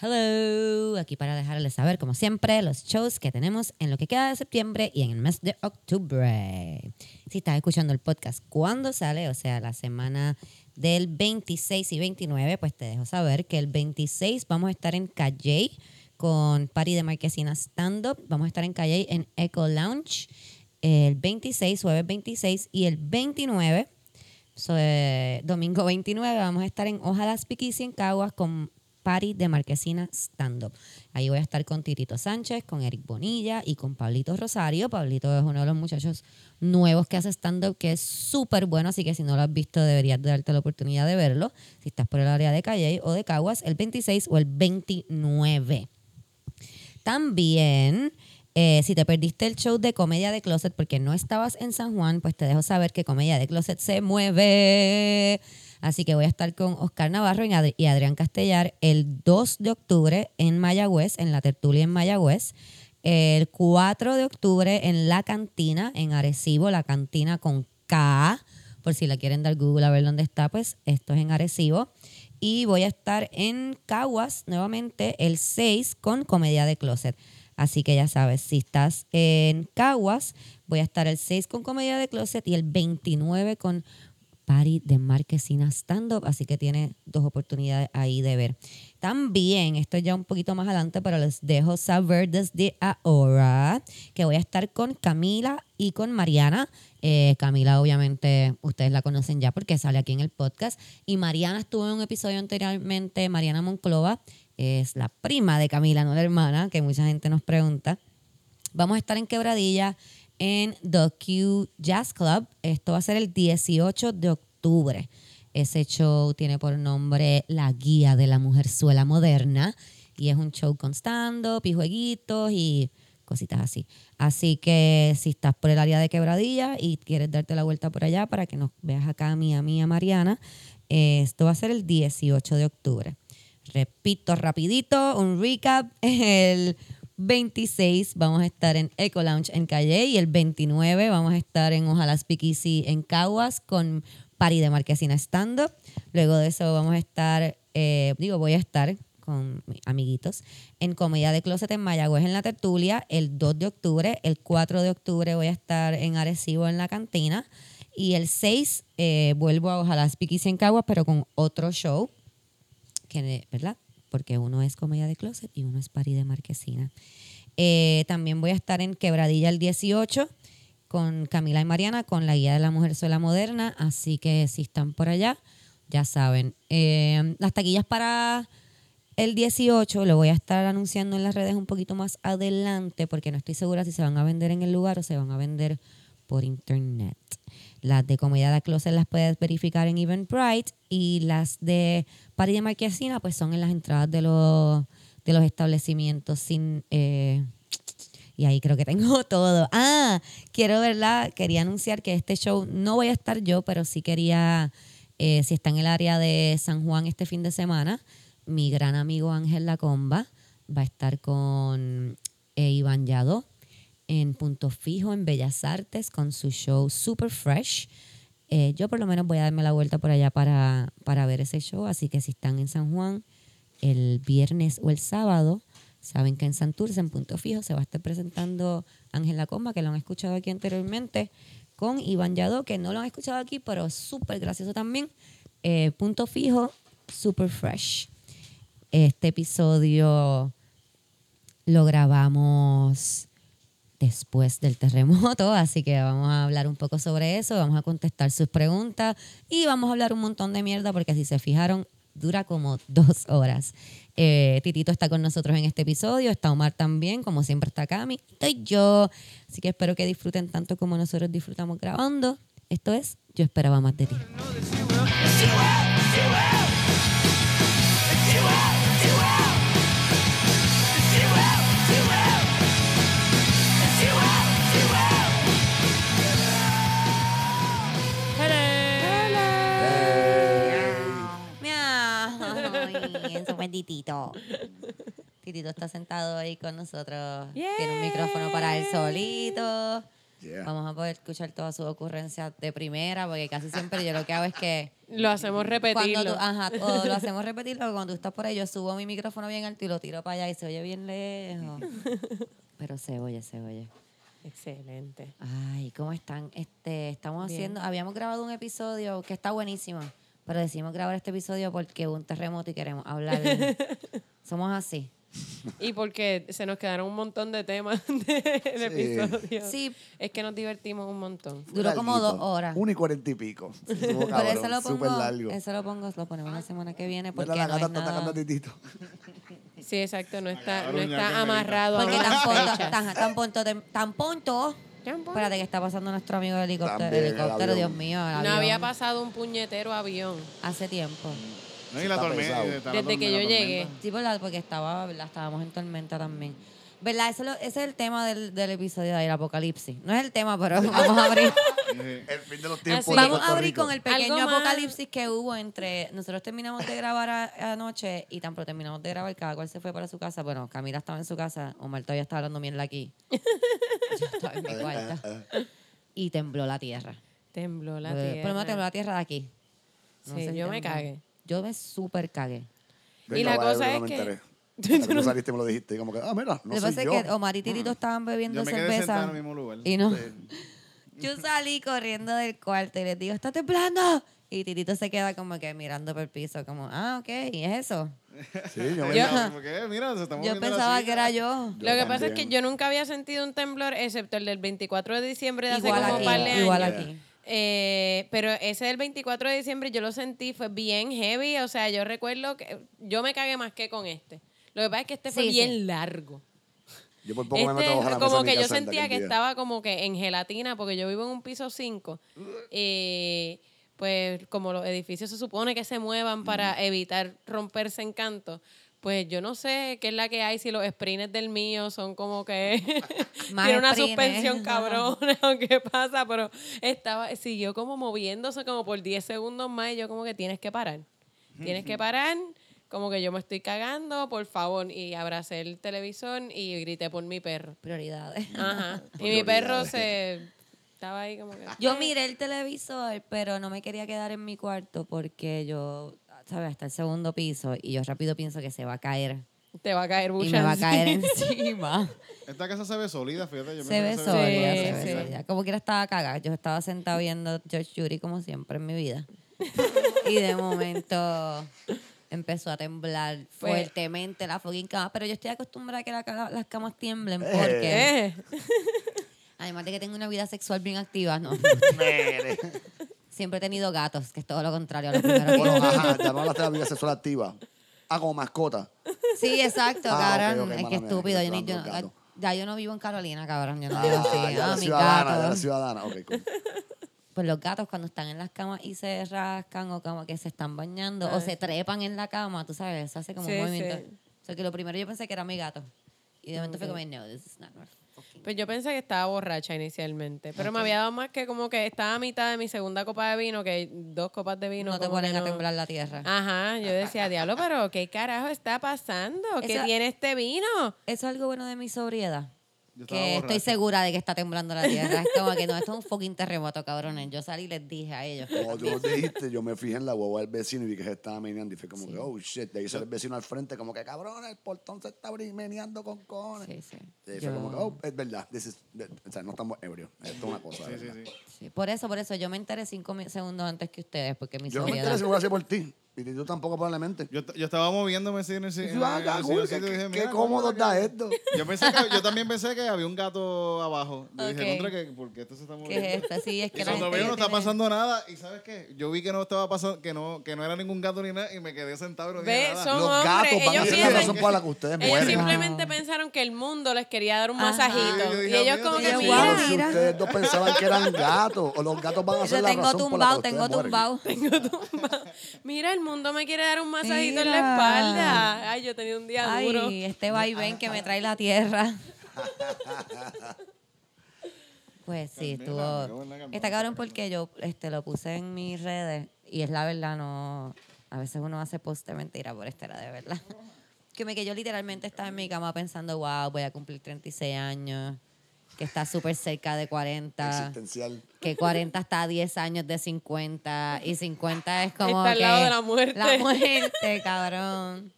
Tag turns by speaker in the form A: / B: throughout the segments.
A: Hello, aquí para dejarles saber, como siempre, los shows que tenemos en lo que queda de septiembre y en el mes de octubre. Si estás escuchando el podcast cuando sale, o sea, la semana del 26 y 29, pues te dejo saber que el 26 vamos a estar en Calle con Party de Marquesina Stand Up. Vamos a estar en Calle en Eco Lounge el 26, jueves 26 y el 29. So, eh, domingo 29 vamos a estar en Ojalá Piquisi en Caguas con Party de Marquesina Stand Up. Ahí voy a estar con Tirito Sánchez, con Eric Bonilla y con Pablito Rosario. Pablito es uno de los muchachos nuevos que hace stand-up que es súper bueno, así que si no lo has visto deberías darte la oportunidad de verlo. Si estás por el área de Calle o de Caguas, el 26 o el 29. También... Eh, si te perdiste el show de Comedia de Closet porque no estabas en San Juan, pues te dejo saber que Comedia de Closet se mueve. Así que voy a estar con Oscar Navarro y, Adri- y Adrián Castellar el 2 de octubre en Mayagüez, en la tertulia en Mayagüez. El 4 de octubre en La Cantina, en Arecibo, La Cantina con K. Por si la quieren dar Google a ver dónde está, pues esto es en Arecibo. Y voy a estar en Caguas nuevamente el 6 con Comedia de Closet. Así que ya sabes, si estás en Caguas, voy a estar el 6 con Comedia de Closet y el 29 con Party de Marquesina Stand Up. Así que tiene dos oportunidades ahí de ver. También, esto es ya un poquito más adelante, pero les dejo saber desde ahora que voy a estar con Camila y con Mariana. Eh, Camila, obviamente, ustedes la conocen ya porque sale aquí en el podcast. Y Mariana estuvo en un episodio anteriormente, Mariana Monclova es la prima de Camila, no la hermana, que mucha gente nos pregunta. Vamos a estar en Quebradilla en The Q Jazz Club. Esto va a ser el 18 de octubre. Ese show tiene por nombre La Guía de la Mujerzuela Moderna y es un show con stand-up y jueguitos y cositas así. Así que si estás por el área de Quebradilla y quieres darte la vuelta por allá para que nos veas acá a mí, a mí, a Mariana, eh, esto va a ser el 18 de octubre repito rapidito, un recap, el 26 vamos a estar en Eco Lounge en Calle y el 29 vamos a estar en Ojalá Speakeasy en Caguas con Party de Marquesina Stand Up. Luego de eso vamos a estar, eh, digo, voy a estar con mis amiguitos en Comedia de Closet en Mayagüez en la tertulia el 2 de octubre, el 4 de octubre voy a estar en Arecibo en la cantina y el 6 eh, vuelvo a Ojalá Speakeasy en Caguas pero con otro show que, ¿verdad? Porque uno es comedia de closet y uno es party de marquesina. Eh, también voy a estar en Quebradilla el 18 con Camila y Mariana con la guía de la mujer sola moderna, así que si están por allá, ya saben. Eh, las taquillas para el 18 lo voy a estar anunciando en las redes un poquito más adelante porque no estoy segura si se van a vender en el lugar o se van a vender por internet. Las de Comedia de Closet las puedes verificar en Eventbrite y las de Party de Marquesina pues son en las entradas de los, de los establecimientos sin... eh, y ahí creo que tengo todo. Ah, quiero verla, quería anunciar que este show no voy a estar yo, pero sí quería, eh, si está en el área de San Juan este fin de semana, mi gran amigo Ángel Lacomba va a estar con eh, Iván Yadó en Punto Fijo, en Bellas Artes, con su show Super Fresh. Eh, yo por lo menos voy a darme la vuelta por allá para, para ver ese show, así que si están en San Juan el viernes o el sábado, saben que en Santurce, en Punto Fijo, se va a estar presentando Ángela Comba, que lo han escuchado aquí anteriormente, con Iván Yadó, que no lo han escuchado aquí, pero súper gracioso también. Eh, punto Fijo, Super Fresh. Este episodio lo grabamos después del terremoto, así que vamos a hablar un poco sobre eso, vamos a contestar sus preguntas y vamos a hablar un montón de mierda porque si se fijaron dura como dos horas. Eh, Titito está con nosotros en este episodio, está Omar también, como siempre está Cami, estoy yo, así que espero que disfruten tanto como nosotros disfrutamos grabando. Esto es Yo esperaba más de ti. Miau. En su buen titito. Titito está sentado ahí con nosotros. Tiene un micrófono para él solito.
B: Yeah.
A: Vamos a poder escuchar todas sus ocurrencias de primera, porque casi siempre yo lo que hago es que
C: Lo hacemos repetirlo.
A: cuando tú, ah. ajá, o lo hacemos repetirlo, o cuando tú estás por ahí, yo subo mi micrófono bien alto y lo tiro para allá y se oye bien lejos. Pero se oye, se oye.
C: Excelente.
A: Ay, ¿cómo están? Este, estamos
C: Bien.
A: haciendo, habíamos grabado un episodio que está buenísimo, pero decidimos grabar este episodio porque hubo un terremoto y queremos hablar. Somos así.
C: Y porque se nos quedaron un montón de temas del episodio.
A: Sí.
C: Es que nos divertimos un montón.
A: Duró como dos horas.
B: Una y cuarenta y pico. Estuvo
A: Pero
B: cabrón,
A: eso lo
B: súper
A: pongo,
B: largo.
A: eso lo pongo, lo ponemos la semana que viene porque
B: Mira, la
A: no es
B: gata está
A: nada.
B: atacando a Titito.
C: Sí, exacto. No está, no
D: Acabaron ya con
C: está
D: el-
C: amarrado. a
A: Porque
C: una
A: tan
C: fecha.
A: pronto, tan, tan pronto, te- tan pronto.
C: Tan pronto.
A: Espérate que está pasando nuestro amigo del helicóptero.
B: También, el
A: helicóptero,
B: avión.
A: Dios mío. el
C: No
A: avión.
C: había pasado un puñetero avión.
A: Hace tiempo.
D: No, y la
B: Está
D: tormenta.
B: pesado.
D: está la
C: Desde que
D: tormenta,
C: yo
D: la
C: llegué.
D: tormenta.
A: Sí, ¿verdad? porque estaba, ¿verdad? estábamos en tormenta también. ¿Verdad? Eso lo- ese es el tema del, del episodio de ahí, el apocalipsis. No es el tema, pero vamos a abrir.
D: Sí.
B: El fin de los tiempos.
C: Así-
B: de
A: Vamos
B: Puerto
A: a abrir
B: Rico.
A: con el pequeño
C: Algo más.
A: apocalipsis que hubo entre. Nosotros terminamos de grabar a- anoche y tan pronto terminamos de grabar, cada cual se fue para su casa. Bueno, Camila estaba en su casa, Omar todavía estaba hablando mierda aquí. Yo estaba en mi cuarto. Y tembló la tierra.
C: Tembló la
A: Eh,
C: tierra.
A: Pero me tembló la tierra de aquí. No
C: Sí,
A: sé si
C: yo me
A: tembló.
C: cagué.
A: Yo me súper cagué.
C: Y la
B: Venga, vaya,
C: cosa
B: yo
C: es
B: no me
C: que-
B: enteré. Hasta que tú saliste y me lo dijiste. Y como que, ah, mira,
A: Lo
B: no
A: que
B: soy
A: pasa
B: yo.
A: es que oh, Omar y Tirito estaban bebiendo
D: Mm. Yo me quedé
A: cerveza.
D: sentado en el mismo lugar.
A: Y no. Yo salí corriendo del cuarto y les digo, está temblando. Y Tirito se queda como que mirando por el piso, como, ah, ok, ¿y es eso?
B: Sí, yo me
C: Yo-
D: Mira, porque, mira, se está
A: Yo
D: moviendo la
A: pensaba
D: silla.
A: que era yo.
B: Yo
C: Lo que pasa es que
B: también.
C: yo nunca había sentido un temblor, excepto el del 24 de diciembre de hace
A: Igual
C: como un
A: aquí,
C: par de
A: igual
C: años.
A: aquí.
C: Eh, pero ese del 24 de diciembre yo lo sentí, fue bien heavy. O sea, yo recuerdo que yo me cagué más que con este. Lo que pasa es que este fue
A: Sí, sí.
C: bien largo.
B: Yo por poco me meto
C: Este,
B: bajo la mesa
C: como
B: en mi
C: que yo
B: casa en
C: sentía que
B: aquel día.
C: estaba como que en gelatina, porque yo vivo en un piso 5. pues como los edificios se supone que se muevan para evitar romperse en canto, pues yo no sé qué es la que hay, si los sprints del mío son como que
A: Más
C: tiene una
A: sprints.
C: suspensión cabrona o qué pasa, pero estaba, siguió como moviéndose como por 10 segundos más y yo como que tienes que parar, tienes que parar. Como que yo me estoy cagando, por favor. Y abracé el televisor y grité por mi perro.
A: Prioridades.
C: Ajá. Y mi perro se estaba ahí como que.
A: Yo miré el televisor, pero no me quería quedar en mi cuarto porque yo, ¿sabes? Hasta el segundo piso y yo rápido pienso que se va a caer.
C: Te va a caer
A: Y
C: bucha
A: me va a
C: encima.
A: caer encima.
D: Esta casa se ve sólida, fíjate. Yo
A: Se ve
D: pensé que
A: sólida,
C: Sí,
A: se ve
C: sí.
A: sólida. Como quiera estaba cagada. Yo estaba sentada viendo George Jury como siempre en mi vida. y de momento empezó a temblar
C: Fue-
A: fuertemente la fucking cama. Pero yo estoy acostumbrada a que la cama- las camas tiemblen porque...
C: Eh,
A: Además de que tengo una vida sexual bien activa, ¿no?
B: Mere.
A: siempre he tenido gatos, que es todo lo contrario a lo primero que
B: Bueno, ajá, ya no hablaste de la vida sexual activa. Ah, como mascota.
A: Sí, exacto,
B: Ah, ok,
A: cabrón.
B: ok,
A: es
B: mala
A: que
B: mía,
A: estúpido. Yo,
B: estoy
A: ni- yo
B: hablando de
A: no-
B: gato.
A: ya yo no vivo en Carolina, cabrón. Yo no
B: Ah,
A: vivo así. Ah,
B: ya era
A: mis
B: ciudadana, ya
A: gatos.
B: era ciudadana. Ok, cool.
A: Pues los gatos cuando están en las camas y se rascan o como que se están bañando o
C: Ay.
A: se trepan en la cama, tú sabes, eso hace como
C: Ah. Sí,
A: un movimiento.
C: sí.
A: O sea, que lo primero yo pensé que era mi gato. Y de momento fue como, no, this is not my fucking-"
C: pues yo pensé que estaba borracha inicialmente. Pero me había dado más que como que estaba a mitad de mi segunda copa de vino, que dos copas de vino.
A: No te
C: como que
A: ponen a
C: no. Ah.
A: temblar la tierra.
C: Ajá, yo decía, diablo, pero ¿qué carajo está pasando? ¿Qué
A: Esa-
C: tiene este vino?
A: Eso es algo bueno de mi sobriedad.
D: Yo estaba
A: Que estoy
D: borracho.
A: segura de que está temblando la tierra. Es como que no, esto es un fucking terremoto, cabrones. Yo salí y les dije a ellos.
B: Como tú nos dijiste, yo me fijé en la guagua del vecino y vi que se estaba meneando. Y fue como que, oh shit. De ahí sale el vecino al frente, como que, cabrón, el portón se está abri- meneando con cones.
A: Sí, sí.
B: Y fue
A: Yo-
B: como que, oh, es verdad. this is- o sea, no estamos ebrios. Esto es una cosa. de
D: Sí, sí,
B: verdad.
D: sí.
A: sí. Por eso, por eso, yo me enteré cinco mi- segundos antes que ustedes, porque mi
B: Yo no me
A: sobriedad.
B: interesa si lo voy a hacer por ti. Y tú tampoco, probablemente.
D: Yo, yo estaba moviéndome así en el
B: Y
D: sitio.
B: tú, ah, cool, qué- qué- Qué cómodo está esto.
D: Yo, pensé que, yo también pensé que había un gato abajo. Yo
A: Ok.
D: dije, contra, que, ¿por qué esto se está moviendo?
A: ¿Qué es esto? Sí, es que
D: Y
A: la
D: cuando
A: gente
D: veo
A: ya
D: no está
A: tiene-
D: pasando nada. ¿Y sabes qué? Yo vi que no estaba pasando, que no, que no era ningún gato ni nada y me quedé sentado y no
C: Ve,
D: dije nada.
C: son-
B: Los
C: hombres,
B: gatos van a
C: ellos
B: ser la
D: piensan
B: razón
D: que-
B: por la que ustedes
C: Ellos
B: mueren.
C: simplemente pensaron que el mundo les quería dar un
A: Ajá.
C: masajito.
D: Sí, yo
C: y
D: dije,
C: ellos
D: "Mira,
C: como que,
A: mira,
C: mira,
B: Claro,
A: Mira.
B: si ustedes dos pensaban que eran gatos, o los gatos van a
A: Yo
B: ser la
A: tengo
B: razón por la
A: tumbado,
B: que
A: tengo
B: ustedes mueren.
A: tumbado.
C: Mira, el mundo me quiere dar un masajito en la
A: Mira.
C: espalda. Ay, yo tenía un día duro.
A: Ay, este vaivén que me trae la tierra. Pues sí,
D: Carmela, me cago
A: estuvo.
D: en la Carmela.
A: Está cabrón porque yo este, lo puse en mis redes y es la verdad, no. A veces uno hace post de mentira por esta era de verdad. Que me que yo literalmente estaba en mi cama pensando, wow, voy a cumplir 36 años. que está súper cerca de 40.
B: Existencial.
A: Que 40 está a 10 años de 50 y 50 es como
C: Está al
A: que
C: lado de la muerte.
A: La muerte, cabrón.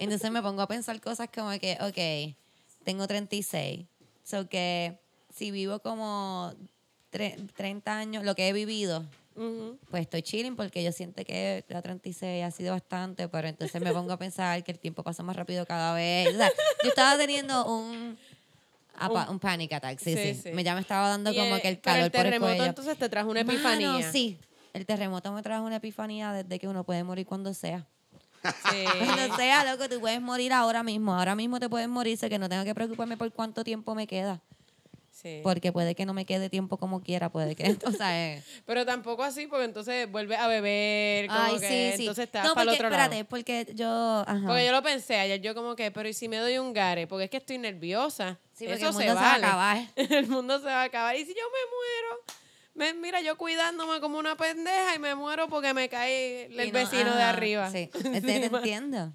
A: Entonces me pongo a pensar cosas como que, ok, tengo 36. So que si vivo como tre- 30 años, lo que he vivido,
C: Ujú.
A: pues estoy chilling porque yo siento que la 36 ha sido bastante, pero entonces me pongo a pensar que el tiempo pasa más rápido cada vez. O sea, yo estaba teniendo un, apa- un panic attack, sí,
C: Sí,
A: sí.
C: sí.
A: Me, ya me estaba dando
C: Y
A: como
C: el-
A: que el
C: pero
A: calor
C: el terremoto
A: por el cuello.
C: entonces te trajo una
A: Mano,
C: epifanía.
A: sí, el terremoto me trajo una epifanía desde que uno puede morir cuando sea.
C: Sí.
A: Cuando sea, loco, tú puedes morir ahora mismo. Ahora mismo te puedes morir, sé que no tengo que preocuparme por cuánto tiempo me queda.
C: Sí.
A: Porque puede que no me quede tiempo como quiera, puede que... O sea, eh,
C: Pero tampoco así, porque entonces vuelves a beber. Como
A: Ay,
C: que,
A: sí, sí.
C: Entonces te vas
A: no,
C: para
A: porque,
C: el otro
A: espérate,
C: lado.
A: porque yo... Ajá.
C: Porque yo lo pensé ayer, yo como que, pero ¿y si me doy un gare? Porque es que estoy nerviosa.
A: Sí, porque
C: Eso
A: el mundo se
C: se,
A: va a
C: vale.
A: acabar.
C: el mundo se va a acabar. Y si yo me muero, me, mira, yo cuidándome como una pendeja y me muero porque me cae el
A: Y no,
C: vecino de
A: ajá,
C: arriba.
A: Sí,
C: Encima.
A: este, te entiendo.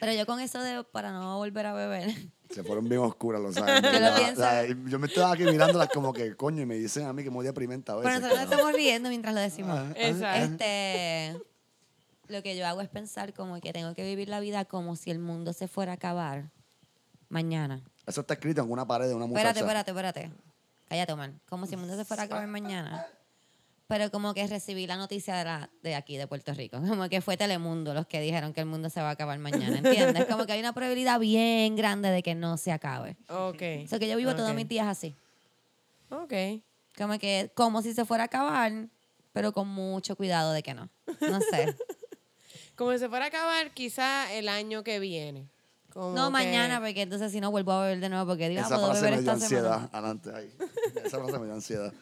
A: Pero yo con eso de para no volver a beber.
B: Se fueron bien oscuras, lo saben.
A: Yo lo
B: La-
A: pienso.
B: la- yo me estaba aquí mirándolas como que, coño, y me dicen a mí que me voy deprimente a
A: Pero
B: veces.
A: nosotros
B: que
A: nos
B: no.
A: estamos riendo mientras lo decimos.
C: Exacto.
A: Este, lo que yo hago es pensar como que tengo que vivir la vida como si el mundo se fuera a acabar mañana.
B: Eso está escrito en una pared de una muchacha.
A: Espérate, espérate, espérate. Cállate, Omar. Como si el mundo se fuera a acabar mañana. Pero como que recibí la noticia de, la, de aquí, de Puerto Rico. Como que fue Telemundo los que dijeron que el mundo se va a acabar mañana, ¿entiendes? Como que hay una probabilidad bien grande de que no se acabe.
C: Ok.
A: O sea, que yo vivo todos
C: Ok.
A: mis días así.
C: Ok.
A: Como que, como si se fuera a acabar, pero con mucho cuidado de que no. No sé.
C: Como si se fuera a acabar quizá el año que viene. Como
A: No
C: que-
A: mañana, porque entonces si no vuelvo a beber de nuevo, porque digo, ah,
B: Esa
A: puedo
B: frase
A: beber
B: me dio
A: esta semana.
B: ansiedad. Adelante, ahí. Esa frase me dio ansiedad.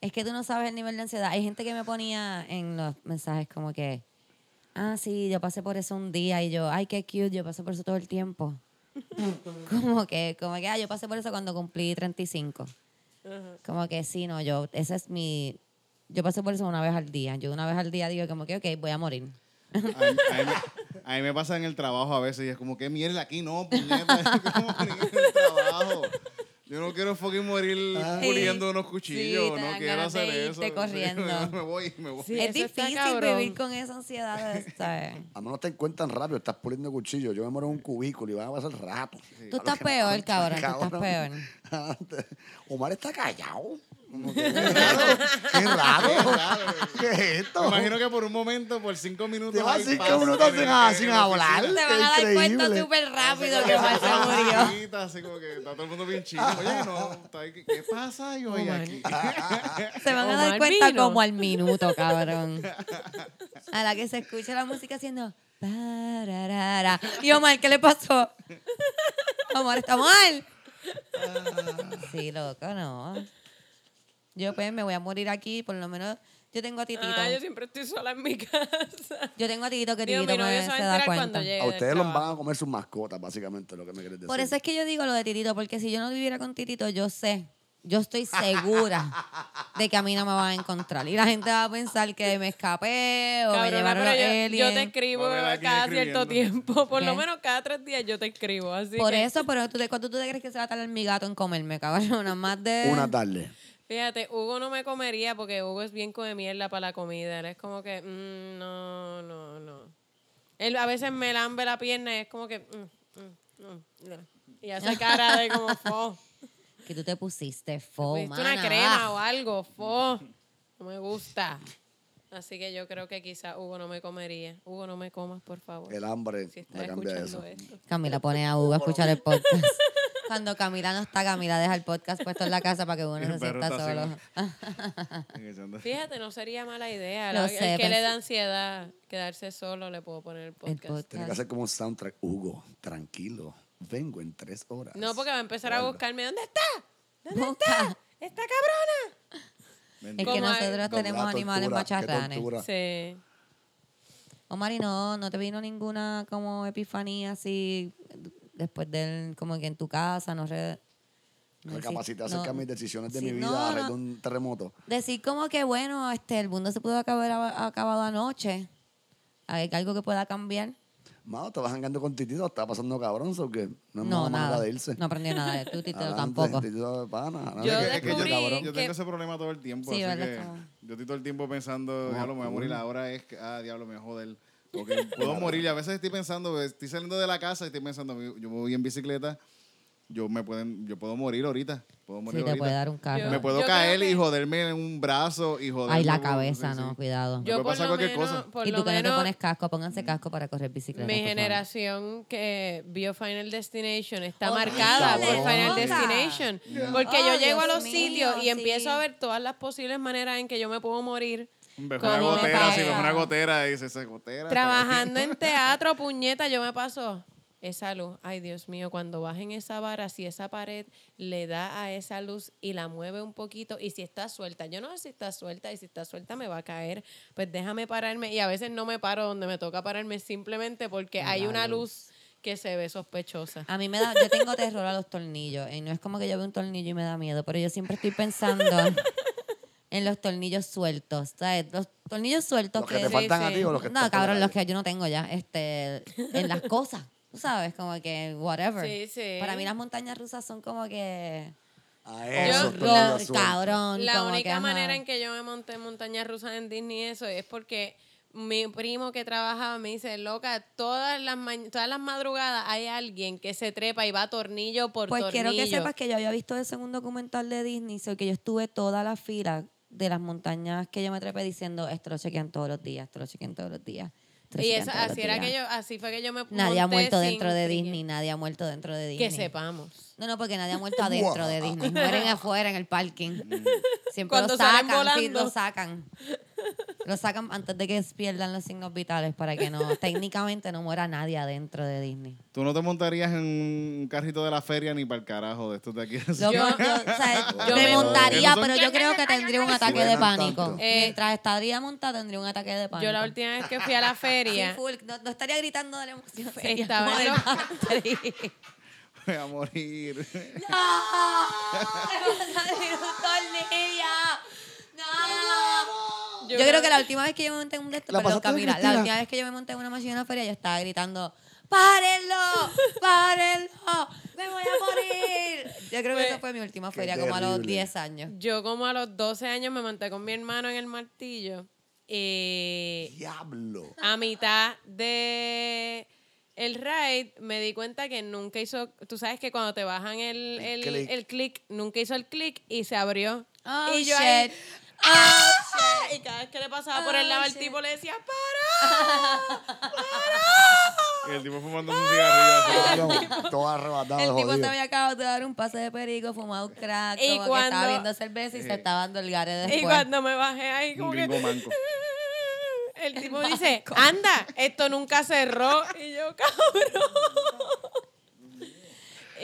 A: Es que tú no sabes el nivel de ansiedad. Hay gente que me ponía en los mensajes como que, ah, sí, yo pasé por eso un día y yo, ay, qué cute, yo pasé por eso todo el tiempo. como que, como que, ah, yo pasé por eso cuando cumplí 35. Como que sí, no, yo, esa es mi, yo pasé por eso una vez al día. Yo una vez al día digo como que, ok, voy a morir.
D: A mí, a mí me- a mí me pasa en el trabajo a veces y es como, ¿qué mierda aquí? No, puñeta, ¿cómo morir en el trabajo? Yo no quiero fucking morir
B: Ah.
D: puliendo unos cuchillos,
A: Sí, te
D: no
A: dan
D: quiero
A: ganas de
D: hacer eso.
A: irte corriendo.
D: Sí, me voy, me voy.
C: Sí,
A: es
C: eso está
A: difícil
C: cabrón.
A: vivir con esa ansiedad, ¿sabes?
B: A menos te encuentran rápido, estás puliendo cuchillo. Yo me muero en un cubículo y van a pasar rato.
A: Tú estás peor, cabrón, tú estás peor.
B: peor. Omar está callado. Como que, Qué raro. Qué raro. ¿Qué es
D: Me
B: esto?
D: imagino que por un momento, por cinco minutos.
B: Lleva
D: hay
B: cinco
D: paz
B: minutos
D: en-
B: sin- sin
D: en- en la oficina.
B: hablar.
A: Te
B: Qué
A: van a dar cuenta
B: increíble.
A: súper rápido
D: Así
A: que
D: como
A: Omar se
D: que-
A: murió.
D: Así como que está todo el mundo bien chido. Oye, no, está ahí, ¿qué- ¿qué pasa yo hoy
C: Omar.
D: aquí?
A: Se van a
C: Omar
A: dar cuenta
C: vino.
A: como al minuto, cabrón. A la que se escucha la música haciendo. pararara. Y Omar, ¿qué le pasó? Omar está mal.
C: Ah.
A: Sí, loco, no. Yo pues me voy a morir aquí, por lo menos yo tengo a Titito.
C: Ah, yo siempre estoy sola en mi casa.
A: Yo tengo a Titito que
C: Digo,
A: Titito
C: mi novio
A: me, se
C: se va a
A: da
C: enterar cuando
A: cuenta.
C: llegue.
B: A
C: del
B: ustedes los
C: trabajo.
B: van a comer sus mascotas, básicamente, lo que me quieres decir.
A: Por eso es que yo digo lo de Titito, porque si yo no viviera con Titito, yo sé, yo estoy segura de que a mí no me van a encontrar. Y la gente va a pensar que me escapé o me
C: Cabrona,
A: llevaron los
C: pero yo- yo,
A: aliens.
C: te escribo
D: Vamos a ver aquí
C: cada cierto
D: escribiendo.
C: tiempo. Por lo
A: ¿Qué?
C: menos cada tres días yo te escribo. Así
A: Por
C: que,
A: eso, pero ¿tú te, ¿cuánto tú te crees que se va a tardar mi gato en comerme, cabrón? Más de...
B: Una tarde.
C: Fíjate, Hugo no me comería porque Hugo es bien come mierda para la comida. Él es como que, mm, no, no, no. Él a veces me lambe la pierna y es como que, mm, mm, mm, no. Y hace cara de como, fo.
A: que tú te pusiste fo,
C: ¿Viste
A: Oh, mana,
C: una crema
A: ah.
C: o algo, fo. No me gusta. Así que yo creo que quizá Hugo no me comería. Hugo, no me comas, por favor.
B: El hambre
C: Si estás
B: me cambia
C: escuchando
B: eso.
C: esto.
A: Camila pone a Hugo a escuchar el podcast. Cuando Camila no está, Camila deja el podcast puesto en la casa para que uno
D: El
A: se
D: perro
A: sienta
D: está así.
A: solo.
C: Fíjate, no sería mala idea.
A: Lo
C: La-
A: sé,
C: el que le
A: pensé-
C: da ansiedad quedarse solo, le puedo poner el
A: El
C: podcast.
B: Tiene que
A: podcast.
B: hacer como un soundtrack. Hugo, tranquilo. Vengo en tres horas.
C: No, porque va a empezar a
B: Guarda.
C: buscarme. ¿Dónde está? ¿Dónde
A: Busca.
C: está? ¡Esta cabrona!
A: Es
C: Como
A: que
C: hay-
A: nosotros
C: como-
A: tenemos
B: La
A: animales
B: tortura, qué
A: macharranes.
B: tortura.
C: Sí.
A: Omar, y no, no te vino ninguna como epifanía así después del, como que en tu casa, no sé. no hiciste-
B: Recapacité acerca
A: no.
B: de mis decisiones de
A: Sí,
B: mi vida
A: no,
B: a raíz
A: no.
B: de un terremoto.
A: Decir como que, bueno, este, el mundo se pudo acabar a- acabado anoche. Hay algo que pueda cambiar.
B: Mano, estaba jangando con Titito, estaba pasando cabrón, so que no es
A: No,
B: mala manera
A: nada.
B: de irse.
A: No aprendí nada de tu Titito
B: Adelante,
A: tampoco.
B: Titito de pana.
C: Yo
D: Es que- es que
C: descubrí
D: yo,
C: que-
D: yo tengo ese problema todo el tiempo.
A: Sí,
D: así
A: ¿verdad?
D: que
A: Como-
D: yo estoy todo el tiempo pensando, diablo, me voy a morir. Ahora es que, ah, diablo, me joder. Porque puedo morir. Y a veces estoy pensando, pues, estoy saliendo de la casa y estoy pensando, yo voy en bicicleta, yo me pueden, yo puedo morir ahorita. Puedo morir
A: Sí, te
D: ahorita.
A: puede dar un carro.
D: Me
C: Yo-
D: puedo
C: creo
D: caer y
C: que-
D: joderme en un brazo y joderme.
A: Ay, la
D: por-
A: cabeza,
D: sí,
A: no,
D: sí.
A: cuidado.
D: puede
C: Yo por
D: pasar
C: lo
D: cualquier cosa.
C: menos, por
A: y tú
C: lo
A: que no te
C: menos, Mm.
A: pones casco, pónganse casco para correr bicicleta.
C: mi
A: por favor.
C: generación que vio Final Destination está
A: Horrible,
C: marcada por Final
B: loca.
C: Destination. Porque
A: Oh,
C: yo llego a
A: Dios
C: los
A: mío,
C: sitios y
A: sí.
C: empiezo a ver todas las posibles maneras en que yo me puedo morir.
D: Me fue
C: Como me
D: una gotera, así, me fue
C: pasa.
D: una gotera, y dice esa gotera.
C: Trabajando en teatro, puñeta, yo me paso esa luz. Ay, Dios mío, cuando bajen esa vara, si esa pared le da a esa luz y la mueve un poquito, y si está suelta, yo no sé si está suelta, y si está suelta me va a caer, pues déjame pararme. Y a veces no me paro donde me toca pararme simplemente porque hay una luz que se ve sospechosa.
A: A mí me da, yo tengo terror a los tornillos. Y no es como que yo veo un tornillo y me da miedo, pero yo siempre estoy pensando en los tornillos sueltos. ¿sabes? Los tornillos sueltos
B: Los que te
C: Sí,
B: faltan a
C: sí.
B: ti o los que
A: No,
B: están por
A: cabrón,
B: ahí.
A: los que yo no tengo ya. Este, en las cosas. Tú sabes, como que whatever.
C: Sí, sí.
A: Para mí las montañas rusas son como que.
B: A
C: Yo-
B: eso,
A: horror,
B: todo el mundo suelto.
A: cabrón.
C: La
A: como que,
C: única
A: ajá.
C: manera en que yo me monté en montañas rusas en Disney eso es porque mi primo que trabajaba me dice, loca, todas las ma- todas las madrugadas hay alguien que se trepa y va tornillo por
A: Pues
C: tornillo.
A: quiero que sepas que yo había visto eso en un documental de Disney, so que yo estuve toda la fila de las montañas que yo me trepé diciendo, esto lo chequean todos los días, esto lo chequean todos los días. esto lo
C: y
A: chequean
C: eso-
A: todos los
C: así era
A: días".
C: que yo, así fue que yo me
A: Nadie ha
C: monté
A: muerto
C: sin
A: dentro de
C: friquear.
A: Disney, nadie ha muerto dentro de Disney.
C: Que sepamos.
A: No, no, porque nadie ha muerto adentro de Disney. Mueren afuera en el parking. Siempre
C: Cuando
A: lo
C: salen
A: sacan, sí,
C: volando.
A: lo sacan. Lo sacan antes de que pierdan los signos vitales para que no, técnicamente no muera nadie adentro de Disney.
D: Tú no te montarías en un carrito de la feria ni para el carajo de estos de aquí. así.
A: Yo, yo- o
C: Yo-
A: sea,
C: yo
A: me
C: me-
A: montaría,
D: Eso son-
A: pero yo creo que tendría un ataque de
B: Suenan
A: pánico.
B: tanto.
C: Eh,
A: Mientras estaría montada, tendría un ataque de pánico.
C: Yo la última vez que fui a la
A: Sí,
C: feria,
A: full, no, no estaría gritando de la emoción. sería
C: Estaba
A: como
C: en
A: de
C: los-
A: Madrid.
D: Voy a morir.
A: ¡No! ¡Me vas a decir un tornillo! ¡No! Yo,
C: Yo
A: creo
C: creo
A: que la última vez que yo me monté en un de estos-
B: ¿La
A: perdón,
B: pasaste de
A: Camila, la
B: Cristina?
A: última vez que yo me monté en una máquina de una feria, yo estaba gritando, ¡párenlo! ¡párenlo! ¡me voy a morir! Yo creo que
C: Fue-
A: esa fue mi última
B: Qué
A: feria, como a los
B: terrible.
A: 10 años.
C: yo como a los 12 años me monté con mi hermano en el martillo. Eh,
B: Diablo.
C: a mitad de el ride me di cuenta que nunca hizo tú sabes que cuando te bajan el el,
B: El click.
C: el click nunca hizo el click y se abrió
A: Oh,
C: y yo ahí,
A: shit.
C: ¡Ah! y cada vez que le pasaba por
A: Oh,
C: el lado el
A: shit.
C: tipo le decía para
D: Y el tipo fumando un cigarrillo. así.
A: Ah.
B: Cabrón, todo arrebatado,
A: El tipo se
B: jodido.
A: había acabado de dar un pase de perico, fumado crack,
C: Y
A: como que
C: cuando-
A: estaba viendo cerveza y se estaba dando el gare después.
C: y cuando me bajé ahí
D: Un
C: como que
D: gringo manco.
C: el tipo dice anda esto nunca cerró y yo cabrón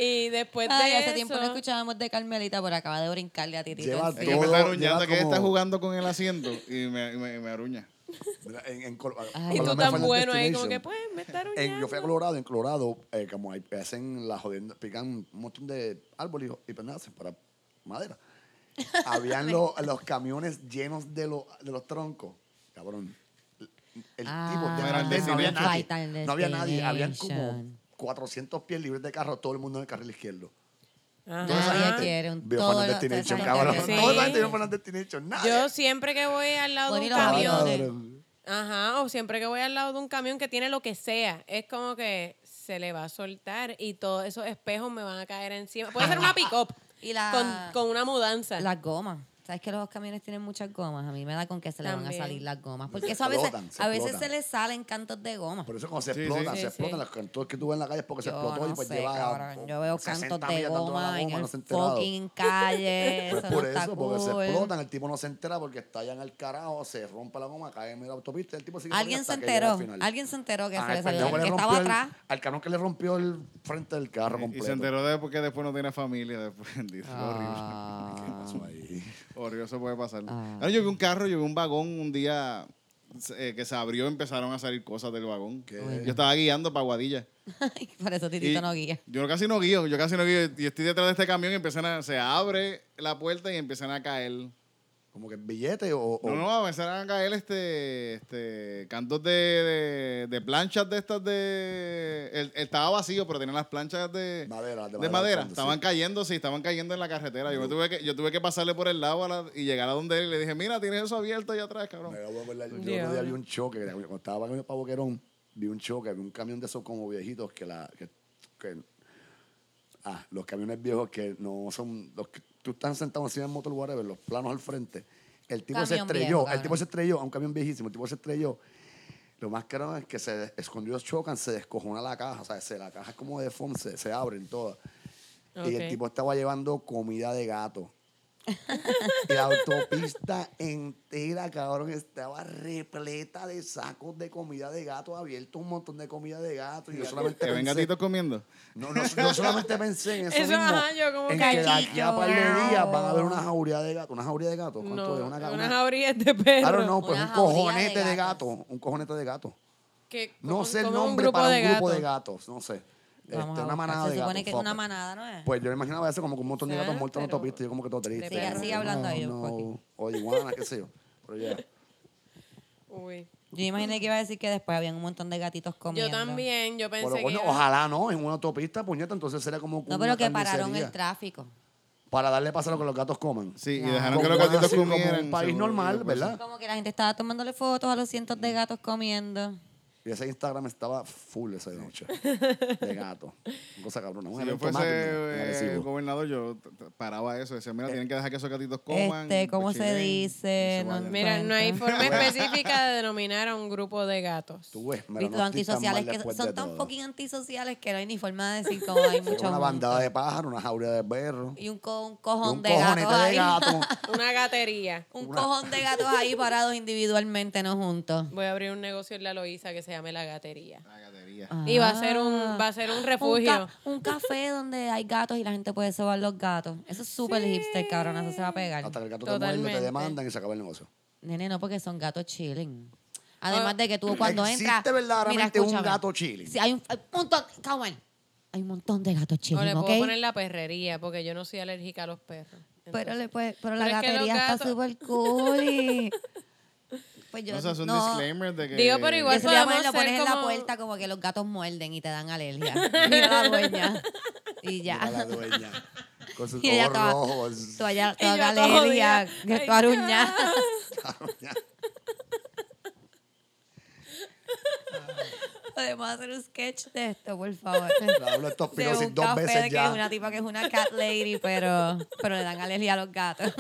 C: y después
A: Ay,
C: de
A: hace
C: eso,
A: tiempo no escuchábamos de Carmelita, pero acaba de brincarle a Titito.
B: Lleva
D: Es
A: encima.
D: que me
B: Todo
D: está aruñando,
B: lleva
D: que él está
B: como-
D: jugando con el asiento y me, y me, y me aruña.
B: Mira, En, en Col-
A: Ay,
C: y
B: Colorado
C: tú
B: me fue
C: tan
B: en
C: bueno ahí como
B: Destination.
C: que pues me está
B: En- Eh, yo fui a
C: arruinando
B: Colorado, en Colorado, eh, como hay- hacen la jodienda, pican un montón de árboles y penazas para madera. Habían lo- los camiones llenos de, lo- de los troncos, cabrón. El- El
A: Ah,
B: tipo, de
D: Era el
B: frente no había
D: Destination.
A: Vital
B: nadie. No había nadie, habían como
A: Destination.
B: 400 pies libres de carro, todo el mundo en el carril izquierdo. Toda esa
A: Nadie
B: gente
A: quiere un-
B: vio
A: Ah, todo
B: Final
A: lo-
B: Destination,
A: toda esa gente
B: cabrón.
C: que-
B: Toda esa gente
C: Sí.
B: vio Final Destination, nadie.
C: Yo siempre que voy al lado de
A: Bueno,
C: un
A: y los
C: camión,
A: aviones.
B: Cabrón.
C: ajá, o siempre que voy al lado de un camión que tiene lo que sea, es como que se le va a soltar y todos esos espejos me van a caer encima. Puede ser una pick-up
A: Y la-
C: con, con una mudanza.
A: Las gomas. ¿Sabes que los camiones tienen muchas gomas? A mí me da con que se le van a
C: También.
A: salir las gomas. Porque
B: Se
A: eso a veces,
B: explotan, se
A: a veces
B: explotan.
A: se les salen cantos de goma.
B: Por eso cuando se
D: Sí, sí.
B: explotan,
C: Sí,
B: se
C: sí.
B: explotan los cantores que tú ves en la calle es porque se
A: Yo
B: explotó y
A: no
B: pues
A: sé,
B: lleva
A: cabrón. Yo veo
B: 60
A: cantos de
B: millas dándole a la
A: goma en
B: no
A: el
B: se ha enterado.
A: fucking calle.
B: Pues
A: eso
B: por
A: no está
B: eso, porque se
A: cool.
B: explotan, el tipo no se entera porque está allá en el carajo, se rompe la goma, cae en medio de la autopista, el tipo sigue
A: Alguien se
B: corriendo hasta que
A: enteró.
B: llega al final.
A: Alguien se enteró que
B: Ah,
A: se le
B: el
A: salió.
B: pendejo
A: El
B: le
A: que
B: rompió
A: estaba
B: el-
A: atrás.
B: Al cabrón que le rompió el frente del carro
D: Y
B: completo.
D: se enteró de porque después no tenía familia. Después, bendito, fue
A: Ah.
D: horrible.
B: ¿Qué pasó ahí?
D: Horrible, eso puede pasar.
A: Ah.
D: Ah, yo vi un carro, yo vi un vagón un día eh, que se abrió, empezaron a salir cosas del vagón.
B: ¿Qué?
D: Yo estaba guiando para Guadilla.
A: Ay, Por eso Titito no guía.
B: este,
D: Yo casi no guío, yo casi no guío. Y estoy detrás de este camión y empiezan a, se abre la puerta y empiezan a caer
B: Como que billete o. o-
D: No, no, a veces eran acá él este, este, cantos de, de, de planchas de estas de... Él, él estaba vacío, pero tenía las planchas de...
B: Madera, de
D: De,
B: madera,
D: madera.
B: sí.
D: Estaban cayendo, sí, estaban cayendo en la carretera. Yo, me tuve, que, yo tuve que pasarle por el lado a la- y llegar a donde él y le dije, mira, tienes eso abierto allá atrás, cabrón.
B: Me voy a acordar, Yo el
C: Diablo.
B: otro día vi un choque, cuando estaba caminando para Boquerón, vi un choque, vi un camión de esos como viejitos que la. Que, que- ah, los camiones viejos que no son. Los que tú estás sentado encima del motor, whatever, los planos al frente. El tipo se
A: Camión
B: estrelló,
A: viejo,
B: el
A: cabrón.
B: tipo se estrelló, a un camión viejísimo, el tipo se estrelló. Lo más caro es que se escondidos chocan, se descojona la caja, o sea, se, la caja es como de foam, se, se abren todas. Y el
C: Ok.
B: tipo estaba llevando comida de gato. La autopista entera, cabrón, estaba repleta de sacos de comida de gato abiertos, un montón de comida de gato. Y yo solamente
D: Que ven
B: pensé,
D: gatitos comiendo.
B: no, no, yo solamente pensé en eso,
C: Eso,
B: mismo.
C: ajá, yo como
B: en
C: que
B: que de aquí a
A: cachito,
B: par de días
A: miau.
B: van a haber una jauría de gato. ¿Una jauría de gato? ¿Cuánto
C: No,
B: es? Una,
C: unas
B: ga- una,
C: abrillas de perro.
B: Claro, no, pues
A: Una
B: un
A: jauría de
B: cojonete de gato.
A: gatos.
B: Un cojonete de gato.
C: Que-
B: No
C: como-
B: sé el
C: como un
B: nombre
C: grupo
B: para
C: de
B: un grupo de
C: gatos.
B: gatos, no sé.
A: Vamos
B: Este,
A: a
B: una
A: buscar.
B: manada
A: Se
B: de gatos.
A: supone que es una
B: fuck it.
A: manada, ¿no es?
B: Pues yo me imaginaba eso como con un montón de gatos
C: Claro,
B: muertos en la
C: pero-
B: autopista. Yo como que todo triste.
A: Siga-
B: como
A: siga
B: que,
A: hablando
B: ah,
A: ahí,
B: no.
A: Joaquín.
B: O iguana, qué sé yo. Pero ya.
C: Uy.
A: Yo imaginé que iba a decir que después habían un montón de gatitos comiendo.
C: Yo también, yo pensé
B: Pero
C: que...
B: coño,
C: iba-
B: ojalá no, en una autopista, puñeta, entonces sería como
A: No,
B: una
A: pero que pararon
B: carnicería
A: el tráfico.
B: Para darle paso a lo que los gatos coman.
D: Sí,
A: Claro.
D: y dejaron
B: Como
D: que los
B: algo
D: gatitos
B: así, como
D: comieran.
B: un país
D: seguro, pues
B: normal,
D: y después-
B: ¿verdad?
A: Como que la gente estaba tomándole fotos a los cientos
B: Mm.
A: de gatos comiendo.
B: Y ese Instagram estaba full esa noche. De gato. Cosa cabrona. Un
D: Si yo
B: evento
D: fuese
B: magno en
D: eh,
B: Arecibo.
D: gobernador, yo t- t- paraba eso. Decía, mira, tienen que dejar que esos gatitos coman.
A: Eh. este, ¿cómo se
D: cochilen,
A: dice?
D: y se
A: No-
D: vayan".
C: Mira, no hay
A: Cuenta.
C: forma específica de denominar a un grupo de gatos.
B: Tú ves, me
A: Viste, los antisociales que son tan fucking antisociales que no hay ni forma de decir cómo hay mucho
B: Una
A: mundo.
B: bandada de pájaros, una jauría de perros.
A: y un, co- un
B: y
A: cojón
B: Un
A: de gatos
B: cojonete de
A: ahí.
B: gato.
C: Una gatería.
A: un
B: Una-
A: cojón de gatos ahí parados individualmente, no juntos.
C: Voy a abrir un negocio en la Loíza que se llame La Gatería.
D: La gatería.
C: Y va a ser un- va a ser un
A: Ah,
C: refugio.
A: ca- Un, café donde hay gatos y la gente puede sobar los gatos. Eso es súper hipster, cabrón. Eso se va a pegar.
B: Hasta que el gato te muerde, te
C: Totalmente.
B: demandan y se acaba el negocio.
A: Nene, no, porque son gatos chilling.
C: Ah.
A: Además de que tú cuando
B: Existe
A: entras...
B: verdaderamente un
A: escúchame.
B: gato chilling.
A: Sí, hay un, hay un montón... Cowell, hay un montón de gatos
C: O le
A: chilling,
C: puedo
A: ¿ok?
C: poner la perrería, porque yo no soy alérgica a los perros.
A: Pero, le puede, pero la
C: Pero es que los
A: gatería está
C: gatos-
A: súper cool. y- Pues yo...
D: No, o sea, es un
A: no.
D: disclaimer de que.
C: Digo, pero igual-
A: Eso le llaman-
C: podemos
A: lo pones
C: ser
A: en la
C: como-
A: puerta como que los gatos muerden y te dan alergia. Mira la dueña. Y ya.
B: Llega la dueña. Con sus
A: Y ella
B: ojos
A: toda,
B: rojos.
A: toda, ya-
C: Y yo
A: toda
C: todo
A: galería,
C: día,
A: que
C: ay,
A: toda aruñada. Podemos hacer un sketch de esto, por favor.
B: Hablo estos
A: De
B: pirosis
A: un
B: dos
A: café de
B: veces
A: que
B: ya.
A: es una tipa que es una cat lady, pero, pero le dan alergia a los gatos.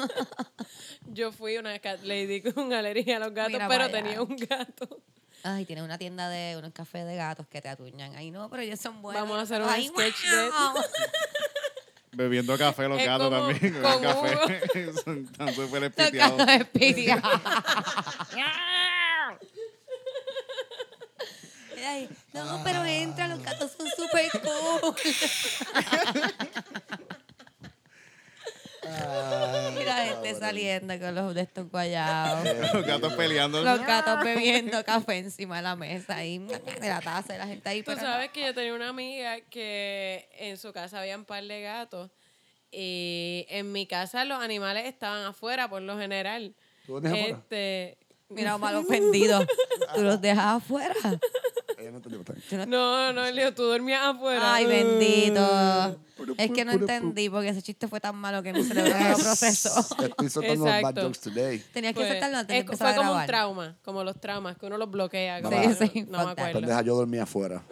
C: Yo fui una cat lady con alergia a los gatos,
A: Mira
C: pero
A: para allá.
C: tenía un gato.
A: Ay, tiene una tienda de unos cafés de gatos que te atuñan. Ay, no, pero ellos son buenos.
C: Vamos a hacer un
A: Ay,
C: sketch de-
A: wow.
D: Bebiendo café los
C: Es
D: gatos
C: como-
D: también. con
C: como
D: café. Son tan súper
A: Los
D: espiteados.
A: gatos espíritus. Ay, no, pero entra, los gatos son súper cool.
B: Ah,
A: Mira, gente saliendo con los de estos guayados.
D: Los
B: eh,
D: gatos peleando.
A: Los gatos bebiendo café encima de la mesa y de la taza y la gente ahí.
C: Tú
A: pero
C: sabes que yo tenía una amiga que en su casa había un par de gatos y en mi casa los animales estaban afuera por lo general.
B: ¿Tú los dejas afuera?
C: Este,
A: no. Mira, mal ofendido. Tú los dejas afuera.
B: Ella eh, no entendió, está bien.
C: no, no, Leo, tú dormías afuera.
A: Ay, bendito. Es que no entendí porque ese chiste fue tan malo que mi cerebro no lo procesó.
B: Estoy soltando los bad
C: Exacto.
B: jokes today.
A: Tenías que
C: Pues,
A: saltarlo antes de
C: es-
A: empezar
C: fue
A: a
C: como
A: grabar.
C: un trauma, como los traumas, que uno los bloquea. como
B: Sí,
C: que
A: sí,
C: no, no
A: fuck
C: me
A: that.
C: acuerdo.
B: Pendeja, yo dormía afuera.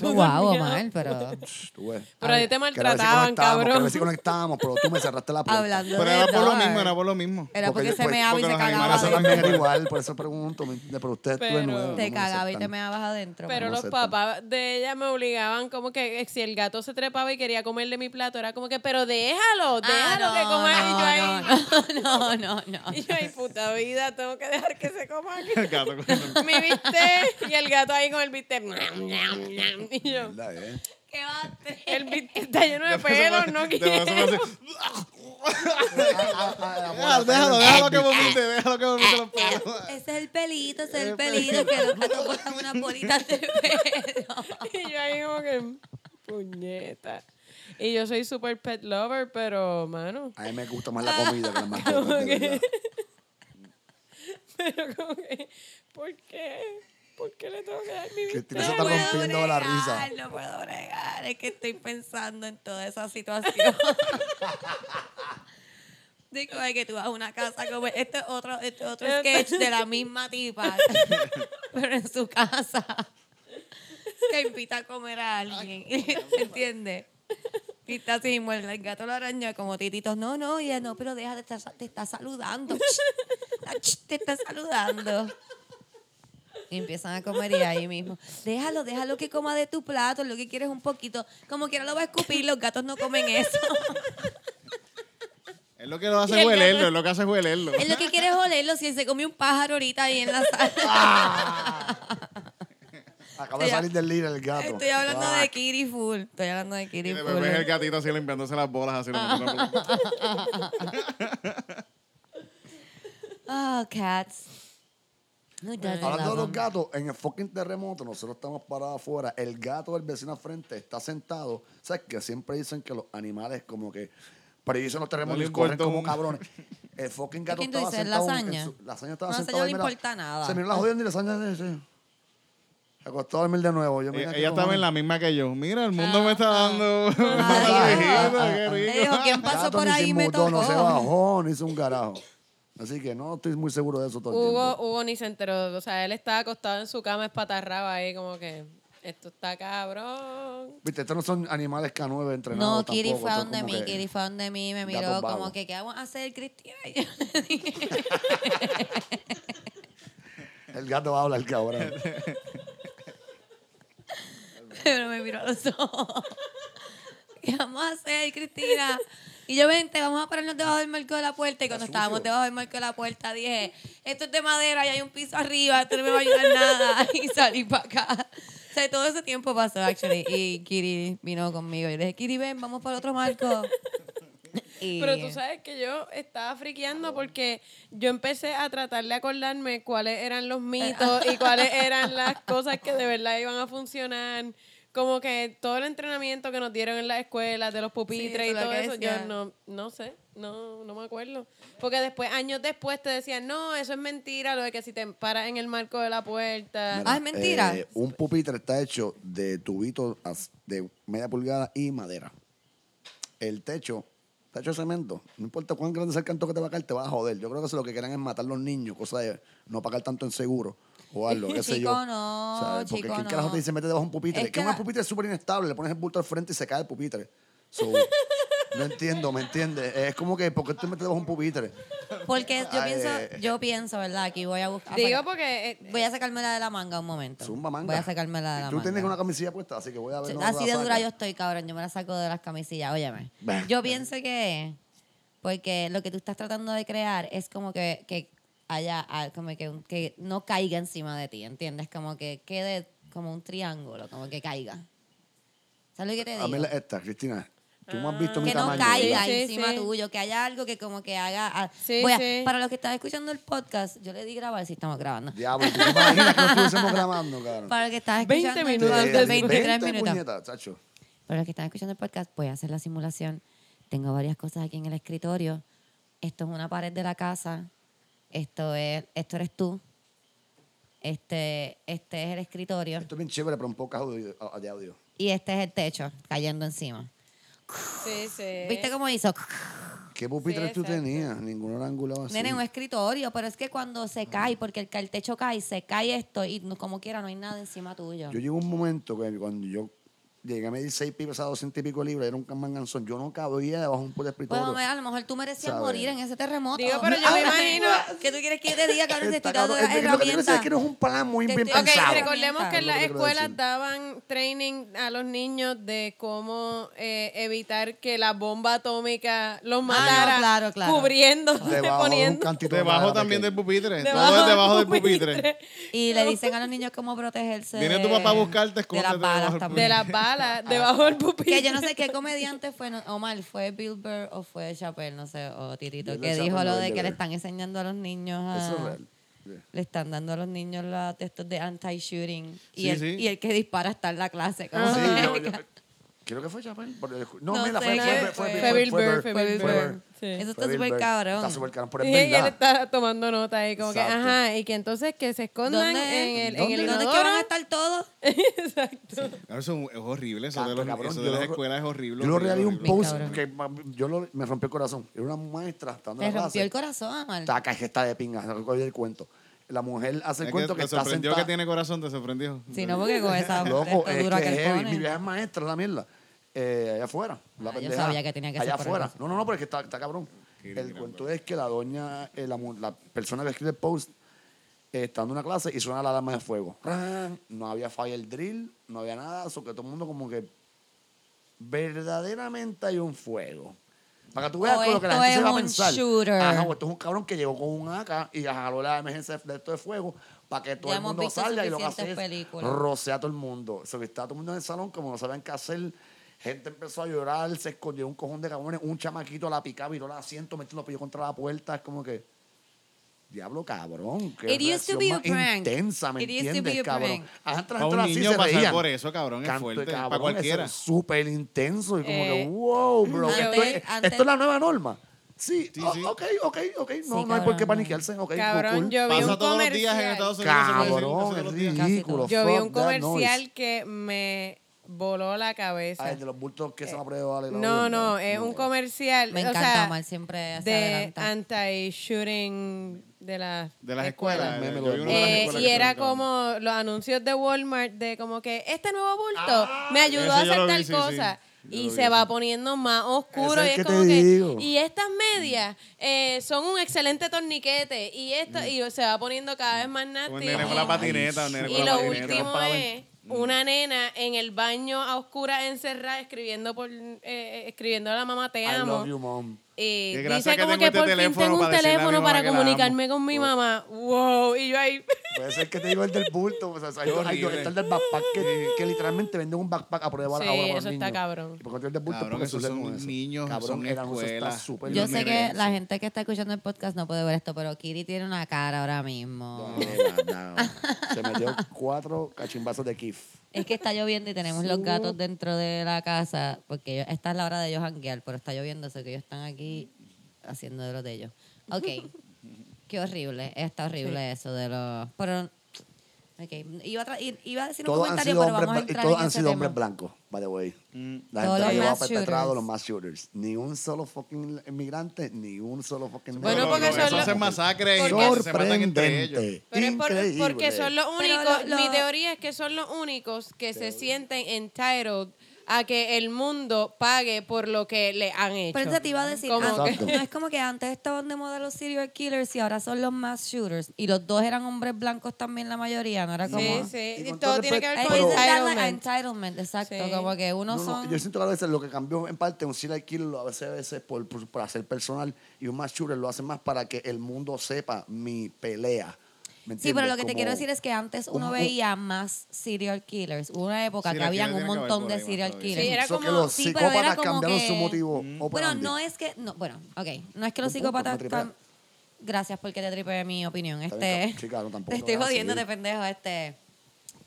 A: Tú, Guau, Omar, pero
B: Shh, Tú ves.
C: Pero a ti te
B: Que la vez sí
C: maltrataban,
B: conectábamos, que la
C: cabrón.
B: vez sí conectábamos, pero tú me cerraste la puerta.
A: hablando
D: Pero
A: de
D: era por lo
A: todo,
D: mismo, era por lo mismo.
A: era porque,
B: Porque-
A: se
B: porque-
A: meaba y
D: porque
A: se
D: los
A: cagaba
D: animales
B: Eso
D: son
A: adentro.
B: también era igual, por eso pregunto, ¿me entiendes? Pero ustedes
C: Pero-
B: estuve nuevo.
A: Te cagaba y te meabas adentro.
C: Pero
B: no
A: mano.
C: los
B: sé, tan-
C: papás de ella me obligaban como que eh, si el gato se trepaba y quería comerle mi plato, era como que, pero déjalo,
A: Ah,
C: déjalo que coma. y yo ahí,
A: no, no, no, no, no.
C: y yo ahí, puta vida, tengo que dejar que se coma aquí.
D: El gato con-
C: mi bistec y el gato ahí con el bistec. Ñam, ñam, ñam. y yo,
B: ¿Verdad, eh?
A: ¿Qué bate?
C: el bistec está lleno de pelos, no
D: De paso
C: quiero.
D: fue así,
B: Ah,
D: Déjalo, déjalo, déjalo que vomite, déjalo que vomite los pelos.
A: Ese es el pelito, ese es
D: Eh,
A: el pelito
D: pues.
A: que los gatos botan unas bolitas de pelo.
C: y yo ahí como que, puñeta. Y yo soy super pet lover, pero, mano,
A: Ah,
B: A mí me gusta más la comida que la mascota. de verdad.
C: Pero como que, ¿por qué? ¿Por qué le tengo que dar mi bistec?
B: Cristina se está rompiendo la risa.
A: No puedo negar, es que estoy pensando en toda esa situación. Digo, es que tú vas a una casa como este es otro, este es otro sketch de la misma tipa, pero en su casa, que invita a comer a alguien, ¿entiendes? Y está así, mismo, el el gato la araña como tititos, no, no, y ella, no, pero deja, te está, sa- te está saludando, te está saludando. Y empiezan a comer y ahí mismo. Déjalo, déjalo que coma de tu plato, lo que quieres un poquito. Como quiera lo va a escupir, los gatos no comen eso.
D: Es lo que lo
C: Y
D: hace
C: el
D: huelerlo,
C: gato-
D: es lo que hace huelerlo.
A: Es lo que quieres olerlo si se comió un pájaro ahorita ahí en la sala.
B: Acaba de
A: Estoy-
B: salir del líder el gato.
A: Estoy hablando
B: Ah,
A: de Kitty Full. Estoy hablando de
D: Y
A: Kitty
D: después ves el
A: Full.
D: gatito así limpiándose las bolas, así limpiándose las bolas.
A: Oh, cats. Who doesn't
B: Ah, Hablando de
A: love
B: los
A: 'em?
B: gatos, en el fucking terremoto, nosotros estamos parados afuera. El gato del vecino al frente está sentado. ¿Sabes que Siempre dicen que los animales, como que. Pero ellos en los terremotos
D: le
B: y corren
D: importa
B: como
D: un-
B: cabrones. El fucking gato
A: ¿Quién tú
B: estaba
A: dices?
B: sentado. en
A: ¿Lasaña?
B: su- lasaña estaba
A: No,
B: sentado.
A: lasaña
B: y
A: no
B: mira,
A: importa nada.
B: Se miró la jodiendo y lasaña. sí, sí. Se acostó a dormir de nuevo. Yo, mira,
D: Ella
B: qué
D: Eh, ella estaba
B: cojones.
D: en la misma que yo. Mira, el mundo me está dando.
A: Ay,
D: Qué
A: Me
D: rico.
A: dijo, ¿quién pasó
B: Gato
A: por
B: ni se
A: ahí y me
B: inmutó,
A: tocó?
B: No se bajó, ni hizo un carajo. Así que no estoy muy seguro de eso todo el
C: Hugo,
B: tiempo.
C: Hugo ni se enteró. O sea, él estaba acostado en su cama espatarrado ahí como que, esto está cabrón.
B: Viste, estos no son animales K9 entrenados.
A: No, Kitty
B: tampoco,
A: fue a
B: son
A: donde
B: como
A: mí,
B: que- pues,
A: Kitty fue a donde mí, me miró
B: Gatos
A: como
B: vagos.
A: que, ¿qué vamos a hacer, Cristina? Y yo
B: El gato habla el cabrón.
A: Ah, Pero me miró a los ojos. ¿Qué vamos a hacer, Cristina? Y yo, vente, vamos a pararnos debajo del marco de la puerta. Y cuando
B: Está
A: estábamos
B: sucio.
A: debajo del marco de la puerta, dije, esto es de madera y hay un piso arriba, esto no me va a ayudar nada. Y salí para acá. O sea, todo ese tiempo pasó, actually. Y Kiri vino conmigo. Y le dije, Kiri, ven, vamos para el otro marco. Y-
C: Pero tú sabes que yo estaba friqueando porque yo empecé a tratar de acordarme cuáles eran
A: Eh,
C: los mitos
A: ah.
C: y cuáles eran las cosas que de verdad iban a funcionar. Como que todo el entrenamiento que nos dieron en la escuela de los pupitres
A: Sí,
C: y
A: eso es lo
C: todo
A: que
C: eso,
A: decía.
C: yo no, no sé, no, no me acuerdo. Porque después, años después, te decían, no, eso es mentira, lo de que si te paras en el marco de la puerta.
A: Ah, es mentira.
B: Eh, un pupitre está hecho de tubitos as- de media pulgada y madera. El techo está hecho de cemento. No importa cuán grande sea el canto que te va a caer, te va a joder. Yo creo que eso lo que quieren es matar a los niños, cosa de no pagar tanto en seguro o algo, qué sé yo.
A: Chico, no,
B: ¿Sabes? Porque
A: chico,
B: ¿quién carajo
A: no.
B: te dice mete debajo de un pupitre?
A: Es
B: que
A: que
B: un
A: la-
B: pupitre es súper inestable, le pones el bulto al frente y se cae el pupitre. So, no entiendo, ¿me entiendes? Es como que, ¿por qué te metes debajo de un pupitre?
A: Porque yo
B: Ay,
A: pienso,
B: eh.
A: yo pienso, ¿verdad? Aquí voy a buscar.
C: Digo porque eh,
A: Voy a sacármela de la manga un momento.
B: Zumba manga.
A: Voy a sacármela de
B: Y
A: la
B: Tú
A: manga.
B: tienes una camisilla puesta, así que voy a ver.
A: Sí,
B: dónde
A: Así
B: la
A: de dura
B: sacas.
A: yo estoy, cabrón. Yo me la saco de las camisillas, óyeme.
B: Bah.
A: Yo pienso que... Porque lo que tú estás tratando de crear es como que, que haya... ah, Como que, un- que no caiga encima de ti, ¿entiendes? Como que quede como un triángulo, como que caiga. ¿Sabes lo que te digo? Ah,
B: A mí la- esta, Cristina. Tú me has visto mi
A: que no
B: tamaño. ¿eh?
A: caiga
B: ¿verdad?
C: Sí,
A: encima
C: sí.
A: tuyo, que haya algo que como que haga... ah,
C: Sí,
A: voy a-
C: sí.
A: Para los que están escuchando el podcast, yo le di grabar si estamos grabando.
B: Diablo, ¿tú te imaginas que no estuviésemos grabando, cabrón?
A: Para los que están
C: 20
A: escuchando el
C: minutos
A: podcast,
C: de-
A: 23 minutos.
B: puñetas, chacho.
A: Para los que están escuchando el podcast, voy a hacer la simulación. Tengo varias cosas aquí en el escritorio. Esto es una pared de la casa. Esto es, esto eres tú. Este, este es el escritorio.
B: Esto es bien chévere, pero un poco audio- a- de audio.
A: Y este es el techo cayendo encima.
C: sí, sí.
A: ¿Viste cómo hizo?
B: ¿Qué pupitres
C: Sí,
B: tú
C: exacto.
B: tenías? Ninguno era angulado así.
A: Nene, un escritorio, pero es que cuando
B: Ah.
A: se cae, porque el, ca- el techo cae, se cae esto y no- como quiera no hay nada encima tuyo.
B: Yo llevo un momento que cuando yo llegué a medir 6 pibes a 200 y pico libras, era un manganzón. Yo no cabía debajo de un puto
A: Pues,
B: escritorio.
A: hombre, a lo mejor tú merecías
B: ¿Sabe?
A: morir en ese terremoto.
C: Digo, pero yo me imagino-
A: ¿Qué tú quieres que yo te diga, cabrón? Si
B: Está
A: estoy dando
B: cabrón.
A: las
B: Es que Lo que quiero decir es
A: herramientas.
B: que no es un plan muy
A: Te
B: bien
A: estoy-
C: Ok,
A: Pensado.
B: pensado.
C: recordemos que en las
B: Es lo que quiero
C: escuelas
B: decir.
C: daban training a los niños de cómo eh, evitar que la bomba atómica los matara,
A: Ah, no, claro, claro.
C: cubriendo,
B: Debajo de un
C: poniendo.
B: cantito de
D: Debajo
B: madera
D: también del
B: pequeño.
D: pupitre. Todo es debajo del pupitre.
A: Y le dicen a los niños cómo protegerse.
D: Viene
A: de-
D: tu papá a buscarte,
A: De
D: escóndete
A: las
D: debajo
A: balas
D: del
A: también.
C: De las balas, debajo del pupitre.
A: Que yo no sé qué comediante fue, no, Omar, fue Bill Burr o fue Chappelle, no sé, o Titito,
B: Bill
A: que
B: Burr,
A: dijo
B: Chappelle,
A: lo
B: no,
A: de
B: Bill
A: que le
B: Burr.
A: están enseñando a los niños a-
B: Eso es real.
A: Le están dando a los niños los textos de anti-shooting. Y,
D: Sí,
A: el,
D: sí.
C: Ah.
A: y el que dispara está en la clase. como
B: Sí,
A: que-
B: yo- yo- Creo que fue Chapel. por el- No,
A: Ah. No
B: mira,
A: sé
B: fue,
A: qué
B: fue,
A: fue.
B: fue, fue,
A: Fue
B: Bill
C: Bill Burr,
B: Burr,
C: fue
B: fue
C: Bill
B: Bill
C: Burr.
B: Burr.
C: Sí.
A: Eso está
B: Fue Bill
A: súper
B: Burr.
A: cabrón.
B: Está súper cabrón, pero
C: Y
B: es
C: él
B: verdad.
C: está tomando nota y como que,
B: Exacto.
C: ajá, y que entonces que se escondan
A: ¿Dónde?
C: en el, en
B: ¿Dónde?
C: el
A: ¿Dónde es que
C: inodoro.
A: van a estar todos?
C: Exacto.
D: Claro, eso es horrible. Eso
B: Canto,
D: de, los-
B: cabrón,
D: eso
B: yo
D: de las
B: lo-
D: escuelas es horrible.
B: Yo lo
D: horrible,
B: regalé un
D: horrible.
A: Bien,
B: post
A: cabrón.
B: que ma- yo lo- me rompió el corazón. Era una maestra estando
A: Te
B: en la
A: rompió
B: clase.
A: el corazón, Omar.
B: Está cajeta de pingas, no recuerdo el cuento. La mujer hace el
D: Es que
B: cuento que,
D: te
B: está
D: sorprendió
B: sentada.
D: que tiene corazón, te sorprendió.
A: Si no, porque con esa
B: Loco, es
A: dura
B: que
A: que
B: es
A: él
B: heavy. Mi
A: pone.
B: vieja es maestra, la mierda. Eh, allá afuera, la
A: Ah, yo
B: pendeja.
A: sabía que tenía que ser
B: Allá
A: por
B: afuera.
A: algo
B: No, no, no, porque está, está cabrón.
D: Qué
B: El
D: grande.
B: cuento es que la doña, eh, la, mu- la persona que escribe el post, eh, está dando una clase y suena la alarma de fuego. ¡Ran! No había fire drill, no había nada, eso que todo el mundo como que verdaderamente hay un fuego. Para que tú veas
A: O
B: con lo que la
A: Oh, esto
B: gente se
A: es
B: va a
A: un
B: pensar.
A: shooter.
B: Ajá, o esto es un cabrón que llegó con un AK y jaló la emergencia de esto de fuego para que todo
A: Ya
B: el
A: hemos
B: mundo
A: visto
B: salga y lo que hace
A: suficientes
B: es
A: películas.
B: rocea a todo el mundo. Se que está todo el mundo en el salón, como no sabían qué hacer. Gente empezó a llorar, se escondió un cojón de cabrones, un chamaquito la picaba, viró el asiento, metió los pillos contra la puerta. Es como que. Diablo, cabrón. Qué
A: It used to
B: reacción
A: be a
B: más
A: prank.
B: Intensa, ¿me
A: It used to
B: entiendes,
A: be a
B: cabrón?
A: prank.
B: Ajá, tras-
D: Pa' un
B: tras así
D: niño
B: se
D: pasar
B: reían.
D: por eso, cabrón, es
B: Canto de
D: fuerte, pa'
B: cabrón,
D: cualquiera.
B: eso es Súper intenso y como que,
C: Eh,
B: wow, bro.
A: antes-
B: esto, es,
A: antes-
B: esto es la nueva norma. Sí,
D: Sí,
B: o-
D: sí.
B: ok, ok, ok. No, no hay por
A: cabrón,
B: qué
A: no.
B: paniquearse. ok,
C: Cabrón,
B: cool.
C: yo vi
D: Pasa
C: un
D: todos los días en
C: comercial.
D: Estados Unidos. se puede decir,
B: Cabrón,
D: pasa
B: es
D: todos los días.
B: ridículo.
A: Casi
C: Yo vi
B: fuck
C: un
B: that
C: comercial
B: noise.
C: que me voló la cabeza.
B: Ah, el de los bultos que se van a probar.
C: No, no, es un
B: comercial.
C: comercial.
A: Me
C: o
A: encanta,
C: sea,
A: Omar siempre se
C: de
A: adelanta.
C: anti-shooting de, la
D: De las escuelas.
B: Meme
D: yo
B: lo
D: vi uno
B: de-
D: de las
C: Eh,
D: escuelas
C: y
D: que
C: era
D: preguntaban.
C: como los anuncios de Walmart de como que este nuevo bulto me ayudó
D: ese
C: a
D: Ah, yo
C: hacer
D: lo vi,
C: tal
D: sí, sí.
C: cosa.
D: Yo
C: Y
D: lo vi,
C: se
D: sí.
C: va poniendo más oscuro. y
B: Ese es el
C: es
B: que
C: como
B: te
C: que.
B: digo.
C: Y estas medias eh, son un excelente torniquete. Y esto. Y se va poniendo cada vez más
D: Un
C: nasty.
D: Mm. nene con
C: Y-
D: la patineta, un nene con
C: y
D: la
C: lo
D: patineta.
C: último es
D: Mm.
C: una nena en el baño a oscura encerrada escribiendo por eh, escribiendo a la mamá te
B: I
C: amo.
B: love you, mom.
C: Y
D: Qué gracia
C: Eh, dice
D: que
C: como
D: tengo
C: que
D: este
C: por fin
D: teléfono
C: tengo un
D: para decirle a mi
C: teléfono
D: mamá
C: para
D: que la
C: comunicarme
D: amo".
C: con mi mamá. Wow, y yo ahí
B: Puede ser que te digo el del bulto. O sea, hay, hay, hay,
D: horrible.
B: está el del backpack que, que literalmente venden un backpack a prueba
C: Sí,
B: ahora para
C: eso está cabrón.
B: Porque el del bulto
D: Cabrón,
B: porque
D: esos
B: sucede
D: son
B: con eso.
D: niños, son
B: el anuncio está
D: escuelas.
B: súper
A: Yo
D: Yo
A: sé
D: me
A: que
D: regreso.
A: la gente que está escuchando el podcast no puede ver esto, pero Kiri tiene una cara ahora mismo.
B: No, no, no. Se metió cuatro cachimbazos de Kif.
A: Es que está lloviendo y tenemos los gatos dentro de la casa, porque ellos- esta es la hora de ellos janguear, pero está lloviendo, así que ellos están aquí haciendo de los de ellos. Ok. Qué horrible, está horrible eso de los... Pero, ok, iba a, tra- i- iba a decir un
B: Todos han
A: comentario,
B: sido,
A: pero
B: hombres,
A: vamos a
B: bla- y
A: entrar
B: todos
A: en
B: han
A: ese
B: sido
A: tema.
B: hombres blancos, by the way.
D: Mm.
A: Todos
B: La gente
A: los
B: que llevaba
A: mass
B: perpetrado
A: shooters.
B: los mass shooters. Ni un solo fucking inmigrante, ni un solo fucking
C: Bueno,
B: negro.
C: porque
D: Eso
C: son los-
D: hacen masacres y
C: porque-
D: se matan entre ellos.
B: Sorprendente.
C: Pero es por-
B: Increíble.
C: porque son los
A: Pero
C: únicos,
A: lo- lo-
C: mi teoría es que son los únicos que se sienten entitled a que el mundo pague por lo que le han hecho.
A: Pero eso te iba a decir,
C: Como
A: antes-
B: que-
A: no es como que antes estaban de moda los serial killers y ahora son los mass shooters. Y los dos eran hombres blancos también la mayoría, no era como...
C: Sí,
B: Y
C: sí,
B: con
C: todo
B: todo
C: tiene que ver
B: respeto,
A: Ay,
C: con
B: pero-
A: es darle a
C: entitlement.
A: entitlement, exacto,
C: Sí.
A: como que uno
B: No, no,
A: son...
B: yo siento que a veces lo que cambió en parte un serial killer a veces, a veces por, por, por hacer personal y un mass shooter lo hacen más para que el mundo sepa mi pelea. ¿Me
A: Sí, pero
B: entiendes?
A: lo que te
B: Como-
A: quiero decir es que antes uno
B: un-
A: veía más serial killers. Hubo una época
D: Serial
A: que habían un
D: killers tienen que haber
A: montón
D: por
A: de
D: ahí más
A: serial
D: todavía.
A: killers.
C: Sí, era
B: Eso que
C: como-
B: los
A: Sí, pero era
B: psicópatas
A: como
B: cambiaron
A: que-
B: su motivo.
D: Mm.
A: Bueno,
B: operandi.
A: no es que. No, bueno, ok. No es que los
B: Un punto,
A: psicópatas
B: me tripea.
A: están. Gracias porque te tripeé mi opinión.
B: Está bien,
A: Este,
B: cabrón. Sí, claro, tampoco
A: te estoy
B: era así.
A: jodiendo, te pendejo. Este,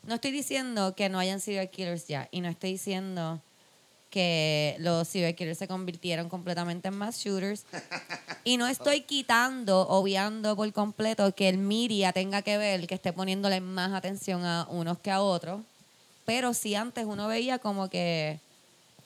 A: no estoy diciendo que no hayan serial killers ya. Y no estoy diciendo que los serial killers se convirtieron completamente en mass shooters. Y no estoy quitando, obviando por completo que el media tenga que ver, que esté poniéndole más atención a unos que a otros. Pero si antes uno veía como que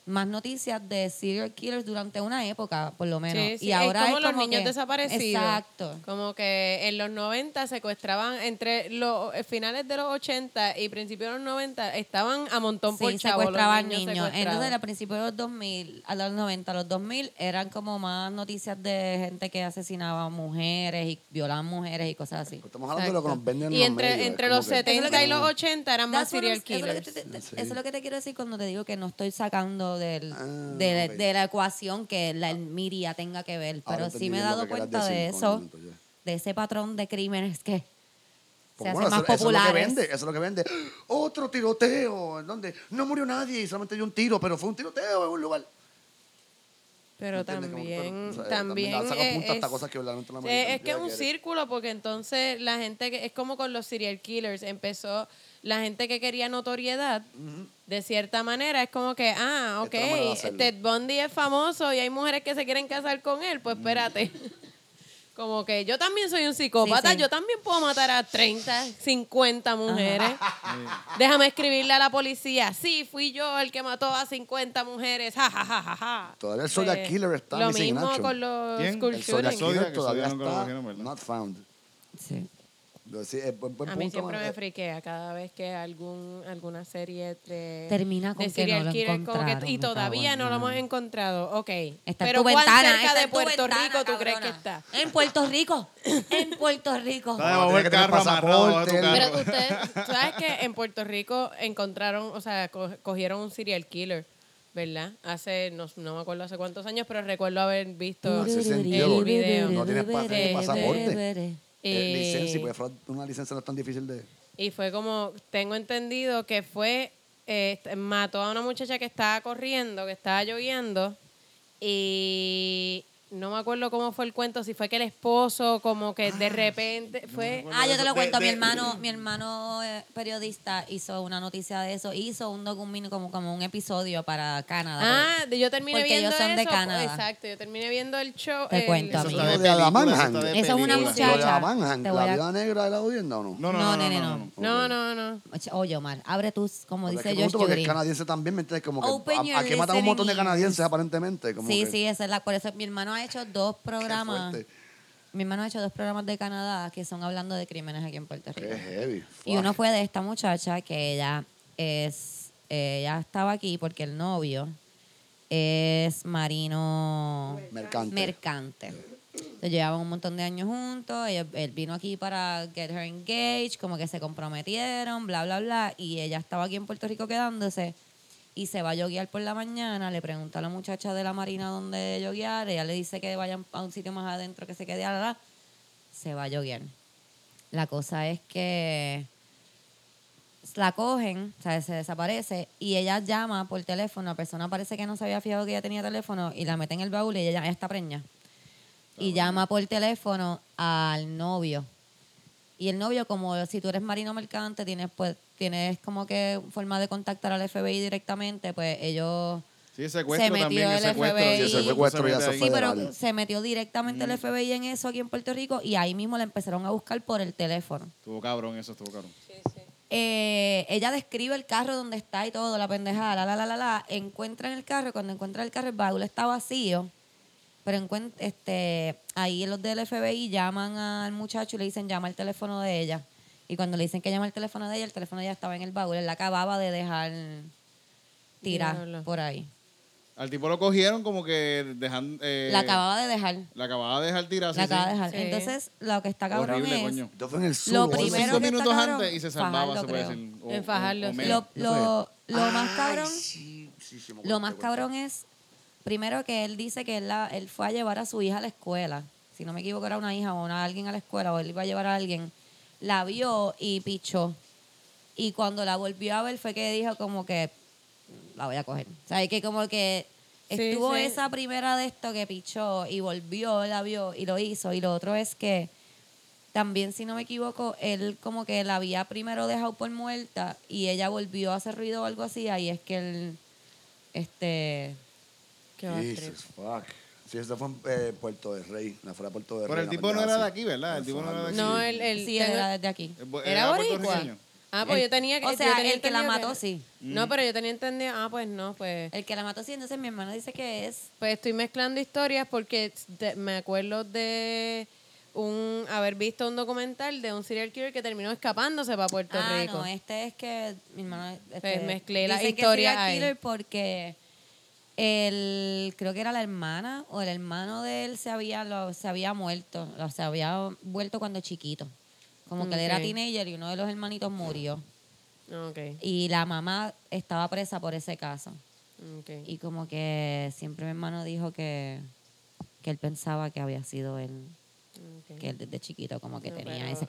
A: más noticias de serial killers durante una época, por lo menos.
C: Sí, sí,
A: y ahora
C: es como los
A: como
C: niños
A: que-
C: desaparecidos.
A: Exacto.
C: Como que en los 90 secuestraban, entre los eh, finales de los 80 y principios de los 90, estaban a montón por
A: Sí,
C: chavo los
A: secuestraban niños.
C: secuestrados.
A: Entonces, a principios de los 2000, a los 90, a los 2000, eran como más noticias de gente que asesinaba mujeres y violaban mujeres y cosas así.
B: Estamos hablando de lo que nos
A: Exacto.
B: venden en
C: y
B: los
C: entre,
B: medios, es
C: entre
B: como
C: los
B: que-
C: 70 y los 80 eran más
A: That's what I'm-
C: serial
A: eso es lo que
C: killers.
A: te- te- Eso es lo que te quiero decir cuando te digo que no estoy sacando del,
B: Ah,
A: de,
B: ok. Ah.
A: de la ecuación que la miria tenga que ver,
B: Ahora
A: pero sí
B: entendí
A: me he
B: lo que
A: dado
B: querías
A: cuenta de
B: decir con
A: eso,
B: el punto, ya.
A: de ese patrón de crímenes que se
B: Porque,
A: hacen
B: bueno,
A: más
B: eso, eso es lo que
A: populares.
B: vende, eso es lo que vende. Otro tiroteo, en donde no murió nadie y solamente dio un tiro, pero fue un tiroteo en un lugar.
C: Pero
B: ¿Entiendes? Como que,
C: también,
B: o sea, eh,
C: también
B: también saca punta a
C: es,
B: estas cosas que verdaderamente la
C: es-
B: mayoría
C: es que es un
B: quiere.
C: círculo porque entonces la gente que es como con los serial killers empezó la gente que quería notoriedad, de cierta manera, es como que, ah, ok,
B: Esta es la manera de hacerlo.
C: Ted Bundy es famoso y hay mujeres que se quieren casar con él,
B: Mm.
C: pues espérate. Como que yo también soy un psicópata,
A: Sí, sí.
C: yo también puedo matar a 30, 50 mujeres. Déjame escribirle a la policía. Sí, fui yo el que mató a 50 mujeres. Ja, ja, ja, ja, ja.
B: Todavía el Zodiac
C: Pues,
B: Killer está
C: Lo
B: missing in
C: mismo
B: action.
C: con los
D: ¿Quién?
C: school
B: El Zodiac
C: shootings.
D: Shooting.
B: Killer
D: Zodiac,
B: todavía
D: eso ya no lo
B: está
D: cogieron, ¿verdad?
B: not found.
A: Sí.
B: Pero sí, es buen, buen
C: A
B: punto,
C: mí siempre
B: man.
C: me
B: Eh,
C: friquea cada vez que algún, alguna serie de,
A: Termina con
C: de
A: que no lo
C: como
A: encontraron,
C: y
A: me cago
C: todavía
A: en
C: no lo
A: nada.
C: hemos encontrado. Ok.
A: Está
C: Pero
A: en tu
C: ¿cuán
A: ventana.
C: cerca
A: está
C: de
A: en tu
C: Puerto
A: ventana,
C: Rico tú crees que
A: cabrona.
C: está?
A: En Puerto Rico. En Puerto Rico.
D: Está
B: No,
D: debajo
B: tiene que
D: del
B: tener
D: carro amarrado debajo de tu
B: pasaporte.
D: carro.
C: Pero ustedes, ¿tú ¿sabes que en Puerto Rico encontraron, o sea, co- cogieron un serial killer, ¿verdad? Hace, no, no me acuerdo hace cuántos años, pero recuerdo haber visto. Eh,
B: Hace
C: sentido,
A: El video.
B: no tienes pa-
C: tienes
B: pasaporte.
C: eh,
B: licencia, y pues. puede fraud- una licencia no es tan difícil de...
C: Y fue como, tengo entendido que fue, eh, mató a una muchacha que estaba corriendo, que estaba lloviendo, y no me acuerdo cómo fue el cuento, si fue que el esposo como que de repente fue...
A: Ah, yo te lo
D: De-
A: cuento. Mi
D: de-
A: hermano, mi hermano eh, periodista hizo una noticia de eso. Hizo un documento como, como un episodio para Canadá.
C: Ah, de- yo terminé
A: Porque
C: viendo
A: ellos son de
C: eso,
A: Canadá.
C: Exacto, yo terminé viendo el show.
A: Te
C: el-
A: cuento,
D: Eso está
A: amigo.
D: de
B: Lo de Adam
D: película,
B: Manhattan.
D: está de
A: Eso es una
D: película.
A: muchacha.
B: Lo de la Manhattan,
A: te voy
B: la
A: a-
B: viuda negra de la audiencia, ¿o no?
D: No, no,
A: No,
D: no,
A: nene,
D: no,
A: no.
D: no,
C: No, no, no.
A: Oye, Omar, abre tus, como
B: Porque es
A: dice George
B: que pregunto porque
A: Clooney.
B: es canadiense también, ¿me entiendes? Como que
A: Open
B: a-
A: your
B: aquí matan un montón de
A: listening
B: canadienses aparentemente. Como
A: Sí,
B: que,
A: sí, esa es la, por eso mi hermano ha hecho dos
B: qué
A: programas.
B: fuerte.
A: Mi hermano ha hecho dos programas de Canadá que son hablando de crímenes aquí en Puerto Rico.
B: Qué heavy.
A: Y uno
B: Fuck.
A: fue de esta muchacha que ella es, ella estaba aquí porque el novio es marino
B: Mercante.
A: mercante. Entonces, llevaban un montón de años juntos, ella- él vino aquí para get her engaged, como que se comprometieron, bla, bla, bla, y ella estaba aquí en Puerto Rico quedándose y se va a yoguear por la mañana, le pregunta a la muchacha de la marina dónde yoguear, ella le dice que vayan a un sitio más adentro que se quede a la se va a yoguear. La cosa es que la cogen, o sea, se desaparece y ella llama por teléfono. La persona parece que no se había fijado que ella tenía teléfono y la mete en el baúl y ella, ella está preña. Y llama por teléfono al novio. Y el novio, como si tú eres marino mercante, tienes pues tienes como que forma de contactar al FBI directamente, pues ellos
D: Sí, secuestro
A: Se metió
D: también,
A: el
D: el secuestro.
A: FBI.
D: Sí,
A: Sí, el
B: secuestro ya
D: mete
B: se
D: ahí.
A: Sí,
B: fue.
A: pero
B: federal.
A: se metió directamente el FBI en eso aquí en Puerto Rico y ahí mismo la empezaron a buscar por el teléfono.
D: Estuvo cabrón eso, estuvo cabrón.
A: Eh, ella describe el carro donde está y todo, la pendejada, la, la, la, la, la. Encuentra en el carro, cuando encuentra el carro, el baúl está vacío. Pero encuent- este, ahí los del FBI llaman al muchacho y le dicen, llama el teléfono de ella. Y cuando le dicen que llama el teléfono de ella, el teléfono de ella estaba en el baúl. Él la acababa de dejar tirar
C: Diablo.
A: por ahí.
D: Al tipo lo cogieron como que dejan, eh,
A: la acababa de dejar.
D: La acababa de dejar tirar.
A: la acababa de dejar.
C: Sí.
A: Entonces, lo que está cabrón
D: Horrible,
A: es...
D: coño.
B: Yo fue en el sur.
A: Lo
B: o algo así.
A: primero
D: cinco
A: que está
D: minutos
A: cabrón,
D: antes y se salvaba,
A: Fajardo,
D: se puede
A: creo.
D: decir. o-
C: En Fajardo,
D: o- o
C: sí.
D: menos.
A: Lo, lo, lo más
B: Ay,
A: cabrón...
B: sí, sí, sí, me acuerdo
A: Lo más
B: de este cuento.
A: cabrón es, primero que él dice que él, la- él fue a llevar a su hija a la escuela. Si no me equivoco, era una hija o una, alguien a la escuela, o él iba a llevar a alguien. La vio y pichó. Y cuando la volvió a ver fue que dijo como que la voy a coger. O sea, es que como que
C: Sí,
A: estuvo
C: sí.
A: esa primera de esto que pichó y volvió, la vio y lo hizo. Y lo otro es que también, si no me equivoco, él como que la había primero dejado por muerta y ella volvió a hacer ruido o algo así. Ahí es que él, este...
C: Qué bad trip.
B: Jesus, fuck. Sí, eso fue en eh, Puerto del Rey, la fuera de Puerto del Rey.
D: Pero el
B: la
D: tipo no
B: pendeja
D: era de
B: así.
D: aquí, ¿verdad? El tipo no era de aquí.
C: No, el, el-
A: sí,
C: tengo-
A: era desde aquí.
D: Eh, bu-
C: ¿Era boricua?
D: puertorriqueño.
C: Ah, pues
A: El-
C: yo tenía que...
A: o
C: yo
A: sea,
C: tenía
A: el que la
C: entendido
A: mató, sí.
C: No, pero yo tenía entendido... Ah, pues no, pues...
A: El que la mató, sí. Entonces mi hermano dice que es...
C: Pues estoy mezclando historias porque es de- me acuerdo de un haber visto un documental de un serial killer que terminó escapándose para Puerto
A: ah,
C: Rico.
A: no, este es que mi hermano... Este,
C: Pues mezclé la
A: dicen que
C: historia
A: serial
C: ahí.
A: killer porque el, creo que era la hermana o el hermano de él se había, lo, se había muerto, lo- se había vuelto cuando chiquito. Como que él era
C: Ok.
A: teenager y uno de los hermanitos murió.
C: Ok,
A: Y la mamá estaba presa por ese caso.
C: ok.
A: Y como que siempre mi hermano dijo que, que él pensaba que había sido él.
C: ok.
A: Que él desde chiquito como que
C: No,
A: tenía
C: pero-
A: ese...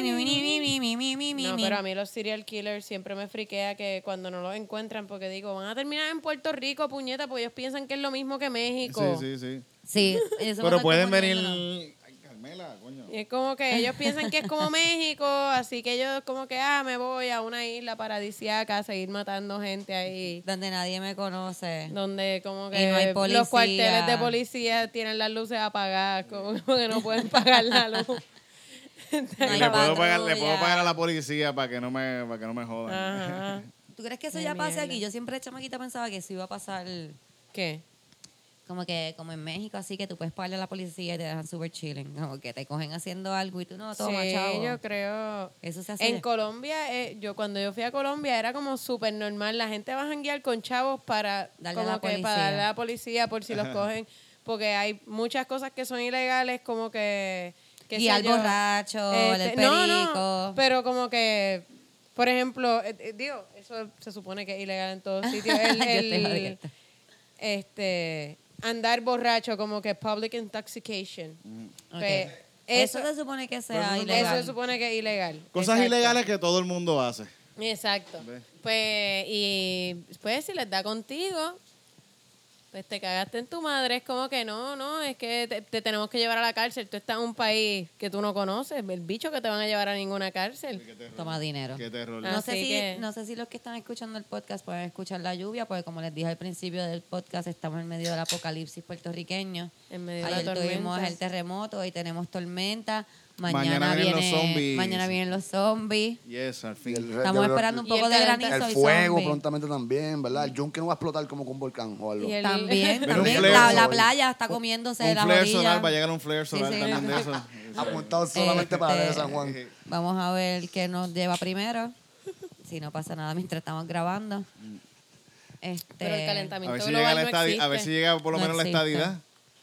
A: No,
C: No, pero a mí los serial killers siempre me friquea que cuando no los encuentran, porque digo, van a terminar en Puerto Rico, puñeta, porque ellos piensan que es lo mismo que México.
D: Sí, sí, sí.
A: Sí, eso me
D: Pero
A: está
D: pueden venir.
A: confundiendo, ¿no?
D: Ay, Mela, coño.
C: Y es como que ellos piensan que es como México, así que ellos como que, ah, me voy a una isla paradisiaca a seguir matando gente ahí.
A: Donde nadie me conoce.
C: Donde como que
A: Y no hay policía.
C: los cuarteles de policía tienen las luces apagadas, como que no pueden pagar la luz.
A: No hay
D: le, puedo pagar, le
A: patrulla.
D: puedo pagar a la policía para que no me, para que no me jodan.
A: Ah,
C: Ajá.
A: ¿Tú crees que eso
C: Qué
A: ya pase
C: mierda.
A: aquí? Yo siempre de chamaquita pensaba que eso iba a pasar
C: ¿Qué?
A: como que como en México, así que tú puedes pagarle a la policía y te dejan súper chilling. Como que te cogen haciendo algo y tú no, toma,
C: sí,
A: chavo.
C: yo creo.
A: Eso se hace.
C: En Colombia, eh, yo cuando yo fui a Colombia era como súper normal. La gente va a janguear con chavos para
A: Darle a
C: como
A: la
C: que
A: policía.
C: para darle a la policía por si los cogen. Porque hay muchas cosas que son ilegales, como que. que
A: Guiar borracho, el
C: Este, no,
A: perico.
C: no, pero como que. Por ejemplo, eh, eh, digo, eso se supone que es ilegal en todos sitios. El-
A: Yo estoy
C: el-
A: jodiendo.
C: este, andar borracho, como que public intoxication.
A: Ok.
C: Pues,
A: eso, se supone que sea
D: eso-
A: ilegal.
C: eso se supone que es ilegal.
D: Cosas
C: Exacto.
D: ilegales que todo el mundo hace.
C: Exacto.
D: Ve.
C: Pues, y pues si les da contigo, pues te cagaste en tu madre. Es como que no, no, es que te, te tenemos que llevar a la cárcel. Tú estás en un país que tú no conoces. El bicho que te van a llevar a ninguna cárcel.
A: Toma dinero.
D: Qué terror.
C: Ah.
A: No sé,
C: Así
A: si,
C: que-
A: no sé si los que están escuchando el podcast pueden escuchar la lluvia, porque como les dije al principio del podcast, estamos en medio del apocalipsis puertorriqueño.
C: En medio de la
A: Ayer tuvimos
C: tormenta.
A: el terremoto, hoy tenemos tormenta. Mañana,
D: Mañana vienen
A: viene,
D: los zombies.
A: Mañana vienen los zombies.
D: Yes, al
B: Y
D: fin.
B: el re-
A: Estamos
B: yo creo-
A: esperando un
C: Y el
A: poco de
C: calenta-
A: granizo
B: El
A: y
B: fuego
A: zombies.
B: prontamente también, ¿verdad? El yunque no va a explotar como con un volcán o algo.
C: Y el-
A: También,
C: Pero
D: un
A: también.
D: flare
A: La, la
D: solar.
A: playa está comiéndose
D: Un
A: las
D: flare
A: orillas.
D: solar, va a llegar un flare solar
A: sí.
D: también de eso.
B: Apuntado
A: Este,
B: solamente para ver San Juan.
D: Este-
A: Vamos a ver qué nos lleva primero. Si no pasa nada mientras estamos grabando. Este,
C: Pero el calentamiento
D: A ver si llega,
C: global
D: la
C: no
D: estadi- a ver si
C: existe.
D: llega por lo
A: No
D: menos la
A: existe.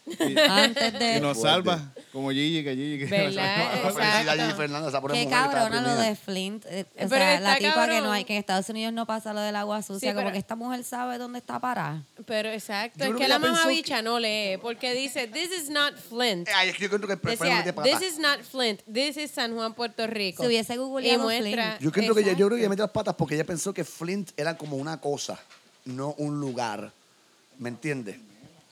D: estadidad.
A: Antes de.
D: Y nos salva. Como Gigi, que Gigi. Que
C: ¿Verdad?
B: La felicidad allí,
C: Exacto.
B: Fernanda, esa pobre
A: Qué
B: mujer que está
A: cabrona lo
B: deprimida.
A: de Flint. eh, O
C: Pero
A: sea, la
C: está
A: tipa que no
C: cabrón.
A: hay, que en Estados Unidos no pasa lo del agua sucia, como
C: pero-
A: que esta mujer sabe dónde está parada.
C: Pero exacto,
B: Yo
C: es
B: creo
C: que,
B: que
C: la
B: ella pensó
C: mamabicha no lee, porque dice, this is not Flint.
B: Eh, Ay, es que yo creo que el problema es de
C: Decía,
B: pata.
C: this is not Flint, this is San Juan, Puerto Rico.
A: Si hubiese googleado
C: Y muestra-
A: Flint.
B: Yo creo que ella, yo
C: Exacto.
B: creo que ella metió las patas porque ella pensó que Flint era como una cosa, no un lugar. ¿Me entiendes?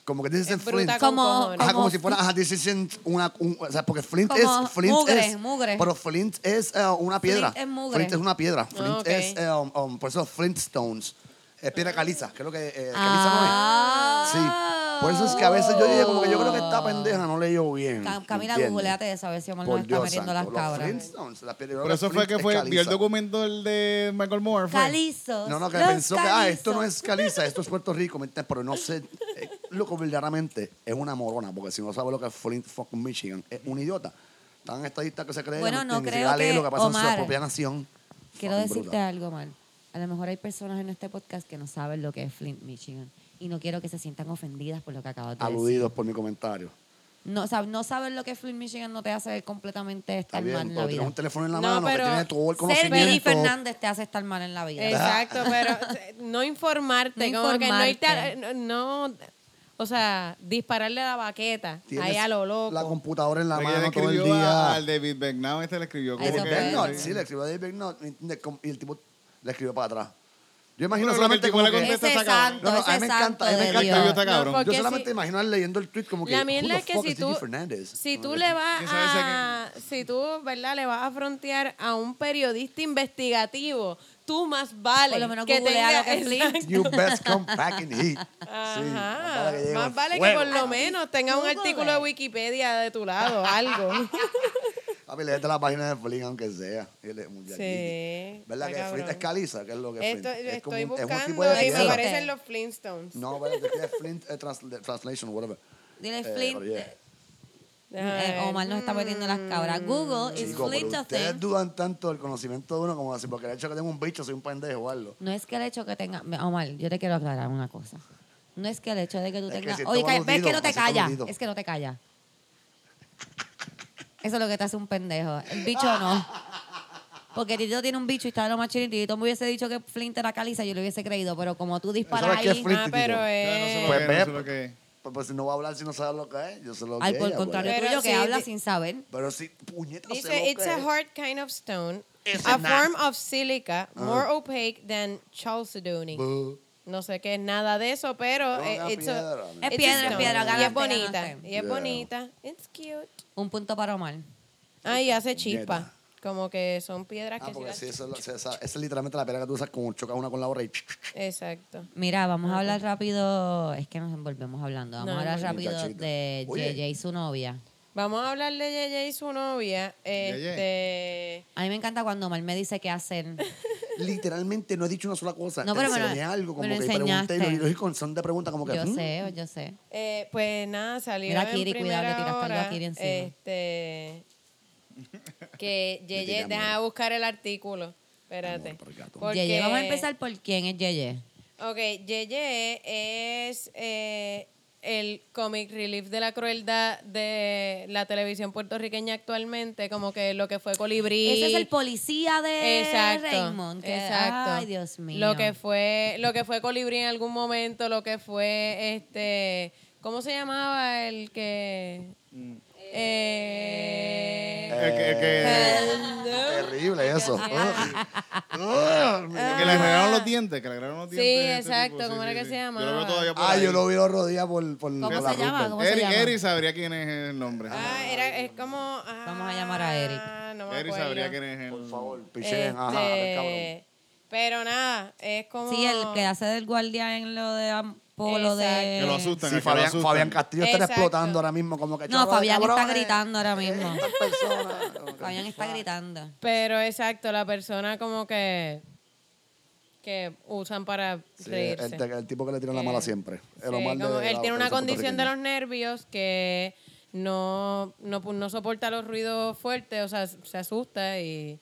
B: Como que dicen
C: Es bruta
B: Flint.
C: con
A: Como-
C: cojones.
B: Ajá, como
A: como
B: si fuera, ajá, this isn't una, un- o sea, porque Flint
A: Como
B: es, Flint
A: mugre,
B: es,
A: mugre.
B: pero Flint es eh, una piedra.
A: es mugre.
B: Flint es una piedra. Flint
C: ok.
B: es, eh, um, um, por eso Flintstones, es piedra caliza, creo que eh,
A: Ah.
B: caliza no es. Sí, por eso es que a veces yo dije como que yo creo que esta pendeja no leyó bien.
A: Ca- Camila,
B: ¿entiendes?
A: googleate eso a ver si Omar nos
B: Por
A: está
B: Dios
A: metiendo las
B: santo, los
A: cabras.
B: Flintstones, la piedra-
D: Por eso fue
B: Flint
D: que
B: es
D: fue, vio el
B: caliza.
D: documento el de Michael Moore. fue.
A: Calizos.
B: No, no, que
A: los
B: pensó que, ah, esto no
A: calizos.
B: es caliza, esto es Puerto Rico, ¿me entiendes? Pero no sé, eh, loco, verdaderamente es una morona, porque si no sabe lo que es Flint, fucking Michigan, es un idiota. Tan estadista que se cree,
A: Bueno,
B: ¿me
A: no
B: entiendes? Y
A: creo
B: va a leer
A: que-
B: lo que pasa en
A: Omar,
B: su propia nación.
A: Quiero
B: Fucking
A: decirte
B: brutal.
A: algo, Omar. A lo mejor hay personas en este podcast que no saben lo que es Flint, Michigan. Y no quiero que se sientan ofendidas por lo que acabas de decir.
B: Aludidos por mi comentario.
A: No, o sea, no saber lo que es Flint, Michigan no te hace completamente
B: Está
A: estar mal
B: bien,
A: en la
B: pero tienes
A: vida.
B: un teléfono en la
C: No,
B: mano que
C: pero
B: tiene todo el
A: Ser Benny
B: conocimiento.
A: Fernández te hace estar mal en la vida.
B: Ah.
C: Exacto, pero eh, no informarte,
A: No
C: como que no
A: informarte.
C: irte a- no, no, o sea, dispararle a la baqueta,
B: Tienes
C: ahí a lo loco.
B: La computadora en la
D: Porque ella le
B: mano todo el
D: escribió a-
B: día.
D: al David Becknow, este le
A: Eso
D: escribió. como que-
A: fue.
B: Bernard,
A: Sí.
B: sí, le escribió a David Bernard, ¿me entiendes? Como- y el tipo le escribió para atrás. Yo imagino
D: Bueno,
B: solamente
D: lo que
B: como
D: el tipo
B: que-
D: le contesta
A: Ese
D: está cabrón.
A: santo,
B: No, no, a
A: ese
B: mí me
A: santo
B: encanta, a mí me
A: de
D: El escribió
A: Dios.
D: está cabrón.
C: No,
B: Yo
C: Porque
B: solamente
C: si-
B: imaginar leyendo el tweet como que.
C: La
B: who the
C: mierda es que
B: fuck
C: si
B: is
C: tú,
B: Gigi Fernández?
C: si
B: Como
C: tú
B: que-
C: le vas
D: ¿Quién sabe ese
C: a, si tú, ¿verdad? Le vas a frontear a un periodista investigativo, tú más vale
A: Por lo menos
C: que
A: googlea
C: tenga
A: lo que es Flint.
C: exacto.
B: You best come back in heat. Sí, más
C: Ajá.
B: vale que llegue
C: más
B: el
C: vale que
B: fuego. Ah,
C: por lo menos tenga un
A: Google.
C: artículo de Wikipedia de tu lado, algo.
B: Papi, léete la página de Flynn, aunque sea. Y le- muchachito.
C: Sí, está
B: ¿Verdad que Flynn
C: cabrón.
B: es caliza? ¿Qué es lo que es
C: Esto,
B: Flint? Es como
C: estoy
B: un- es un tipo
C: buscando
B: de
C: y me
B: piedra.
A: Existe.
C: parecen los Flintstones.
B: No, ¿verdad? Es que es Flint eh, transla- Translation, whatever.
A: Dile
B: Eh,
A: Flint.
B: pero yeah.
C: Déjame
A: eh,
C: ver.
A: Omar nos está metiendo las
C: mm.
A: cabras. Google is
B: Chicos, pero
A: Flint a
B: ustedes
A: thing.
B: dudan tanto del conocimiento de uno como así, porque el hecho de que tengo un bicho soy un pendejo o algo.
A: No es que el hecho que tenga. me- Omar, yo te quiero aclarar una cosa. No es que el hecho de que tú
B: Es que
A: tengas.
B: si
A: Oye, calla-
B: estamos
A: ves que no
B: aludidos,
A: te
B: si estamos
A: callas.
B: aludidos.
A: Es que no te callas. Eso es lo que te hace un pendejo. El bicho no. Porque Tito tiene un bicho y está de lo más chinito. Y Tito me hubiese dicho que Flint era caliza, yo le hubiese creído. Pero como tú disparas
B: ¿Sabes qué es
A: ahí.
B: Flint,
C: Ah,
B: tipo?
C: pero
D: Ya, no sé
C: es...
D: lo
B: Pues
D: que-
B: ve,
D: no sé lo que-
B: Pues, pues, si no va a hablar si no sabe lo que es, yo sé lo que
A: Al
B: es,
A: por el
B: abuela.
A: contrario
C: Pero
A: tuyo que
C: sí,
A: habla
C: di-
A: sin saber.
B: Pero si, puñeta, sé lo
C: Dice, it's
B: que
C: a
B: es.
C: hard kind of stone,
B: Ese
C: a
B: na-
C: form of silica more opaque than chalcedony.
B: Bu.
C: No sé qué es nada de eso, pero...
B: Con
C: eh,
B: la
C: it's a-
B: piedra, mira.
A: Es piedra, es
C: no,
A: piedra,
C: Y es
A: ganaste,
C: bonita,
A: ganaste.
C: y es
B: Yeah.
C: bonita. It's cute.
A: Un punto para Omar.
C: Ay, hace
B: Neta.
C: chispa. Como que son piedras
B: Ah,
C: que... sí
B: porque
C: las-
B: sí, eso, es lo- esa, esa es literalmente la pelea que tú usas como chocas una con la otra y
C: Exacto.
A: Mira, vamos a hablar rápido. Es que nos envolvemos hablando. Vamos
C: No,
A: a hablar
C: no, no.
A: rápido
B: Muchachito.
A: de
B: Oye.
A: JJ y su novia.
C: Vamos a hablar de Yeye y su novia. Este...
A: A mí me encanta cuando Omar me dice qué hacer.
B: literalmente no he dicho una sola cosa.
A: No,
B: Te
A: pero me lo-
B: enseñé algo,
A: me
B: como
A: lo
B: que pregunté y lo-
A: enseñaste.
B: y lo dije con son de preguntas como que.
A: Yo
B: mm,
A: sé, yo sé.
C: Eh, pues nada, salieron
A: Mira, Kiri,
C: en
A: cuidado, le
C: primera
A: tiraste algo a
C: hora,
A: Kiri encima.
C: Este, que Yeye,
B: Criticando.
C: deja buscar el artículo. Espérate.
B: Amor por gato.
C: Porque-
A: Yeye, vamos a empezar por quién es Yeye.
C: Ok, Yeye es eh, el comic relief de la crueldad de la televisión puertorriqueña actualmente, como que lo que fue Colibrí.
A: Ese es el policía de
C: Exacto.
A: Raymond. que-
C: exacto.
A: Ay, Dios mío.
C: Lo que fue, lo que fue Colibrí en algún momento, lo que fue este, ¿cómo se llamaba el que? Eh,
D: El que, el que,
B: Terrible eso.
D: que le agregaron los dientes, que le agregaron los
C: Ah. Sí,
D: dientes. a este
C: exacto,
D: tipo, sí,
C: ¿cómo era
D: sí,
C: que
D: sí.
C: se
D: Yo lo veo
C: llamaba?
D: todavía por
B: Ah,
D: ahí.
B: yo lo vi rodillas por, por
A: ¿Cómo
B: por
A: se llama?
B: Rupert.
A: ¿Cómo se
D: Eric,
A: llama?
D: Eric sabría quién es el nombre.
C: ah, era, es como. ah,
A: Vamos a llamar a Eric.
C: No me
D: Eric
C: acuerdo.
D: sabría quién es el
B: Por favor, pichén.
C: Este,
B: Ajá, a ver, cabrón.
C: Pero nada, es como.
A: Sí, el que hace del guardia en lo de am- polo de...
D: Que lo asustan.
B: Sí,
D: al que lo
B: Fabián,
D: asustan.
B: Fabián Castillo está
C: Exacto.
B: explotando ahora mismo como que
A: No,
B: "Chorro de
A: Fabián está
B: cabrones". Eh,
A: gritando ahora mismo.
B: Estas personas, como que,
A: Fabián está
B: fuck.
A: gritando.
C: Pero exacto, la persona como que. que usan para
B: Sí,
C: reírse.
B: el, el tipo que le tiran la
C: Eh,
B: mala siempre. El
C: Sí,
B: Omar de-
C: como
B: de
C: él
B: la
C: tiene una
B: televisión
C: condición de
B: puertorriqueña.
C: los nervios que no, no, pu- no soporta los ruidos fuertes, o sea, se asusta y,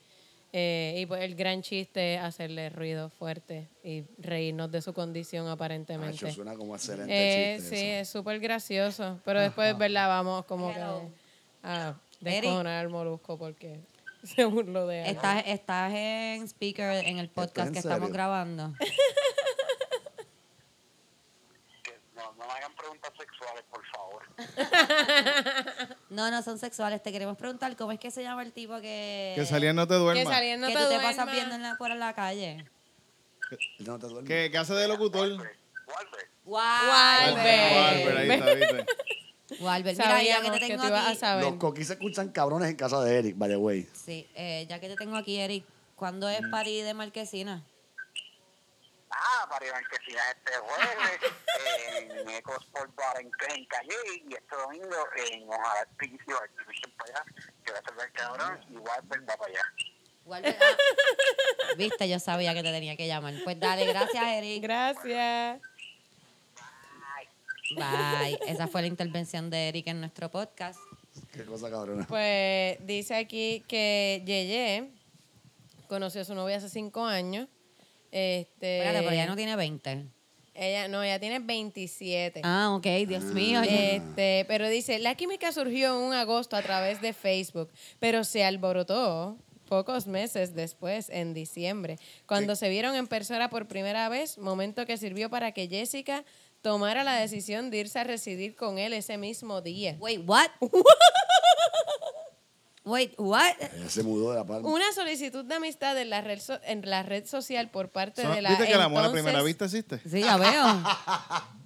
C: eh, y pues el gran chiste es hacerle ruido fuerte y reírnos de su condición aparentemente.
B: Macho, Ah, suena como excelente
C: Eh,
B: chiste.
C: sí,
B: eso.
C: es súper gracioso, pero después, ¿verdad? Vamos como que
A: Hello.
C: a
A: Eric.
C: descojonar al molusco porque se burló de él.
A: Estás, estás en speaker en el podcast
B: en
A: que estamos
B: serio?
A: grabando.
E: No, no me hagan preguntas sexuales, por favor.
A: No, no son sexuales. Te queremos preguntar cómo es que se llama el tipo que...
D: Que salía en No te duermas.
C: Que saliendo
A: que
C: te
A: tú te
C: duermas.
A: pasas viendo en la, por la calle.
B: No te duermes.
D: Que, que hace de locutor.
E: Walter,
A: Walbert.
D: Albert, ahí está, ¿viste?
A: Walbert. Mira, ya que
C: Sabíamos
A: te
C: que
A: tengo
C: tú ibas a
A: aquí...
C: saber.
B: Los coquis se escuchan cabrones en casa de Eric, by the way.
A: Sí, eh, ya que te tengo aquí, Eric, ¿cuándo es París de Marquesina?
E: ah, para Ivanquecina este jueves en Ecosport Bar en, en Calle y este domingo en Ojalá Pincio Activision para allá, que va a ser el cabrón y Walter va para allá.
A: Walbert, ah. Viste, yo sabía que te tenía que llamar. Pues dale, gracias, Eric.
C: Gracias.
A: Bye. Esa fue la intervención de Eric en nuestro podcast.
B: Qué cosa cabrona.
C: Pues dice aquí que Yeye conoció a su novia hace cinco años. Este,
A: Espérate, pero ya no tiene 20.
C: ella, no, ella tiene 27.
A: Ah, ok, Dios mío.
C: Este, pero dice, la química surgió en un agosto a través de Facebook, pero se alborotó pocos meses después, en diciembre, cuando se vieron en persona por primera vez, momento que sirvió para que Jessica tomara la decisión de irse a residir con él ese mismo día.
A: Wait, what? Wait, what?
B: Ella se mudó de la palma.
C: Una solicitud de amistad en la red, so- en la red social por parte
D: Son-
C: de la
D: ¿Viste que el amor a
C: entonces-
D: primera vista existe?
A: Sí, ya veo.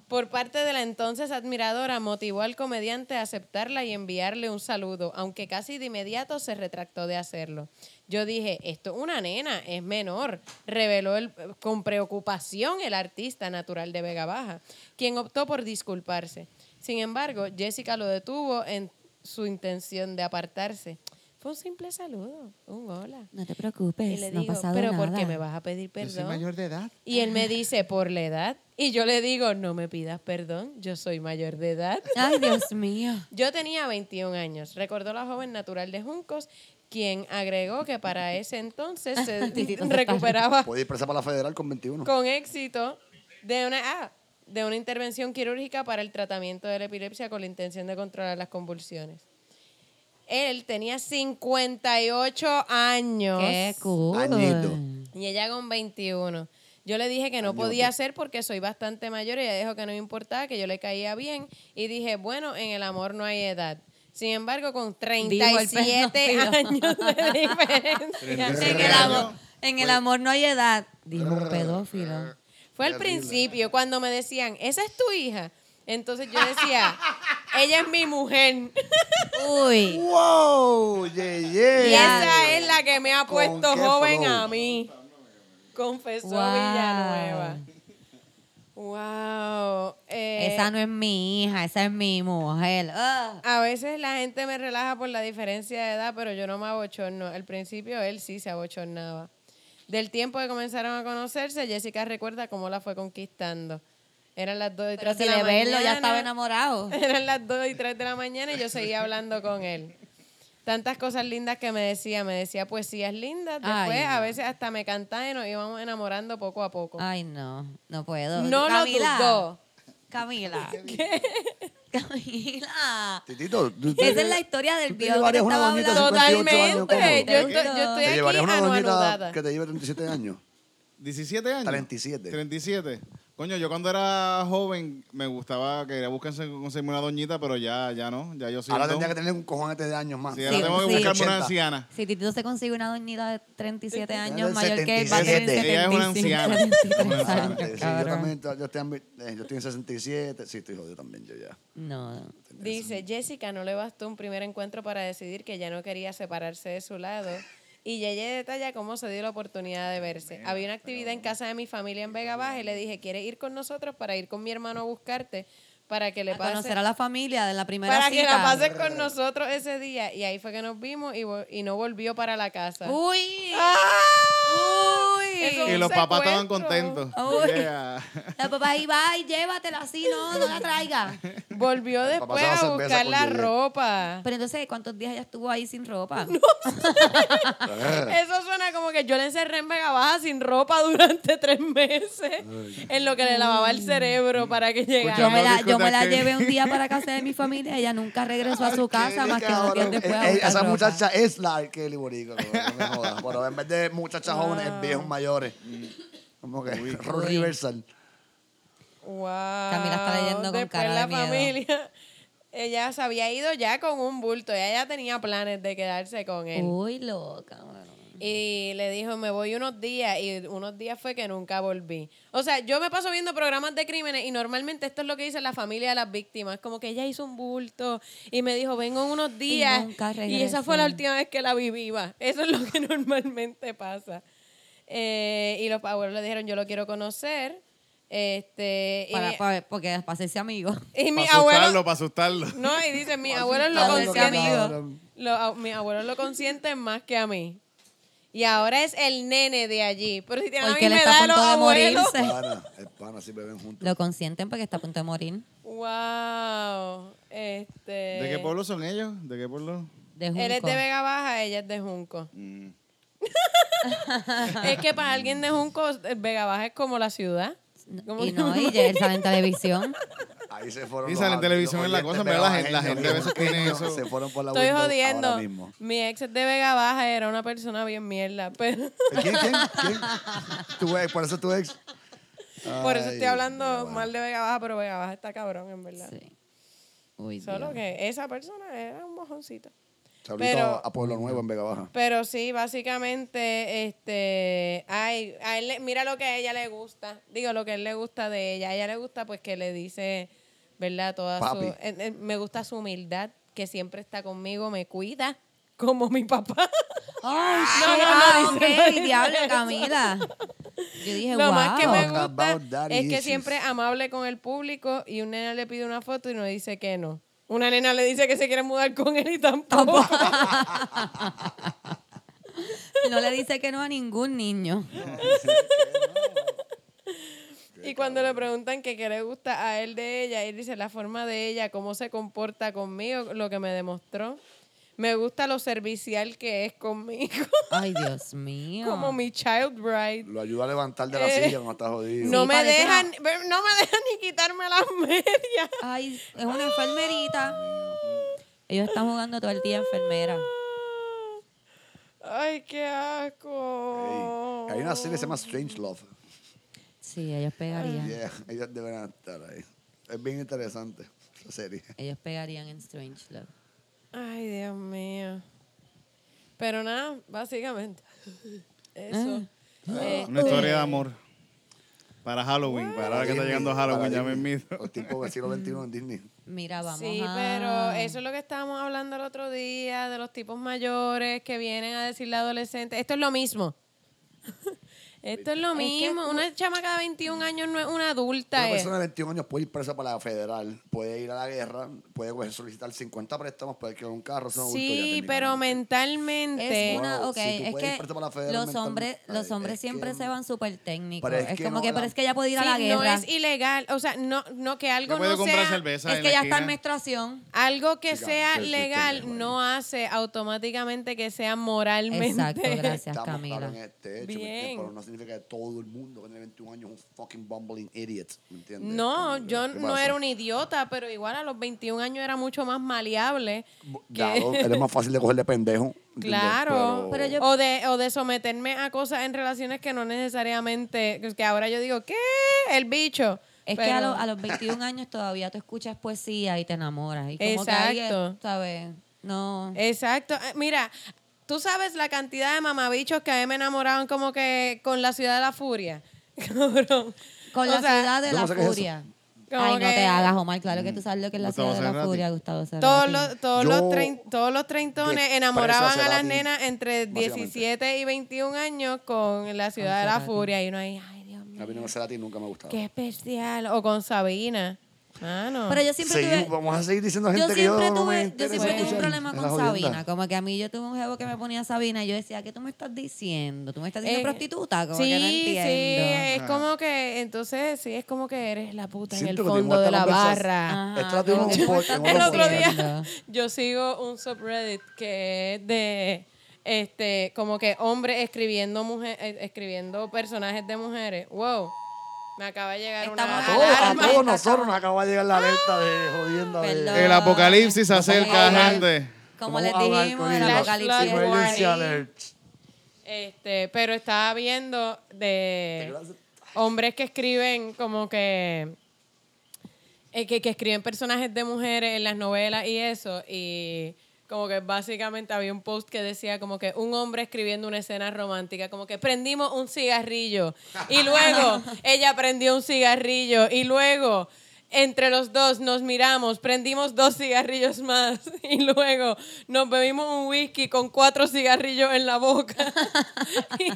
C: Por parte de la entonces admiradora motivó al comediante a aceptarla y enviarle un saludo, aunque casi de inmediato se retractó de hacerlo. Yo dije, esto es una nena, es menor, reveló el- con preocupación el artista natural de Vega Baja, quien optó por disculparse. Sin embargo, Jessica lo detuvo en su intención de apartarse. Fue un simple saludo, un hola.
A: No te
C: Y
A: preocupes,
C: le
A: pues, no ha
C: digo,
A: pasado
C: pero
A: nada.
C: ¿por qué me vas a pedir perdón?
D: de edad.
C: Y él me dice, por la edad. Y yo le digo, no me pidas perdón, yo soy mayor de edad.
A: Ay, Dios mío.
C: Yo tenía 21 años, recordó la joven natural de Juncos, quien agregó que para ese entonces se
A: Titito se está
C: recuperaba
B: Puede ir presa para la federal con 21.
C: con éxito de una, ah, de una intervención quirúrgica para el tratamiento de la epilepsia con la intención de controlar las convulsiones. Él tenía 58 años.
A: Qué cool.
B: Añito.
C: Y ella con 21. Yo le dije que no podía hacer porque soy bastante mayor y ella dijo que no me importaba, que yo le caía bien. Y dije, bueno, en el amor no hay edad. Sin embargo, con
A: Dijo el
C: 37 años
A: pedófilo.
C: de diferencia.
A: En el amor, en el amor no hay edad, dijo un pedófilo.
C: Fue al
B: Terrible.
C: principio, cuando me decían, esa es tu hija. Entonces yo decía, ella es mi mujer.
A: Uy.
B: ¡Wow! Yeah, yeah.
C: Y esa es la que me ha
B: ¿Con
C: puesto
B: qué
C: joven
B: flow?
C: a mí. Confesó
A: Wow.
C: Villanueva. Wow. Eh,
A: Esa no es mi hija, esa es mi mujer. Ah.
C: A veces la gente me relaja por la diferencia de edad, pero yo no me abochorno. Al principio él sí se abochornaba. Del tiempo que comenzaron a conocerse, Jessica recuerda cómo la fue conquistando. Eran las 2 y
A: Pero
C: 3
A: si
C: de la
A: de verlo ya
C: mañana.
A: estaba enamorado.
C: Eran las 2 y 3 de la mañana y yo seguía hablando con él. Tantas cosas lindas que me decía. Me decía poesías lindas. Después,
A: Ay,
C: a
A: no.
C: veces hasta me cantaba y nos íbamos enamorando poco a poco.
A: Ay, no, no puedo.
C: No lo
A: Camila.
C: dudó.
A: Camila. Camila.
B: Titito, tú- tú-
A: Esa es la historia del
B: tú te
A: viejo que
B: llevarías una
A: estaba
B: doñita
A: hablando.
B: 58 años,
C: Totalmente. Yo,
B: ¿cómo?
C: estoy- yo estoy
B: ¿Te
C: aquí
B: llevarías una doñita
C: anuanudada.
B: que te lleve 37 años?
D: 17 años.
B: 37.
D: 37. Coño, yo cuando era joven me gustaba, quería buscarse, conseguirme una doñita, pero ya, ya no. Ya yo soy
B: Ahora
D: un don.
B: tendría que tener un cojonete de años más.
D: Sí, ahora
A: Sí,
D: tengo que
A: sí.
D: buscarme
B: 80.
D: una anciana.
A: Si Titito se consigue una doñita de 37 años
B: del
A: mayor que él, va a tener 75,
B: 77.
D: Ella es una anciana.
A: 73
D: Una
A: años,
D: anciana.
B: Sí, yo
A: cabrón.
B: también, yo estoy, ambi- eh, yo estoy en 67. Sí, estoy jodido también, yo ya.
A: No.
C: Dice, Jessica no le bastó un primer encuentro para decidir que ya no quería separarse de su lado. Y Yeye detalla cómo se dio la oportunidad de verse. Había una actividad en casa de mi familia en Vega Baja y le dije, ¿quieres ir con nosotros para ir con mi hermano a buscarte? Para que le
A: A
C: pase,
A: conocer a la familia de la primera
C: para
A: cita.
C: que la pases con nosotros ese día. Y ahí fue que nos vimos y, vo- y no volvió para la casa. ¡Ah!
A: Uy. Uy.
C: Eso-
D: Y
C: Un
D: los papás estaban
C: secuestro.
D: contentos.
A: Uy.
D: Yeah.
A: La papá ahí va y llévatela así, no, no la traiga.
C: Volvió
B: papá
C: después
B: se va a
C: a
B: hacer
C: buscar
B: besa con
C: la
B: Yeye.
C: ropa.
A: Pero entonces, ¿cuántos días ella estuvo ahí sin ropa?
C: Eso suena como que yo le encerré en Vega Baja sin ropa durante tres meses en lo que le lavaba el cerebro para que
A: Yo
C: llegara.
A: me, la,
D: Discoteca
A: yo me la
D: Kevin.
A: llevé un día para casa de mi familia. Ella nunca regresó a su casa más que dos
B: Cabrón,
A: días después. a
B: eh, eh,
A: buscar
B: Esa
A: ropa.
B: muchacha es la R. Kelly Boricua, cabrón, no me jodas. Bueno, en vez de muchachas
C: Ah.
B: jóvenes, es viejos mayores. Como que rol reversal.
C: Wow.
A: Camila está leyendo con
C: Después
A: cara de
C: la
A: miedo.
C: familia, ella se había ido ya con un bulto. Ella ya tenía planes de quedarse con él.
A: Uy, loca, mano.
C: Y le dijo, me voy unos días. Y unos días fue que nunca volví. O sea, yo me paso viendo programas de crímenes y normalmente esto es lo que dice la familia de las víctimas. Como que ella hizo un bulto y me dijo, vengo en unos días.
A: nunca
C: esa fue la
A: regresó.
C: última vez que la vi viva. Eso es lo que normalmente pasa. Eh, y los abuelos le dijeron, yo lo quiero conocer. Este, y
A: Para,
C: mi-
A: para- porque para hacerse amigo.
C: y mi
D: Para
C: abuelo,
D: asustarlo, para asustarlo.
C: no, y dice, mis abuelos lo
A: Para hacerse
C: consienten.
B: amigo.
C: Lo- a- mis abuelos lo consienten más que a mí. Y ahora es el nene de allí. Pero si tiene la
A: Porque él
C: misma
A: está a
C: edad de los
A: punto de
C: abuelos.
A: morirse.
B: Pana, es pana, si beben juntos.
A: Lo consienten porque está a punto de morir.
C: Wow. Este.
D: ¿De qué pueblo son ellos? ¿De qué pueblo?
A: De
C: Él es
A: junco.
C: de Vega Baja, ella es de Junco. es que para alguien de Junco, eh, Vega Baja es como la ciudad. Como
A: Y
C: que-
A: no, y ya él sale en televisión.
B: Ahí se fueron.
D: Y
B: los
D: sale en
B: ad-
D: televisión
B: los
D: en la
B: oyentes
D: cosa, pero la gente- la
B: pegabajeños,
D: gente a veces tiene
B: pegabajeños,
D: eso.
B: Se fueron por la
C: Estoy
B: window
C: jodiendo.
B: Ahora mismo.
C: Mi ex es de Vega Baja, era una persona bien mierda, pero.
B: ¿Eh, ¿Quién? ¿Quién? ¿Quién? Tu ex, por eso tu ex.
C: Por eso estoy
B: Ay,
C: hablando
B: pero bueno.
C: mal de Vega Baja, pero Vega Baja está cabrón, en verdad.
A: Sí. Uy,
C: Solo
A: Dios.
C: que esa persona era un mojoncito.
B: Saludito
C: Pero-
B: a Pueblo Nuevo en Vega Baja.
C: Pero sí, básicamente, este, ay, a él, le- mira lo que a ella le gusta, digo, lo que a él le gusta de ella. A ella le gusta pues que le dice, ¿verdad? Toda
B: Papi.
C: su, en- en- me gusta su humildad, que siempre está conmigo, me cuida, como mi papá.
A: Ay,
C: No,
A: qué-
C: no, no,
A: ay,
C: no,
A: qué
C: no, no,
A: diablo,
C: no, no.
A: Camila. Yo dije,
C: Lo
A: wow.
C: más que me
B: Talk
C: gusta
B: about daddy
C: es que
B: issues.
C: siempre es amable con el público y un nena le pide una foto y no dice que no. Una nena le dice que se quiere mudar con él y tampoco.
A: No le dice que no a ningún niño.
C: y cuando le preguntan que qué le gusta a él de ella, él dice la forma de ella, cómo se comporta conmigo, lo que me demostró. Me gusta lo servicial que es conmigo,
A: Ay, Dios mío.
C: como mi child bride.
B: Lo ayuda a levantar de la
C: Eh,
B: silla cuando está jodido.
C: No me
A: parece
C: dejan, no me dejan ni quitarme las medias.
A: Ay, es una enfermerita. Ellos están jugando todo el día enfermera.
C: Ay, qué asco.
B: Ey, Hay una serie que se llama Strange Love.
A: Sí, ellos pegarían.
B: Yeah, ellos deberán estar ahí. Es bien interesante esa serie.
A: Ellos pegarían en Strange Love.
C: Ay, Dios mío. Pero
A: Ah.
C: nada, básicamente. Eso. Este,
D: Una historia de amor. Para Halloween, para ahora que está
B: Disney,
D: llegando
B: para
D: Halloween, ya me
B: Disney.
D: invito.
B: Los tipos del siglo XXI en Disney.
A: Mira, vamos
C: Sí,
A: a-
C: pero eso es lo que estábamos hablando el otro día, de los tipos mayores que vienen a decirle a adolescentes. Esto es lo mismo. Esto es lo mismo. Una chamaca de 21 años no es una adulta.
B: Una
C: eh.
B: persona de 21 años puede ir presa para la federal, puede ir a la guerra, puede coger- solicitar 50 préstamos, puede quedar un carro, ser un adulto ya
C: Sí,
B: técnicamente.
C: pero
A: Es
C: mentalmente.
B: Wow,
A: una,
B: si
A: ok,
B: tú
A: es
B: puedes
A: que
B: irte para la federal
A: los
B: mental-
A: hombres, los
B: Ay,
A: hombres
B: es
A: siempre
B: que-
A: se van súper técnicos.
B: Pero es
A: Es,
B: que
A: como
B: no
A: que,
B: la-
A: pero es que ya puede ir a la
C: Sí,
A: guerra.
C: No es ilegal, o sea, no, no que algo
D: Ya puede
C: no
D: comprar
C: sea,
D: cerveza.
A: es
D: en
A: que
D: la
A: ya está en
D: esquina.
A: menstruación.
C: algo que
B: Sí,
C: sea
B: claro, sí, sí,
C: legal
B: sí,
C: no hace automáticamente que sea moralmente.
A: Exacto, gracias
B: Estamos claro
A: Camila.
B: en este hecho, ¿me entiendes?
C: Bien.
B: Pero no significa que todo el mundo que tiene 21 años es un fucking bumbling idiot, ¿me entiendes?
C: No,
B: Como que,
C: yo
B: ¿qué
C: no
B: pasa?
C: era un idiota, pero igual a los 21 años era mucho más maleable. que-
B: Claro, él es más fácil de cogerle pendejo. ¿entiendes?
C: Claro,
A: Pero yo-
C: o, de, o de someterme a cosas en relaciones que no necesariamente, que ahora yo digo, ¿qué? El bicho.
A: Es que
C: Pero-
A: a, los- a los 21 años todavía tú escuchas poesía y te enamoras. Y como que ahí,
C: Exacto.
A: es, ¿sabes? No.
C: Exacto. Eh, Mira, tú sabes la cantidad de mamabichos que a mí me enamoraron como que con la ciudad de la furia. Cabrón.
A: Con
C: O
A: la
C: sea,
A: ciudad de
B: yo no
A: la
B: sé qué es eso.
A: furia.
C: Como
A: Ay, no
C: que-
A: te hagas, Omar. Claro que tú sabes lo que es la
D: Gustavo
A: ciudad de la
D: Cerati.
A: furia, Gustavo Cerati.
C: Todos los, todos, los
B: Yo-
C: trein- todos los treintones
B: Desprecio
C: enamoraban a las
B: Cerati,
C: nenas entre
B: básicamente.
C: 17 y 21 años con la ciudad de la
A: Cerati.
C: furia. Y uno ahí, ay, Dios mío,
B: A mí no me será a ti, nunca me ha gustado.
C: qué especial. O con Sabina. Mano.
A: Pero yo siempre
B: Seguimos-
A: tuve...
B: vamos a seguir diciendo
A: Yo
B: gente que yo
A: siempre
B: no me
A: tuve, yo
B: interesa
A: siempre tuve un
B: escuchar.
A: problema
B: Esa
A: con
B: jodienda.
A: Sabina. Como que a mí yo tuve un jevo que me ponía Sabina y yo decía, ¿qué tú me estás diciendo? ¿Tú me estás diciendo
C: Eh,
A: prostituta? Como
C: sí,
A: que no
C: sí,
A: entiendo.
C: es como que, entonces, sí, es como que eres la puta en el
B: Siento que tengo
C: fondo de
B: esta
C: la
B: conversación.
C: barra.
A: Ajá,
B: Esto lo tuvimos
A: como que
B: un
A: tú me
B: po-
A: estás
B: en
C: El
B: Bueno,
C: otro día
A: diciendo.
C: yo sigo un subreddit que es de este como que hombres escribiendo mujer, eh, escribiendo personajes de mujeres. Wow. Me acaba de llegar
A: Estamos
B: A
C: una
A: todos,
B: todos, a
C: alarma.
B: todos nosotros nos acaba de llegar la alerta de jodienda
A: Perdón.
B: de...
D: El apocalipsis se
A: Nos vamos
D: acerca,
A: a hablar.
D: gente.
A: Como
B: Vamos
A: les
B: a hablar
A: dijimos,
B: con
A: el
B: ellos.
A: apocalipsis.
C: Flash warning.
B: Emergency alert.
C: Este, pero estaba viendo de hombres que escriben como que, eh, que que escriben personajes de mujeres en las novelas y eso y como que básicamente había un post que decía como que un hombre escribiendo una escena romántica, como que prendimos un cigarrillo y luego ella prendió un cigarrillo y luego entre los dos nos miramos, prendimos dos cigarrillos más y luego nos bebimos un whisky con cuatro cigarrillos en la boca.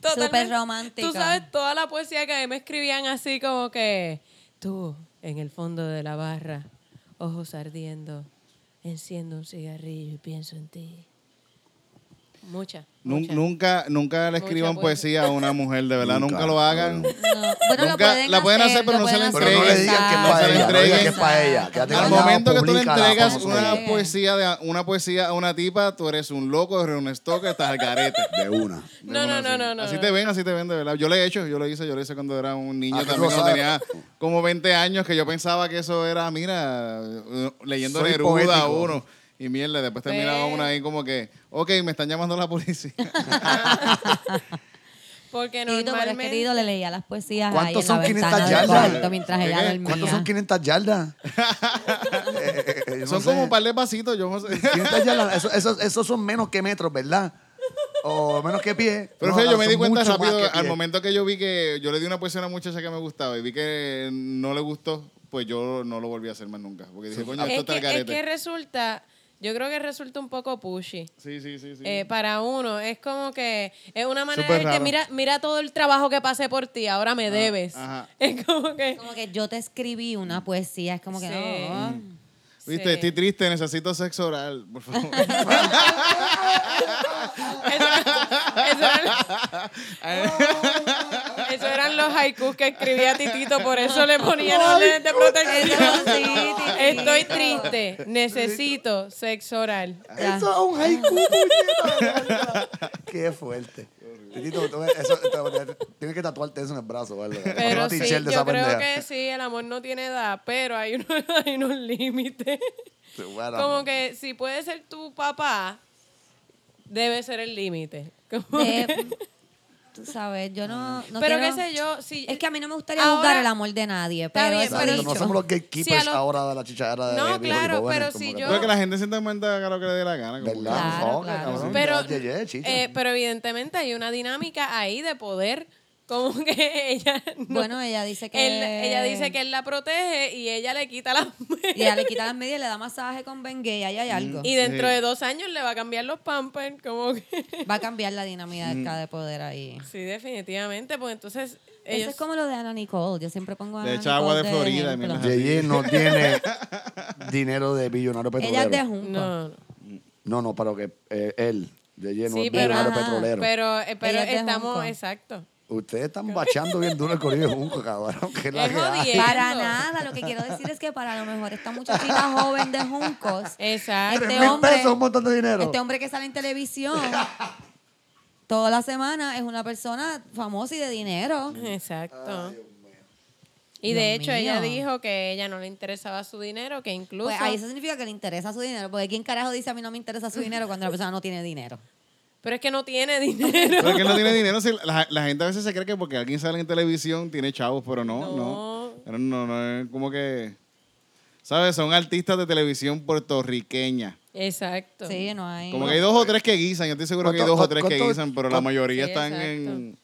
C: Totalmente.
A: Súper romántica.
C: Tú sabes toda la poesía que a mí me escribían así como que tú en el fondo de la barra, ojos ardiendo, enciendo un cigarrillo y pienso en ti. Mucha.
D: Nun-
C: mucha.
D: Nunca, nunca le
C: Mucha
D: escriban
C: poesía.
D: poesía a una mujer, de verdad, nunca,
B: Nunca,
D: lo hagan.
A: No, Bueno, lo
D: Nunca-
A: pueden
D: la pueden hacer, pero
A: lo
D: no se la
A: pueden hacer.
B: Pero no le digan que es
D: Exacto.
B: para
D: No se la
B: ella, no digan que es
D: entreguen.
B: para ella. Quédate
D: Al
A: Exacto.
B: callado,
D: momento que tú le
B: publica la
D: entregas
B: foto.
D: una
A: Publica.
D: poesía, de, a- una poesía a una tipa, tú eres un loco, eres un stalker, estás al garete.
B: De una.
D: De
C: No, no,
D: una,
C: no,
D: así.
C: no, no,
D: Así
C: no.
D: te ven, así te ven, de verdad. Yo lo he hecho, yo lo hice, yo lo hice cuando era un niño
B: Ah, tú
D: también,
B: lo
D: cuando
B: sabes.
D: tenía como 20 años, que yo pensaba que eso era, mira, eh, leyendo
B: Soy
D: Neruda
B: poético.
D: a uno. Y mierda, después te
C: Ve.
D: miraba una ahí como que, ok, me están llamando la policía.
A: Tito,
C: Porque
A: pero es que
C: normalmente
A: Tito le leía las poesías ahí
B: ¿Cuántos
A: en la
B: son 500
A: ventana del
B: yardas?
A: cuarto mientras ella
D: ¿Qué?
A: dormía.
B: ¿Cuántos son 500 yardas? Eh, eh, eh, yo no
D: Son
B: sé.
D: como un par de pasitos, yo no sé.
B: 500 yardas, eso- eso- esos son menos que metros, ¿verdad? O menos que pie.
D: Pero
B: No,
D: fíjate, yo
B: son
D: me di cuenta
B: mucho más
D: rápido
B: que
D: al
B: pie.
D: momento que yo vi que yo le di una poesía a una muchacha que me gustaba y vi que no le gustó, pues yo no lo volví a hacer más nunca. Porque dije, coño, esto
C: es
D: está al
C: que, es que
D: garete.
C: resulta, yo creo que resulta un poco pushy.
D: Sí, sí, sí. sí.
C: Eh, para uno, es como que es una manera
D: Súper
C: de que
D: raro.
C: mira, mira todo el trabajo que pasé por ti, ahora me debes.
D: ajá.
C: Es como que
A: Como que yo te escribí una poesía, es como que
C: Sí.
A: no.
D: Viste,
C: sí.
D: estoy triste, necesito sexo oral, por favor.
C: Eso era- eso era- Eso eran los haikus que escribía Titito, por eso le ponían órdenes de protección.
A: Eso sí, Titito.
C: Estoy triste, necesito sexo oral.
B: Eso es un haiku, puñeta, de verdad. Qué fuerte. Titito, tú- eso- te- te- tienes que tatuarte eso en el brazo, ¿vale? Hacer
C: Pero
B: una
C: sí,
B: t-shirt de
C: yo
B: esa
C: creo
B: pendeja.
C: que sí, el amor no tiene edad, pero hay unos, hay unos límites.
B: Bueno,
C: Como que si puede ser tu papá, debe ser el límite. Como que-
A: De- "Oh, tú sabes, yo no, Eh, no
C: pero
A: quiero-
C: qué sé yo, si
A: Es que a mí no me gustaría
C: Ahora-
A: juzgar el amor de nadie,
C: Está
A: pero
C: bien,
A: eso
B: Exacto,
A: he
C: pero-
A: dicho.
B: no somos los
C: Si a
B: gatekeepers
C: los-
B: ahora de la chichadera de
C: No,
B: Bieber y
C: claro,
B: jóvenes,
C: pero
B: como
C: si
B: que-
C: yo-
D: Pero que la gente sienta cuenta haga lo que le dé la gana.
B: ¿Verdad?
D: como
A: Claro,
B: No,
A: claro.
B: cabrón,
C: Pero,
B: ya, ya, ya, chicha.
C: eh, pero evidentemente hay una dinámica ahí de poder Como que ella. no-
A: Bueno, ella dice que.
C: Él- ella dice que él la protege y ella le quita las
A: Y ella le quita las medias y le da masaje con Bengay. Ahí hay algo.
C: Y dentro
D: Sí.
C: de dos años le va a cambiar los pampers. Como que.
A: Va a cambiar la dinámica de poder ahí.
C: Sí, definitivamente. Pues entonces.
A: Eso
C: Ellos,
A: es como lo de Ana Nicole. Yo siempre pongo a
D: Le
A: Ana
D: echa agua
A: Nicole
D: de Florida y
A: ejemplo.
D: mira,
B: Yeye no tiene dinero de billonario
A: Ella
B: petrolero.
A: es de Junco.
C: No, no.
B: No, no, pero que eh, él, Yeye no
C: Sí,
B: es
C: pero-
B: billonario
A: Ajá,
B: petrolero.
C: Pero, eh, pero
A: Ella es de Hong
C: estamos.
A: Kong.
C: Exacto.
B: Ustedes están bachando bien duro el corillo de Junco, cabrón. Que es la
C: Es
B: que hay.
C: jodiendo.
A: Para nada, lo que quiero decir es que para lo mejor esta muchachita joven de Juncos,
C: Exacto.
A: Este
B: Tres mil
A: hombre-
B: pesos, un montón de dinero.
A: este hombre que sale en televisión toda la semana es una persona famosa y de dinero. Pues
C: Exacto. y de
A: Este- Dios
C: hecho, ella
A: mío.
C: dijo que ella no le interesaba su dinero, que incluso.
A: Pues ahí eso significa que le interesa su dinero, porque ¿quién carajo dice a mí no me interesa su dinero cuando la persona no tiene dinero?
C: Pero es que no tiene dinero.
D: Pero es que él no tiene dinero. si la, la gente a veces se cree que porque alguien sale en televisión tiene chavos, pero no, no.
C: No.
D: Pero no, no, es como que. ¿Sabes? Son artistas de televisión puertorriqueña.
C: Exacto.
A: Sí, no hay.
D: Como que hay dos
B: pues.
D: o tres que guisan. Yo estoy seguro que hay
B: ¿Cuánto-
D: dos o tres que
B: cuánto-
D: guisan, pero la
B: cuánto-
D: mayoría
C: Sí,
D: están
C: exacto.
D: en.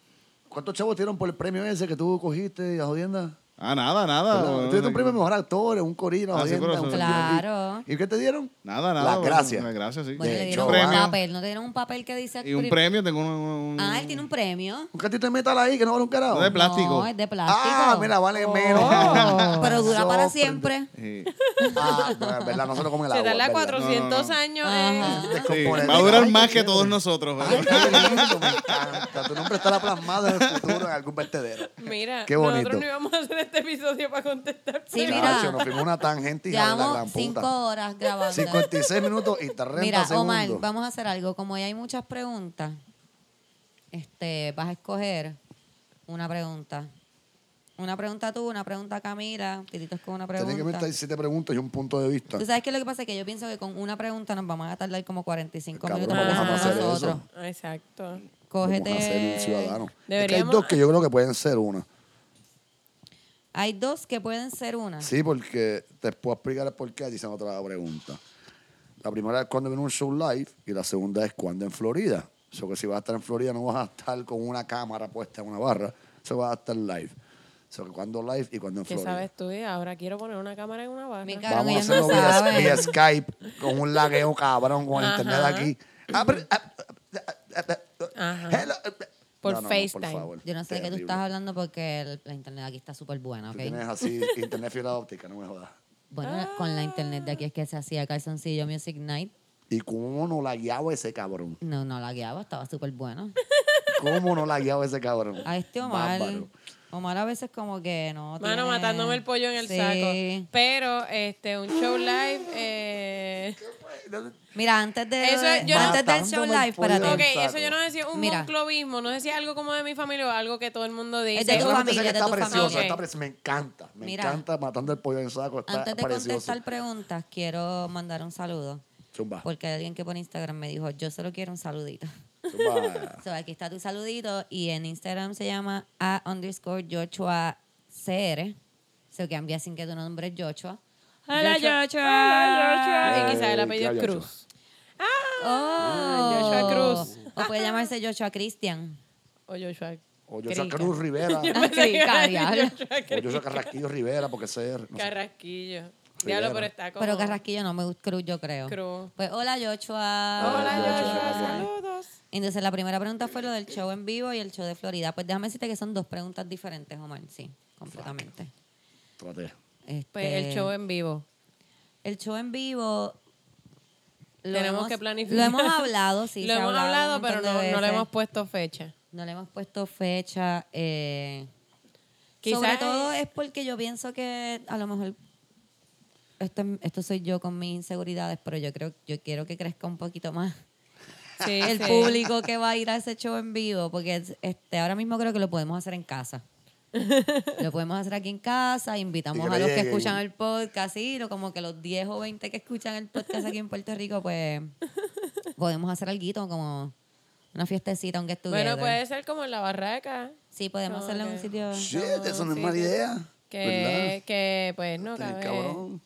B: ¿Cuántos chavos tiraron por el premio ese que tú cogiste, la jodienda?
D: Ah, nada, nada.
B: Perdón,
D: No,
B: tú eres
D: no,
B: un premio mejor actor, un corino,
D: Ah, sí,
B: jodienda,
D: pero
B: un
D: eso-
A: Claro.
B: ¿Y qué te dieron?
D: Nada, nada.
B: Las
D: bueno,
B: gracias.
D: Las gracias, sí.
A: Bueno,
B: De
A: Pues le
B: hecho,
A: dieron un
D: premio.
A: papel, no le dieron un papel que dice...
D: Y un
A: actor-
D: premio, tengo un- un- un-
A: Ah, él tiene un premio.
B: Un cantito de metal ahí que no vale un carajo.
D: No, de plástico.
A: No, es de plástico.
B: Ah, mira, vale menos.
A: Oh. Pero dura para
B: Sorprende-
A: siempre.
D: Sí.
B: Ah, no, es verdad, no se lo comen el
C: Se
B: agua.
C: tarda
B: es verdad.
C: 400
D: No, no, no.
C: años
A: Ajá.
C: en...
B: Te
D: Sí,
B: compones.
D: Va a durar
B: Ay,
D: más
B: qué
D: que
B: chévere.
D: todos nosotros.
B: Ay, qué lindo, me encanta. Tu nombre estará plasmado en el futuro en algún vertedero.
C: Mira,
B: Qué bonito.
C: nosotros no íbamos a hacer este episodio para contestar.
A: Sí, mira.
B: Chacho, nos fuimos una tangente y la gran
A: Llevamos
B: puta.
A: cinco horas grabando.
B: 56 minutos y 30
A: Mira,
B: segundos.
A: Omar, vamos a hacer algo. Como ya hay muchas preguntas, este, vas a escoger una pregunta. Una pregunta tú, una pregunta Camila, Pitito es con una
B: Tienes que
A: pregunta.
B: meter siete preguntas y un punto de vista.
A: ¿Tú sabes qué es lo que pasa? Que yo pienso que con una pregunta nos vamos a tardar como 45
B: Cabrón,
A: minutos
B: ¿cómo
A: porque
C: vamos a
A: somos
C: hacer eso?
A: nosotros.
C: Exacto.
A: Cógete.
B: Vamos a ser ciudadanos. Es que hay
C: Deberíamos-
B: dos que yo creo que pueden ser una.
A: Hay dos que pueden ser una.
B: Sí, porque te puedo explicar el porqué dicen otra pregunta. La primera es cuando viene un show live y la segunda es cuando en Florida. O sea, que si vas a estar en Florida no vas a estar con una cámara puesta en una barra, eso vas a estar live. O sea, que cuando live y cuando en
C: ¿Qué
B: Florida.
C: sabes tú? Y Ahora quiero poner una cámara en una barra.
A: Mi ca-
B: Vamos a
A: Ellos no
B: hacerlo vía,
A: saben.
B: vía Skype con un lagueo cabrón con el internet aquí. Ah, pero- ah, ah, ah, ah, ah,
C: Ajá.
B: hello, ah, ah.
C: Por
B: No, no, no,
C: FaceTime.
B: favor.
A: Yo no sé de qué tú
B: Terrible.
A: estás hablando porque el- la internet aquí está súper buena,
B: Tú
A: ¿ok?
B: tienes así internet fibra óptica, no me jodas.
A: Bueno, con la internet de aquí es que se hacía Calzoncillo Music Night.
B: ¿Y cómo no la guiaba ese cabrón?
A: No, no la guiaba, estaba súper bueno.
B: ¿Cómo no la guiaba ese cabrón?
A: A este Omar.
B: Bárbaro.
A: Omar a veces como que no.
C: Mano,
A: tiene-
C: matándome el pollo en el
A: Sí.
C: saco. Pero este, un show live... Eh...
A: Mira, antes de
C: Eso es- yo no-
A: antes del show
B: Matándome el
A: live, espérate.
B: pollo.
C: Ok, eso yo no decía un
A: Mira.
C: monclovismo, no decía algo como de mi familia o algo que todo el mundo dice.
A: Es de tu
B: Yo solamente sé que
A: familia, de
B: está
A: tu
B: precioso,
C: familia.
B: está pre- me encanta, me
A: Mira.
B: encanta matando el pollo en saco, está
A: Antes de
B: precioso.
A: contestar preguntas, quiero mandar un saludo.
B: Zumba,
A: Porque hay alguien que por Instagram me dijo, yo solo quiero un saludito.
B: zumba.
A: So, aquí está tu saludito. Y en Instagram se llama a underscore Joshua CR. So que I'm guessing que tu nombre es Joshua.
C: Hola,
A: Joshua-
C: Joshua.
B: Joshua.
C: Y quizás el apellido
B: Ay,
C: es
B: qué
C: Cruz.
A: Oh.
C: Joshua Ah, Cruz.
A: O puede llamarse Joshua Christian.
C: O Joshua.
B: O yo soy
C: Crica.
B: Cruz Rivera,
C: Yo
B: o
A: Ah,
C: pensé que iba a
A: Crica,
C: decir
A: diablo.
C: Joshua
B: yo soy Carrasquillo Rivera, porque ser. no sé.
C: Carrasquillo.
B: Rivera.
C: Diablo, pero está como...
A: Pero Carrasquillo no, me gusta Cruz, yo creo.
C: Cruz.
A: Pues hola, Joshua.
C: Hola,
B: Joshua,
C: Joshua.
B: Joshua.
C: Saludos.
A: Entonces, la primera pregunta fue lo del show en vivo y el show de Florida. Pues déjame decirte que son dos preguntas diferentes, Omar. Sí, completamente.
B: Traté.
A: Este,
C: Pues el show en vivo.
A: el show en vivo. lo
C: Tenemos
A: hemos-
C: que planificar.
A: Lo hemos hablado, sí. se
C: Lo
A: ha
C: hemos
A: hablado
C: hablado,
A: un
C: pero
A: montón
C: no,
A: de
C: no le
A: veces.
C: hemos puesto fecha.
A: No le hemos puesto fecha. eh,
C: Quizás-
A: sobre todo es porque yo pienso que a lo mejor esto, es- esto soy yo con mis inseguridades, pero yo creo yo quiero que crezca un poquito más
C: Sí,
A: el
C: sí.
A: público que va a ir a ese show en vivo, porque es- este ahora mismo creo que lo podemos hacer en casa. Lo podemos hacer aquí en casa, invitamos
B: Y que
A: a los que
B: lleguen.
A: escuchan el podcast, sí, lo- como que los 10 o 20 que escuchan el podcast aquí en Puerto Rico, pues podemos hacer algo como una fiestecita, aunque estuviera.
C: Bueno, pues, puede ser como en la barraca.
A: Sí, podemos
C: Como
A: hacerlo en un
C: que-
A: sitio.
B: Shit, eso no es mala idea.
C: Que, que pues no
B: ¿Verdad?
C: cabe.
B: Cabrón.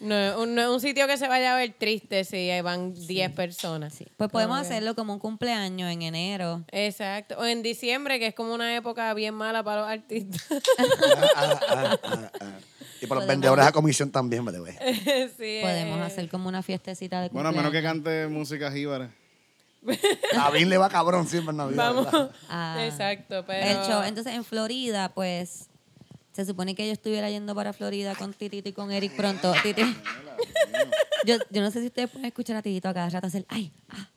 C: No es un, no es un sitio que se vaya a ver triste si ahí van 10 personas.
A: Sí. Pues podemos
C: Como que-
A: hacerlo como un cumpleaños en enero.
C: Exacto. O en diciembre, que es como una época bien mala para los artistas.
B: Ah, ah, ah, ah. Y
A: Podemos-
B: para los vendedores a comisión también, me debe.
C: sí,
A: Podemos
C: eh,
A: hacer como una fiestecita de
D: Bueno, a
A: cumpleaños.
D: menos que cante música jíbara.
B: David le va cabrón siempre en Navidad.
C: Vamos.
B: ¿verdad?
A: Ah,
C: Exacto, pero.
A: El show. Entonces, en Florida, pues, se supone que yo estuviera yendo para Florida con Titito y con Eric pronto. Titi- yo, yo no sé si ustedes pueden escuchar a Titito a cada rato hacer, ay, ah.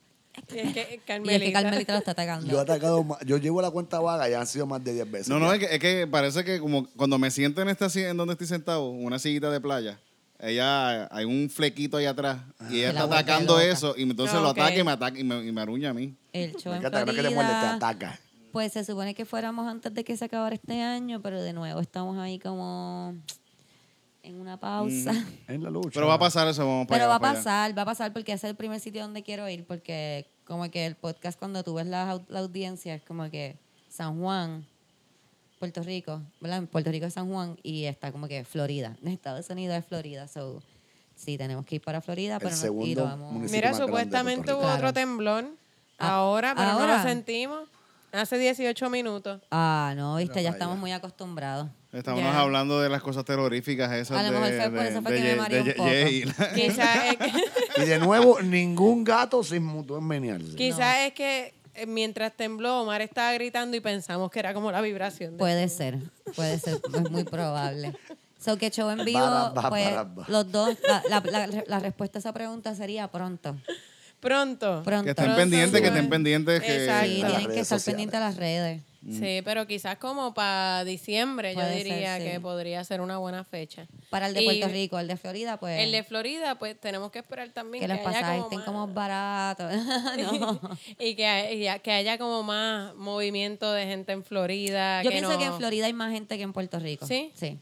C: Y es que
A: Y es que
C: Carmelita.
A: Carmelita lo está atacando.
B: Yo he atacado, ma- yo llevo la cuenta vaga, ya han sido más de 10 veces.
D: No, no, es que, es que parece que como cuando me siento en esta si- en donde estoy sentado, una sillita de playa, ella hay un flequito ahí atrás
B: Ah,
D: y ella
A: Que la
D: está
A: vuelve
D: atacando
A: loca.
D: eso y entonces
C: Ah,
D: lo
C: ok.
D: ataca y me ataca y me, y me aruña a mí.
A: El show
B: Me
A: en
B: encanta que no es que te muerde, te
A: Florida.
B: ataca.
A: Pues se supone que fuéramos antes de que se acabara este año, pero de nuevo estamos ahí como en una pausa.
B: En la lucha.
D: Pero va a pasar eso, vamos para
A: Pero
D: allá,
A: va a
D: para allá.
A: pasar, va a pasar porque ese es el primer sitio donde quiero ir, porque como que el podcast cuando tú ves la, au- la audiencia es como que San Juan, Puerto Rico, ¿verdad? Puerto Rico es San Juan y está como que Florida. En Estados Unidos es Florida, so sí, tenemos que ir para Florida, pero no y
B: segundo
A: lo vamos-
B: municipio.
C: Mira,
B: más grande de
C: supuestamente
B: Puerto
C: hubo
A: Rico.
C: otro
A: Claro.
C: temblón.
A: Ah,
C: ahora, pero no
A: ¿ahora?
C: lo sentimos. Hace 18 minutos.
A: Ah, no, viste, ya
B: vaya.
A: estamos muy acostumbrados.
D: Estábamos
C: Ya.
D: hablando de las cosas terroríficas esas
A: A lo
D: de,
A: mejor fue por
D: de-
A: eso fue
D: de
A: que me
D: Ye-
A: mareé
D: de
A: un
D: Ye-
A: poco.
D: Yeila.
C: Quizás es que.
B: Y de nuevo, ningún gato se inmutó en menearse.
C: Quizás es que eh, mientras tembló, Omar estaba gritando y pensamos que era como la vibración. de-
A: Puede ser, puede ser, es muy probable. So que show en vivo,
B: Barabá,
A: pues,
B: barabá.
A: los dos, la, la- la- la respuesta a esa pregunta sería pronto.
C: Pronto.
A: Pronto.
D: Que estén
C: Pronto,
D: pendientes, que
C: sí.
D: estén pendientes.
C: Exacto.
A: Sí,
B: A
A: tienen
B: las
A: que
B: redes
A: estar
B: sociales.
A: pendientes a las redes.
B: Mm.
C: Sí, pero quizás como para diciembre, yo
A: Puede ser,
C: diría
A: sí.
C: que podría ser una buena fecha.
A: Para el de
C: Y
A: Puerto Rico, el de Florida, pues
C: El de Florida, pues tenemos que esperar también
A: que los
C: haya
A: pasajes estén
C: más-
A: como baratos. No.
C: y que, haya- que haya como más movimiento de gente en Florida.
A: Yo pienso
C: no-
A: que en Florida hay más gente que en Puerto Rico.
C: ¿Sí?
A: Sí.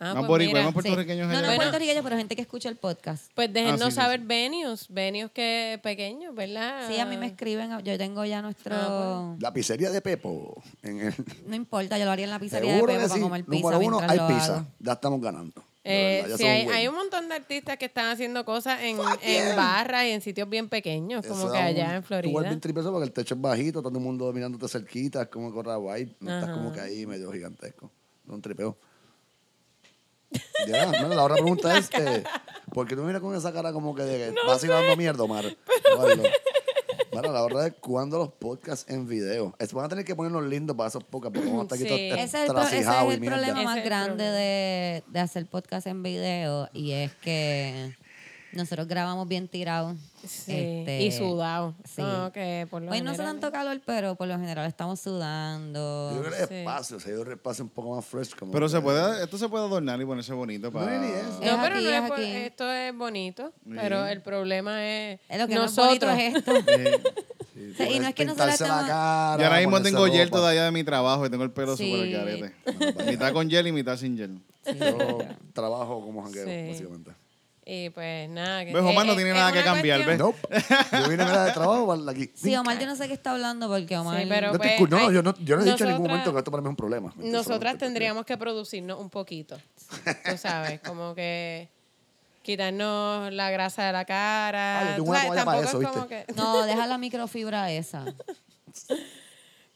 C: Ah,
D: Más
C: pues
D: boricuas,
C: mira,
D: más
A: Sí.
D: puertorriqueños
A: No,
D: allá.
A: no
C: Bueno.
A: puertorriqueños, pero gente que escucha el podcast.
C: Pues déjennos
D: Ah, sí, sí,
C: saber venues, venues que pequeños, ¿verdad?
A: Sí, a mí me escriben, yo tengo ya nuestro...
C: Ah, pues.
B: La pizzería de Pepo. En el,
A: No importa, yo lo haría en la pizzería de
B: seguro
A: Pepo
B: que
A: para
B: sí.
A: comer pizza
B: Número uno,
A: mientras
B: hay
A: lo hago.
B: pizza. Ya estamos ganando. De
C: Eh,
B: verdad, ya
C: sí,
B: son
C: hay,
B: buenos.
C: hay un montón de artistas que están haciendo cosas en, en barras y en sitios bien pequeños, como
B: Eso
C: que
B: da
C: allá
B: un-
C: en
B: Tú
C: Florida.
B: vuelves bien tripeso porque el techo es bajito, todo el mundo mirándote cerquita, es como corra guay. No estás como que ahí medio gigantesco. Un tripeo. Ya, bueno, la otra pregunta es, eh, ¿por qué tú miras con esa cara como que de que vas tirando mierda, Omar? Bueno, bueno, la verdad es cuando los podcasts en video. Es, van a tener que ponernos lindos para esos podcasts, porque vamos a estar aquí
C: Sí.
B: todos
A: Ese
B: tra-
A: es el, pro- ese es
B: trasijados y
A: el
B: mierda.
A: problema
C: Ese
A: más
C: es el
A: grande
C: problema.
A: de, de hacer podcast en video y es que nosotros grabamos bien tirados.
C: Sí, y sudado.
A: Este, Sí.
C: No, que por lo
A: Hoy no hace
C: general-
A: tanto calor, pero por lo general estamos
B: Yo
A: sudando.
B: creo que es espacio, o sea, yo creo que es espacio un poco más fresh. Como
D: Pero se
B: que-
D: puede, esto se puede adornar y ponerse bonito para...
B: ni eso.
A: Es
C: No, pero
A: aquí,
C: no
A: es
C: es por- eh,
A: aquí.
C: esto es bonito, pero el problema es,
A: Es lo que
C: nosotros.
A: más bonito es esto.
B: Sí,
A: O sea, y no es que nosotros
B: pintarse la
A: estamos-
B: cara,
D: Yo ahora mismo
B: ponerse
D: tengo gel
B: ropa.
D: todavía de mi trabajo y tengo el pelo
A: Sí.
D: súper carete. mitad con gel y mitad sin gel.
B: Yo trabajo como janguero,
C: Sí.
B: básicamente.
C: y pues nada. que-
D: Ves, Omar no tiene nada
C: una
D: que cambiar,
C: cuestión-
D: ¿ves?
B: No, yo vine a ver de trabajo para aquí.
A: Sí, Omar, yo no sé qué está hablando porque Omar...
C: Sí, pero
B: No, te
C: pues,
B: escu- no, no,
C: ay,
B: yo no, yo no he dicho en
C: nosotras-
B: ningún momento que esto para mí es un problema.
C: Nosotras
B: Solamente-
C: tendríamos que producirnos un poquito. Tú sabes, como que quitarnos la grasa de la cara.
B: Ah, yo tengo
C: tú
B: una
C: sabes,
B: toalla para
C: tampoco
B: eso,
C: es como
B: ¿viste?
C: que-
A: No, deja la microfibra esa.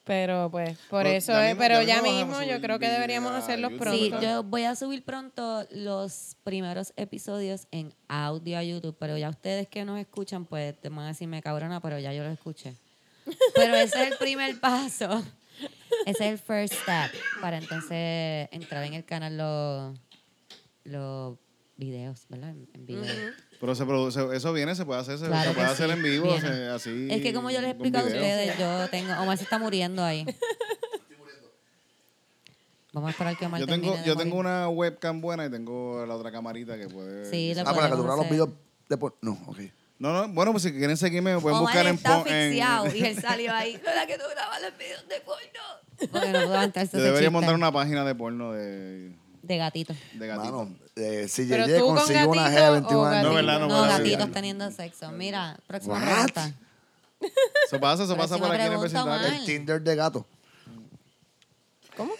C: Pero pues, por
D: Pero
C: eso
D: ya
C: es.
D: mismo-
C: pero
D: ya
C: ya
D: mismo vamos
C: mismo
D: a
C: yo
D: subir
C: creo que
D: video
C: deberíamos
D: a
C: hacerlos
D: YouTube.
C: pronto.
A: Sí,
D: Pronto.
A: yo voy a subir pronto los primeros episodios en audio a YouTube, pero ya ustedes que nos escuchan, pues te van a decirme cabrona, pero ya yo lo escuché. Pero ese es el primer paso. Ese es el first step para entonces entrar en el canal los, los videos, ¿verdad? En, en video.
D: Pero se produce, eso viene, se puede hacer, se,
A: Claro
D: se puede
A: que
D: hacer
A: sí,
D: en vivo,
A: viene.
D: se- así.
A: Es que como yo les he
D: con
A: explicado a
D: video.
A: ustedes, yo tengo... Omar se está muriendo ahí. Vamos a esperar que Omar
D: Yo tengo,
A: termine de
D: yo tengo
A: morir.
D: una webcam buena y tengo la otra camarita que puede...
A: Sí, lo
B: Ah, para
A: podemos
B: capturar los
A: hacer.
B: videos de por- No, ok.
D: No, no, bueno, pues si quieren seguirme me pueden
A: Omar
D: buscar en...
A: está
D: pon- en-
A: asfixiado y él salió ahí. No era que tú grabas los videos de porno. Porque no puedo aguantarse
D: yo
A: ese
D: debería
A: chiste
D: montar una página de porno de,
A: de gatito.
D: de gatito.
B: Mano, eh, si
C: Pero
B: llegué
C: tú con
B: consigo una
C: gatito
B: G de
C: o
B: 21 años.
C: gatito.
D: No, ¿verdad?
A: No,
D: No, para
A: gatitos
D: olvidarlo.
A: teniendo sexo. Mira, próxima
B: What?
A: pregunta.
D: Eso pasa, eso pasa
A: Próxima
D: por aquí en el
A: pregunta,
D: vecindario.
A: Omar.
B: Tinder de gato. ¿Cómo?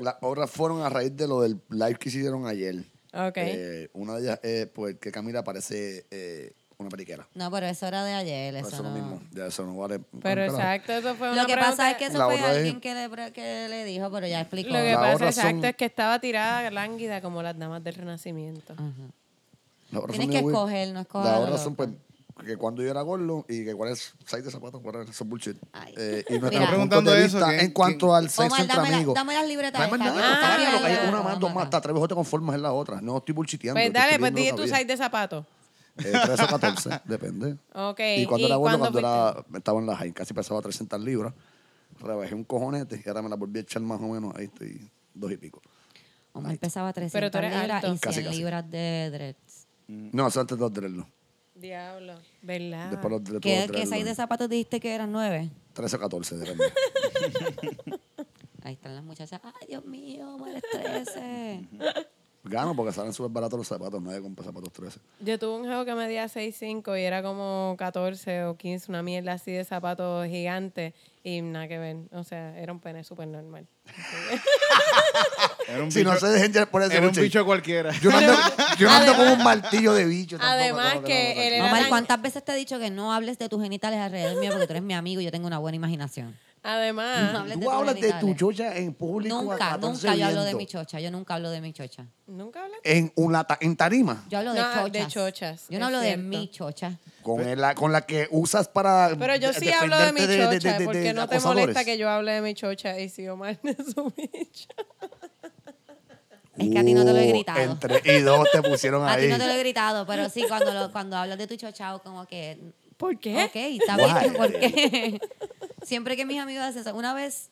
B: Las obras fueron a raíz de lo del live que hicieron ayer.
C: Ok.
B: Eh, una de ellas es pues, que Camila parece eh, una periquera.
A: No, pero eso era de ayer.
B: Por
A: Eso,
B: eso
A: no.
B: lo mismo. Ya eso no vale. un
C: Pero
B: carajo.
C: exacto, eso fue una
A: Lo que pasa
C: pregunta-
A: es que eso
B: La
A: fue
B: otra es-
A: alguien que le, pre- que le dijo, pero ya explicó.
C: Lo que
B: La
C: pasa
B: otra son-
C: exacto es que estaba tirada lánguida como las damas del Renacimiento.
B: Ah.
A: Ajá.
B: La otra
A: Tienes
B: son
A: que
B: de Will.
A: escoger, no escojas
B: La
A: lo
B: otra son,
A: loco.
B: pues, que cuando yo era gordo y que cuál es size de zapatos, cuál es eso es bullshit.
A: Ay.
B: Eh, y no
A: Mira.
B: estamos
D: Preguntando
B: preguntando de
D: eso,
B: vista
D: ¿quién-
B: en cuanto al sexo
A: Omar,
B: entre
A: dame la-
B: amigos.
A: dame las libretas
B: Dame
A: estas.
B: nada,
C: Ah,
B: sácalo, que hay
C: ya,
B: una más, dos
A: vamos
B: más,
A: acá.
B: te atreves o te conformas en la otra. No estoy bullshiteando.
C: Pues
B: te
C: dale,
B: estoy
C: pues dije
B: viendo
C: tu
B: todavía.
C: size de zapato.
B: Eh, 13 o 14, depende.
C: Ok,
B: Y cuando
C: ¿y
B: era gordo,
C: cuándo
B: cuando era, estaba en la high, casi pesaba 300 libras, rebajé un cojonete y ahora me la volví a echar más o menos, ahí estoy, dos y pico.
A: Omar pesaba 300
C: Pero tú eres
A: libras
C: alto.
A: y 100
B: Casi, casi.
A: libras de dreads.
D: Mm.
B: No, eso antes de los dreadlocks.
C: Diablo, ¿verdad?
B: Después los de
A: ¿Qué,
B: todos
A: ¿Qué size de
B: dreadlocks.
A: zapatos dijiste que eran 9?
B: 13 o 14, depende.
A: Ahí están las muchachas. Ay, Dios mío, Omar es 13.
B: Gano porque salen súper baratos los zapatos, nadie compra zapatos 13.
C: Yo tuve un juego que medía 6'5 y era como 14 o 15, una mierda así de zapatos gigante y nada que ver. O sea, era un pene súper normal.
D: Era un
B: Si no
D: bicho-
B: se dejen llevar por ese
D: Era un
B: bullshit.
D: bicho cualquiera.
B: Yo no ando, yo no ando con un martillo de bicho. tampoco,
C: Además
B: tengo
C: que
B: hablar.
C: él era-
A: Omar,
C: daño.
A: ¿cuántas veces te he dicho que no hables de tus genitales alrededor mío porque tú eres mi amigo y yo tengo una buena imaginación? No
C: Además,
A: hables de
B: Tú
A: tus
B: hablas de tu
A: genitales.
B: chocha en público. a
A: Nunca,
B: 14
A: nunca yo hablo de
B: viento.
A: mi chocha. Yo nunca hablo de mi chocha.
C: nunca hablaste.
B: En, una ta- en tarima,
A: Yo hablo de
C: No,
A: chochas.
C: de chochas,
A: Yo no
C: es
A: hablo de
C: cierto.
A: mi chocha.
B: con la, con la que usas para
C: Pero yo
B: de-
C: sí hablo de mi
B: defenderte
C: chocha,
B: de- de-
C: porque
B: de
C: no te
B: acosadores.
C: molesta que yo hable de mi chocha y si Omar de su bicho.
A: Es que a ti no te lo he
B: Uh,
A: gritado.
B: Entre y dos te pusieron
A: A ti
B: ahí.
A: no te lo he gritado, pero sí, cuando, lo- cuando hablas de tu chochao, como que.
C: ¿Por qué?
A: Ok, está
B: Why?
A: bien, ¿por qué? Siempre que mis amigos hacen eso, una vez.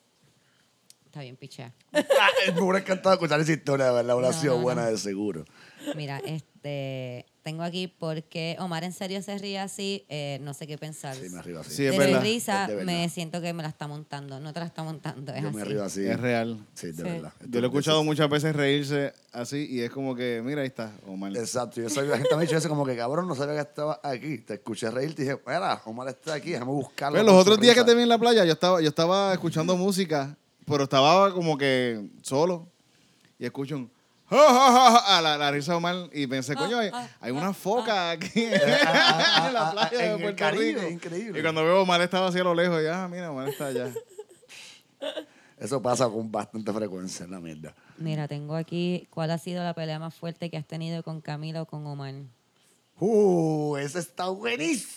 A: Está bien, pichea.
B: Ah, me hubiera encantado escuchar esa historia, de verdad. Hubiera
A: No,
B: sido
A: no,
B: buena
A: no.
B: de seguro.
A: Mira, este. Tengo aquí porque Omar en serio se ríe así, eh, no sé qué pensar.
B: Sí, me arriba así.
D: Sí, es
A: de
D: verdad.
A: la risa,
B: Es de verdad.
A: me siento que me la está montando. No te la está montando, es
B: yo
A: así.
B: me río así.
D: Es real.
B: Sí,
C: Sí.
B: de verdad.
D: Yo lo he escuchado muchas veces reírse así y es como que, mira, ahí está, Omar.
B: Exacto, yo sabía, la gente me ha dicho eso como que cabrón, no sabía que estaba aquí. Te escuché reír, te dije, mira, Omar está aquí, déjame buscarlo.
D: Pues, los otros días que te vi en la playa, yo estaba, yo estaba escuchando música, pero estaba como que solo. Y escucho un "Ja, ja, ja, ja", a la, la risa de Omar y
A: Ah,
D: pensé, coño, hay, hay una foca aquí
B: ah,
D: en la
B: ah,
D: playa
B: en
D: de
B: el
D: Puerto
B: Caribe,
D: Rico.
B: increíble.
D: Y cuando veo a Omar estaba así a lo lejos, ya, mira, Omar está allá.
B: Eso pasa con bastante frecuencia, la mierda.
A: Mira, tengo aquí cuál ha sido la pelea más fuerte que has tenido con Camila o con Omar.
B: Uh, esa está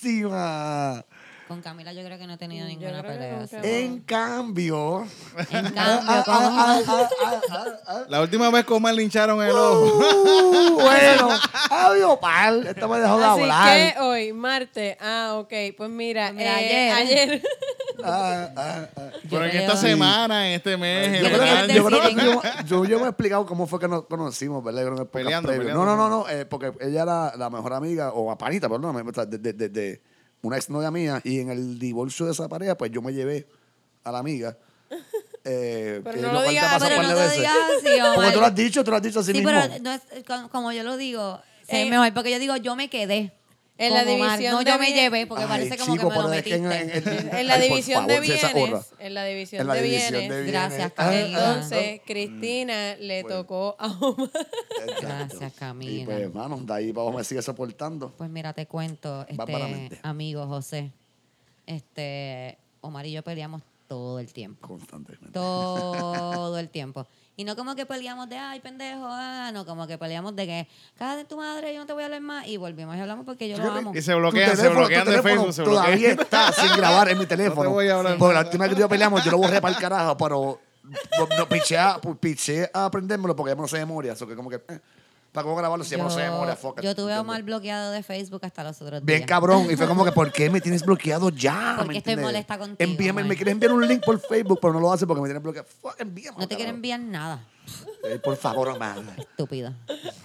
B: buenísima.
A: Con Camila yo creo que no he tenido
C: Yo
A: ninguna
C: creo que
A: pelea.
C: nunca.
A: así.
B: En cambio.
A: En
B: Ah,
A: cambio, con
B: ah,
A: Omar...
B: ah, ah, ah, ah.
D: La última vez que Omar lincharon el ojo.
B: Uh, bueno, adiós, pal. Esto me dejó de
C: Así
B: hablar.
C: que hoy, martes, ah, ok, pues mira,
A: mira,
C: eh,
A: ayer.
C: ayer.
B: Ah, ah, ah.
D: Pero en
A: creo-
D: esta semana, en este mes, en
A: Yo creo que te
B: Yo creo yo
D: el año.
B: creo
A: deciden-
B: que yo- yo- yo me he explicado cómo fue que nos conocimos, ¿verdad? Yo creo que en el podcast
D: Peleando,
B: previo.
D: peleando.
B: No, no, no, no eh, porque ella era la mejor amiga, o a panita, perdóname, o sea, de, de- de- de una exnovia mía, y en el divorcio de esa pareja, pues yo me llevé a la amiga. eh,
C: Pero
B: que
C: no
B: lo
C: lo
B: cual te
C: digas,
B: ha pasado
A: pero
B: un par
A: no
B: de
A: lo
B: veces.
A: digas así, Omar.
B: Porque tú lo has dicho, tú lo has dicho así
A: Sí,
B: mismo.
A: pero no es, con- como yo lo digo, sí,
C: Eh,
A: mejor porque yo digo, yo me quedé.
C: en
A: con
C: la
A: Omar.
C: división
A: No,
C: de
A: yo me
C: bien-
A: llevé porque
B: Ay,
A: parece como
B: chico,
A: que me lo
B: pero es que
A: metiste.
B: en- en-
C: En la
B: Ay, por
C: división de
B: favor, si esa horra.
C: bienes. En la división,
B: En la
C: de,
B: división
C: bienes,
B: de bienes.
A: Gracias,
B: Ah, ah, Mm,
A: Camila.
C: Entonces, Cristina le tocó a Omar.
B: Exacto.
A: Gracias, Camila.
B: Y pues, hermano, de ahí vamos a seguir soportando.
A: Pues mira, te cuento, este,
B: Bárbaramente.
A: amigo José. Este, Omar y yo peleamos todo el tiempo.
B: Constantemente.
A: Todo el tiempo. Y no como que peleamos de, ay, pendejo, ah", no, como que peleamos de que, cada de tu madre, yo no te voy a hablar más. Y volvimos y hablamos porque yo lo amo.
D: Y se bloquean,
B: Tu
D: se
B: teléfono,
D: bloquean
B: tu
D: de
B: teléfono
D: Facebook, se
B: Todavía
D: bloquean.
B: está sin grabar en mi teléfono.
D: voy a hablar.
B: Porque la última que yo peleamos, yo lo borré para el carajo, pero no, no, piché, a, pues, piché a aprendérmelo porque ya me lo sé de memoria. Eso que como que, eh, ¿para cómo grabarlo si ya me lo sé de memoria? Fuck it,
A: yo tuve a Omar
B: ¿entiendes?
A: bloqueado de Facebook hasta los otros días.
B: Bien cabrón. Y fue como que, ¿por qué me tienes bloqueado ya?
A: Porque estoy
B: ¿Me entiendes?
A: molesta contigo,
B: Envíame,
A: Omar.
B: me quieres enviar un link por Facebook, pero no lo haces porque me tienes bloqueado. Fuck, envíame.
A: No te quiero
B: cabrón.
A: enviar nada,
B: Eh, por favor, Omar.
A: estúpida.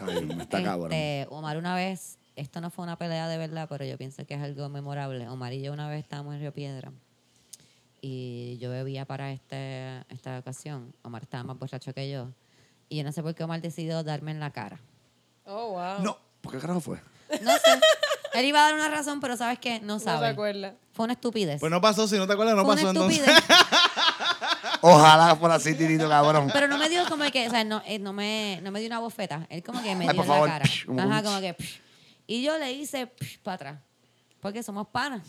B: Ay, me está cabrón.
A: Este, Omar una vez, esto no fue una pelea de verdad, pero yo pienso que es algo memorable. Omar y yo una vez estábamos en Río Piedra y yo bebía para este, esta ocasión. Omar estaba más borracho que yo. Y yo no sé por qué Omar decidió darme en la cara.
C: Oh, wow.
B: No, ¿por qué carajo fue?
A: No sé. Él iba a dar una razón, pero ¿sabes qué? No
C: No se
A: sabe.
C: acuerda.
A: fue una estupidez.
D: Pues no pasó, si no te acuerdas, no
A: Fue
D: pasó
A: una
D: entonces.
A: estupidez.
B: Ojalá fuera así, Tirito, cabrón.
A: Pero no me dio como que, o sea, no, eh, no, me, no me dio una bofeta. Él como que me
B: Ay,
A: dio
B: por
A: en la
B: favor,
A: cara.
B: psh, como
A: Ajá,
B: un-
A: como que. psh. Y yo le hice para atrás. Porque somos panas.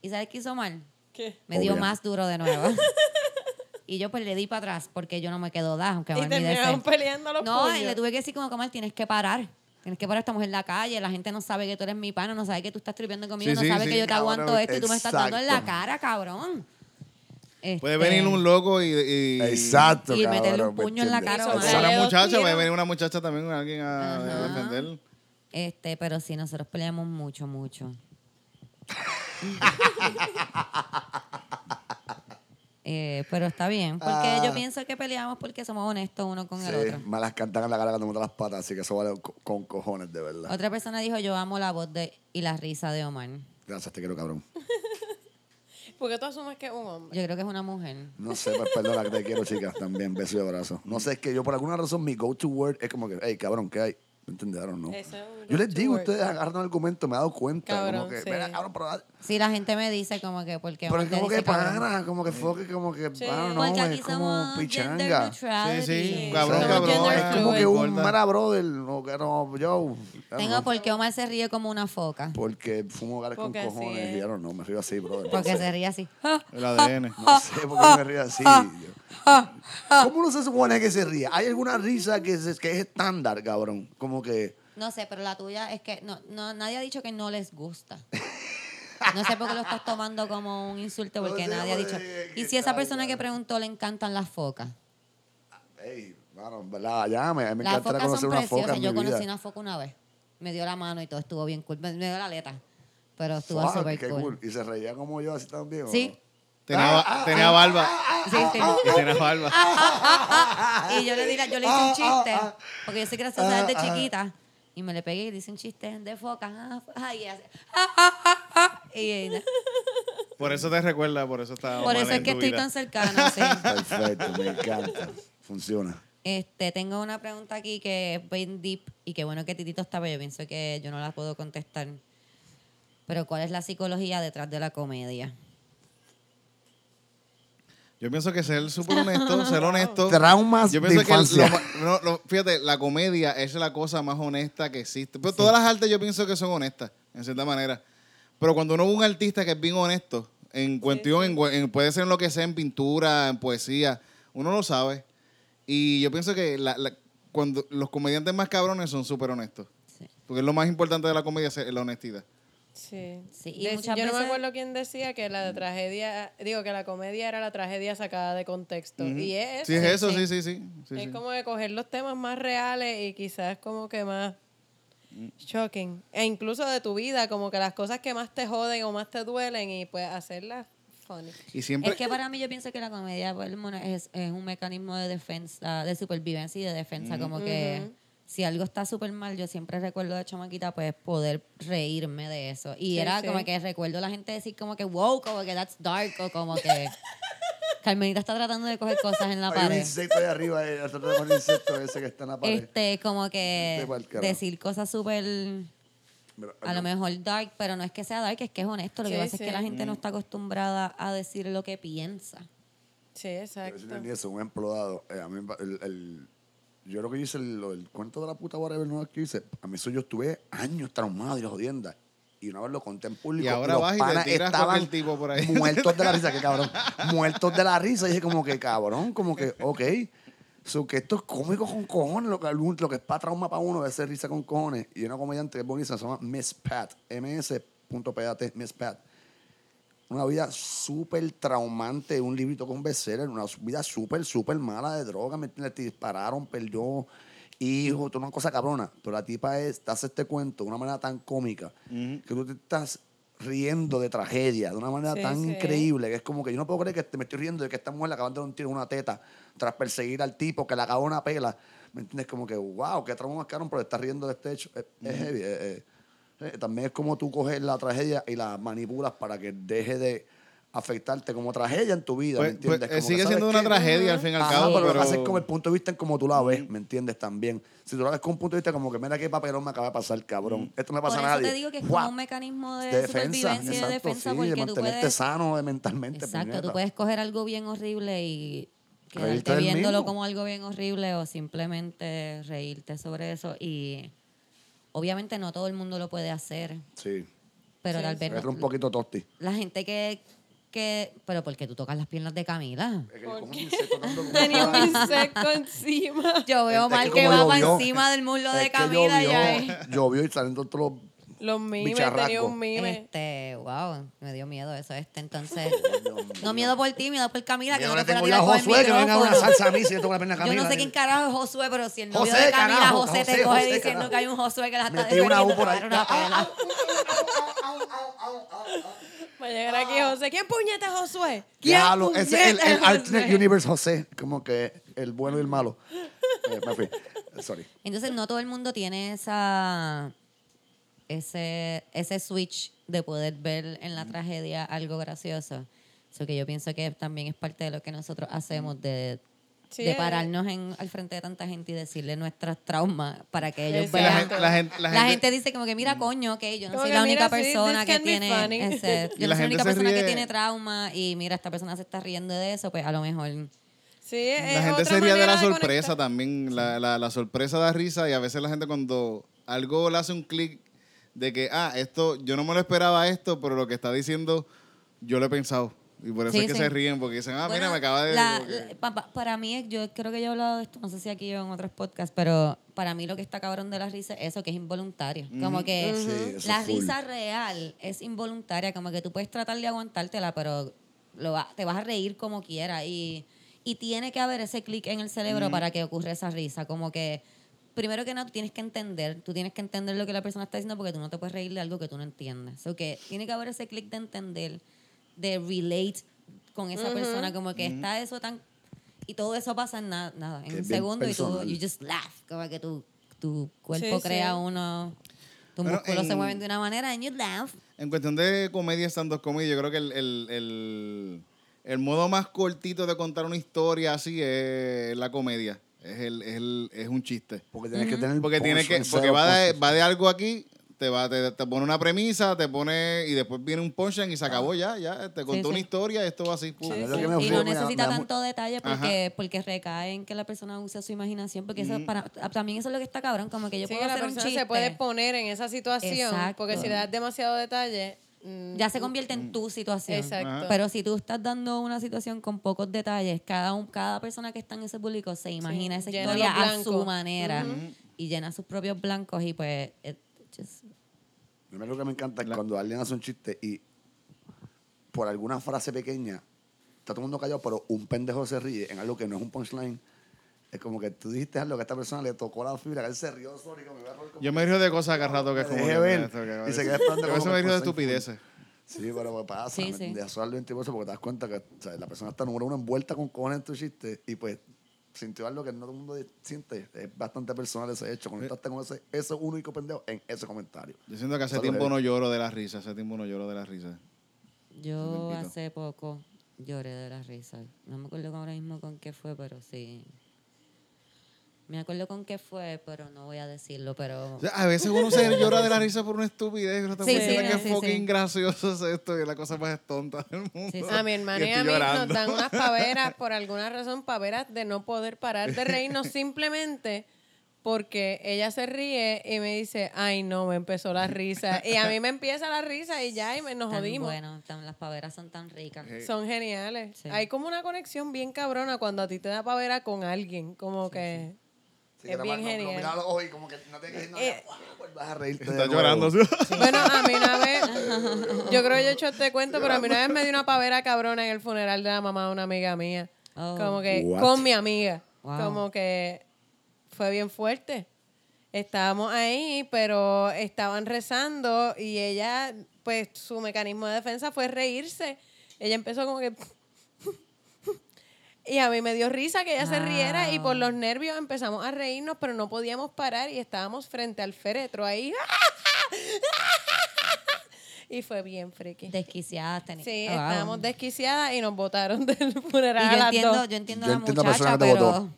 A: ¿Y sabes qué hizo mal?
C: ¿Qué?
A: Me dio
B: Obvio.
A: más duro de nuevo. y yo pues le di para atrás porque yo no me quedo da, aunque
C: Y
A: mal mi deseo.
C: terminaron peleando los
A: No,
C: puños.
A: y le tuve que decir como Kamal, tienes que parar. Tienes que parar, estamos en la calle, la gente no sabe que tú eres mi pana, no sabe que tú estás tripeando conmigo,
D: Sí,
A: no
D: sí,
A: sabe
D: sí, Ah,
A: que yo te
B: cabrón,
A: aguanto esto y tú me estás dando en la
B: exacto.
A: cara, cabrón.
D: Puede
A: Este,
D: venir un loco y... y-
B: Exacto,
A: Y meterle
B: cabrón,
A: un
B: ¿me
A: puño en la
B: entiendes?
A: cara,
D: O
A: Exacto.
C: Dale
D: una
C: dos
D: muchacha,
C: tiros.
D: puede venir una muchacha también, alguien a, a
A: Ajá.
D: defender.
A: Este, pero sí, nosotros peleamos mucho, mucho. Eh, pero está bien, porque yo
B: Ah.
A: pienso que peleamos porque somos honestos uno con el
B: Sí,
A: otro.
B: me las cantan en la cara cuando me dan las patas, así que eso vale co- con cojones, de verdad.
A: Otra persona dijo, yo amo la voz de y la risa de Omar.
B: Gracias, te quiero, cabrón.
C: Porque tú asumes que es un hombre.
A: Yo creo que es una mujer.
B: No sé, pues perdona que te quiero, chicas, también. Beso y abrazo. No sé, es que yo por alguna razón mi go-to word es como que, hey, cabrón, ¿qué hay? ¿Me entendieron? No.
C: Eso es un
B: Yo les
C: go-to
B: digo,
C: word.
B: ustedes agarran el argumento, me he dado cuenta.
C: Cabrón,
B: como que,
C: sí.
B: "Mira, cabrón, pero, ah,
A: Sí, la gente me dice como que porque
B: pero
A: Omar
B: es
A: te
B: como que
A: dice cabrón.
B: pana, como que foque, como que,
C: Sí.
B: ah, no,
A: Porque
B: es
A: aquí
B: como
A: somos gender
B: pichanga.
A: neutrality.
D: Sí, sí,
B: Cabrón,
D: Somos
B: cabrón,
C: gender
B: es como que un
D: fluid.
B: mera brother, no, que no, yo. I don't
A: Tengo
B: know.
A: por qué Omar se ríe como una foca.
B: Porque fumo hogares con
C: Porque así
B: cojones
C: es.
B: y ahora no, me río así, brother.
A: Porque se ríe así.
D: El ADN.
A: ah,
B: No sé por qué me río así. ¿Cómo no se supone que se ría? Hay alguna risa que es, que es estándar, cabrón. Como que.
A: No sé, pero la tuya es que no, no, nadie ha dicho que no les gusta. No sé por qué lo estás tomando como un insulto,
B: No
A: porque
B: sé, pues, eh,
A: nadie ha dicho.
B: porque-
A: Y si a esa
B: Ay,
A: persona que
B: cara.
A: preguntó le encantan las focas.
B: Ey, mano, en verdad, ya me, me
A: las
B: encantaría
A: focas
B: conocer
A: son
B: una
A: preciosas.
B: foca en mi
A: Yo conocí
B: vida.
A: una foca una vez. Me dio la mano y todo, estuvo bien cool. Me, me dio la aleta. Pero estuvo
B: Fuck,
A: súper
B: qué
A: cool.
B: cool. Y se reía como yo así también. ¿o
A: Sí.
D: Tenía, ba- tenía barba.
A: Sí, sí.
B: Ah,
D: Y tenía barba.
A: Ah. Y yo le, di la- yo le hice un chiste, porque yo soy graciosa desde chiquita. Y me le pegué y le hice un chiste de foca. Ah, f- ah, y hace, ah, ah, ah, ah. Y ella-
D: Por eso te recuerda, por eso está
A: por
D: mal
A: eso es
D: en
A: que
D: tu
A: estoy
D: vida.
A: tan cercana. sí.
B: no? Perfecto, me encanta. Funciona.
A: Este, tengo una pregunta aquí que es bien deep y qué bueno que Titito está, pero yo pienso que yo no la puedo contestar. Pero ¿cuál es la psicología detrás de la comedia?
D: Yo pienso que ser súper honesto, ser honesto.
B: Traumas
D: Yo
B: de
D: pienso que lo
B: infancia.
D: ma- no, lo- fíjate, la comedia es la cosa más honesta que existe. Pero todas las artes yo pienso que son honestas, en cierta manera. Pero cuando uno ve un artista que es bien honesto, en cuestión, en cue- en- puede ser en lo que sea, en pintura, en poesía, uno lo sabe. Y yo pienso que la- la- cuando los comediantes más cabrones son súper honestos.
A: Sí.
D: Porque es lo más importante de la comedia, es la honestidad.
C: Sí.
A: Sí, y
C: Dec-
A: muchas
C: yo no me
A: veces-
C: acuerdo quién decía que la tragedia, digo que la comedia era la tragedia sacada de contexto. Y es eso.
D: Sí, es eso,
A: sí.
D: sí, sí, sí. sí,
C: es
D: sí.
C: como de coger los temas más reales y quizás como que más shocking. E incluso de tu vida, como que las cosas que más te joden o más te duelen y pues hacerlas funny.
D: Y siempre...
A: Es que para mí yo pienso que la comedia por el mono, es, es un mecanismo de defensa, de supervivencia y de defensa,
B: Mm.
A: como que si algo está súper mal, yo siempre recuerdo de chamaquita pues poder reírme de eso. Y
C: Sí,
A: era
C: sí.
A: como que recuerdo a la gente decir como que wow, como que that's dark o como que Carmenita está tratando de coger cosas en la
B: Hay un
A: pared.
B: insecto ahí arriba, eh, tratando con el insecto ese que está en la pared.
A: Este, como que
B: De pa'l carajo.
A: decir cosas súper
B: Mira,
A: a lo mejor dark, pero no es que sea dark, es que es honesto. Lo que
C: Sí,
A: pasa es que
C: sí.
A: la gente
B: Mm.
A: no está acostumbrada a decir lo que piensa.
C: Sí,
B: Yo
C: exacto.
B: soy un nieto, un emplodado. Eh, a mí, me pa- el, el- yo creo que hice el, lo- el cuento de la puta whatever no que hice. A mí eso yo estuve años traumado de jodienda. Y una vez lo conté en público.
D: Y ahora
B: los
D: vas y le
B: panas
D: tiras con
B: estaban
D: el tipo por ahí.
B: Muertos de la risa, que cabrón. Muertos de la risa. Y dije como que cabrón, como que, ok. So, que esto es cómico con cojones, lo que, algún- lo que es para trauma para uno, de hacer risa con cojones. Y una comediante que es bonita, se llama Miss Pat, ms.pat, Miss Pat una vida súper traumante, un librito con bestseller, una vida súper, súper mala de droga, ¿me entiendes? Te dispararon, perdió hijo, toda una cosa cabrona. Pero la tipa es, te hace este cuento de una manera tan cómica que tú te estás riendo de tragedia, de una manera
C: Sí,
B: tan
C: sí.
B: increíble, que es como que yo no puedo creer que te- me estoy riendo de que esta mujer le acaban de dar un tiro en una teta tras perseguir al tipo que le acabó una pela. ¿Me entiendes? Como que, wow, qué trauma más cabrón, pero te estás riendo de este hecho. Es, es heavy. eh, eh. Eh, También es como tú coges la tragedia y la manipulas para que deje de afectarte como tragedia en tu vida,
D: Pues-
B: ¿me entiendes?
D: pues, eh,
B: Como que,
D: sigue
B: ¿sabes
D: siendo una
B: qué?
D: tragedia al fin y al
B: Ajá,
D: cabo,
B: pero, lo
D: pero-
B: que haces como el punto de vista en como tú la ves, ¿me entiendes? También. Si tú la ves con un punto de vista como que, mira qué papelón me acaba de pasar, cabrón. Esto no le
A: Por
B: pasa
A: eso
B: a nadie.
A: te digo que es
B: ¡Guau!
A: como un mecanismo de,
B: de defensa,
A: supervivencia y
B: exacto,
A: de defensa
B: sí, de
A: porque tú
B: mantenerte
A: puedes...
B: sano de mentalmente.
A: Exacto, tú
B: puñeta.
A: puedes coger algo bien horrible y
B: Reírte
A: quedarte
B: del
A: viéndolo
B: mismo.
A: como algo bien horrible o simplemente reírte sobre eso y obviamente no todo el mundo lo puede hacer,
B: Sí,
A: pero
C: Sí,
A: tal vez
B: pero
A: no-
B: un poquito tosti.
A: la gente que que pero porque tú tocas las piernas de Camila.
B: Es
C: ¿Por
B: como un
C: qué?
B: insecto tanto como-
C: Tenía un insecto encima.
A: Yo veo
B: Es que
A: mal que
B: como
A: va para
B: llovió,
A: encima del muslo
B: es
A: de
B: que
A: Camila ya.
B: llovió, Llovió y saliendo todos los
C: Los mimes, tenía
B: Bicharraco.
C: un mime.
A: Este, wow, me dio miedo eso este entonces.
B: Dios mío.
A: No miedo por ti, miedo por Camila que
B: Mira,
A: no
B: yo
A: te
B: le
A: fuera a
B: tengo
A: tirar con el
B: ya a Josué que venga una
A: micrófono.
B: salsa a mí si yo tengo la pena eh. Camila.
A: Yo no sé quién carajo es Josué, pero si el novio
B: José,
A: de Camila,
B: carajo,
A: José, te
B: José,
A: coge
B: José,
A: diciendo
B: carajo.
A: que hay un Josué que la está
B: Metí una
A: defendiendo,
B: U por ahí. Ah,
A: te va a dar una pena.
C: Va a llegar aquí José. ¿Quién puñeta es Josué? ¿Quién
B: Diablo, ese es el,
C: puñeta
B: el
C: es
B: alternate
C: Josué?
B: universe José, como que el bueno y el malo. Eh, me fui. Sorry.
A: Entonces, no todo el mundo tiene esa ese, ese switch de poder ver en
B: Mm.
A: la tragedia algo gracioso. Eso que yo pienso que también es parte de lo que nosotros hacemos, de,
C: Sí,
A: de
C: eh.
A: pararnos en, al frente de tanta gente y decirle nuestras traumas para que ellos
C: Exacto. La
A: vean.
C: gen-
D: pues, la gen- la
A: La
D: gente- Mm.
A: gente dice como que, mira, coño, que yo no
C: Como
A: soy
C: que,
A: la única
C: "Mira, sí,
A: persona
C: this
A: que
C: can be funny".
A: tiene ese,
D: Y
A: yo no
D: la
A: soy la única
D: gente se
A: persona que
D: ríe.
A: tiene trauma y mira, esta persona se está riendo de eso, pues a lo mejor...
C: Sí, es
D: La gente
C: otra
D: se ríe de
C: manera
D: la
C: conectar.
D: sorpresa también. La, la- la sorpresa da risa y a veces la gente cuando algo le hace un clic de que, ah, esto, yo no me lo esperaba esto, pero lo que está diciendo, yo lo he pensado. Y por eso
A: Sí,
D: es que
A: sí.
D: se ríen, porque dicen, ah,
A: Bueno,
D: mira, me acaba de...
A: la-
D: como que-
A: la- pa- pa- para mí, yo creo que yo he hablado de esto, no sé si aquí o en otros podcasts, pero para mí lo que está cabrón de la risa es eso, que es involuntario. Como que
B: Sí, eso
A: la
B: full.
A: risa real es involuntaria, como que tú puedes tratar de aguantártela, pero lo va- te vas a reír como quiera y, y tiene que haber ese clic en el cerebro para que ocurra esa risa, como que... Primero que nada, tú tienes que entender, tú tienes que entender lo que la persona está diciendo porque tú no te puedes reír de algo que tú no entiendes. O que tiene que haber ese clic de entender, de relate con esa persona, como que está eso tan... Y todo eso pasa en na- nada, en
B: Que
A: un
B: es bien
A: segundo y tú,
B: personal.
A: you just laugh, como que tu, tu cuerpo
C: Sí,
A: crea
C: sí.
A: uno, tus
D: Bueno,
A: músculos se
D: en-
A: mueven de una manera and you laugh.
D: En cuestión de comedia, stand-up comedy, yo creo que el, el, el- el modo más cortito de contar una historia así es la comedia. Es, el, es, el- es un chiste.
B: Porque tienes que tener.
D: Porque, tiene que,
B: punchline,
D: porque
B: cero
D: va, de,
B: punchline.
D: va de algo aquí, te, va, te, te pone una premisa, te pone y después viene un punchline y se acabó ya, ya. Te contó
A: sí.
D: una historia, esto va así. pum.
B: A mí lo
A: Sí,
B: que me
A: y
B: ofrece-
A: no
B: me da-
A: necesita
B: me da mu-
A: tanto detalle porque, porque recae en que la persona usa su imaginación, porque eso para, ah, también eso es lo que está cabrón, como que yo
C: Sí,
A: puedo
C: que la
A: hacer un
C: persona
A: chiste.
C: se puede poner en esa situación
A: Exacto.
C: porque si le das demasiado detalle mm,
A: ya se convierte en tu situación.
C: Exacto. Ajá.
A: Pero si tú estás dando una situación con pocos detalles, cada, un, cada persona que está en ese público se imagina esa
C: llena los
A: historia a su
C: blancos.
A: manera y llena sus propios blancos y pues... it just-
B: A mí lo que me encanta es cuando alguien hace un chiste y por alguna frase pequeña está todo el mundo callado, pero un pendejo se ríe en algo que no es un punchline. Es como que tú dijiste algo que a esta persona le tocó la fibra, que él se rió, sorry, como que me voy a reír como-
D: Yo me río de cosas cada rato que es
B: Me
D: como...
B: dejé
D: que,
B: ver.
D: mira, esto que acaba
B: Y
D: de
B: se
D: decir.
B: queda esperando
D: Yo a veces
B: como
D: me río
B: que pase
D: de
B: el
D: estupideces.
B: Sí, pero me pasa,
A: Sí,
B: ¿me
A: sí.
B: entiendes? Eso es algo antiguo porque te das cuenta que o sea, la persona está número uno envuelta con cojones en tu chiste y pues sintió algo que no todo el mundo siente. Es bastante personal ese hecho. Conectaste con ese, ese único pendejo en ese comentario.
D: Yo siento que hace
B: Solo
D: tiempo
B: que-
D: no lloro de la risa, hace tiempo no lloro de la risa.
A: Yo
D: Bendito.
A: hace poco lloré de la risa. No me acuerdo ahora mismo con qué fue, pero sí. Me acuerdo con qué fue, pero no voy a decirlo, pero...
D: O sea, a veces uno se llora de la risa por una estupidez. Pero
A: Sí,
D: sí,
A: sí,
D: que
A: sí, sí.
D: fucking gracioso es esto y es la cosa más tonta del mundo.
A: Sí, sí.
C: a mi hermana y,
D: estoy
C: a mí
D: llorando.
C: nos dan unas paveras por alguna razón paveras de no poder parar de reírnos simplemente porque ella se ríe y me dice ay no me empezó la risa y a mí me empieza la risa y ya y me, nos
A: tan
C: jodimos
A: bueno, tan- las paveras son tan ricas.
C: Son geniales.
A: Sí.
C: Hay como una conexión bien cabrona cuando a ti te da pavera con alguien. Como que.
B: Sí,
C: Es
B: pero
C: bien
B: no- no-
C: genial.
B: No, mira los ojos y como que no te quedes nada.
C: Eh.
B: pues vas a reírte.
D: Está
B: de nuevo.
D: llorando. ¿sí?
C: Bueno, a mí una vez. Yo creo que yo he hecho este cuento, pero a mí una vez me dio una pavera cabrona en el funeral de la mamá de una amiga mía.
A: Oh.
C: Como que.
B: What?
C: Con mi amiga.
A: Wow.
C: Como que. Fue bien fuerte. Estábamos ahí, pero estaban rezando y ella, pues su mecanismo de defensa fue reírse. Ella empezó como que. Y a mí me dio risa que ella se riera y por
A: Wow.
C: los nervios empezamos a reírnos, pero no podíamos parar y estábamos frente al féretro ahí. Y fue bien friki.
A: Desquiciadas tenía.
C: Sí,
A: Ah, Wow.
C: estábamos desquiciadas y nos botaron del funeral
A: Y
C: a
A: yo
C: las
A: entiendo,
C: dos.
A: yo entiendo a
B: Yo
A: la
B: entiendo a la
A: muchacha,
B: persona que te
A: pero.
B: votó.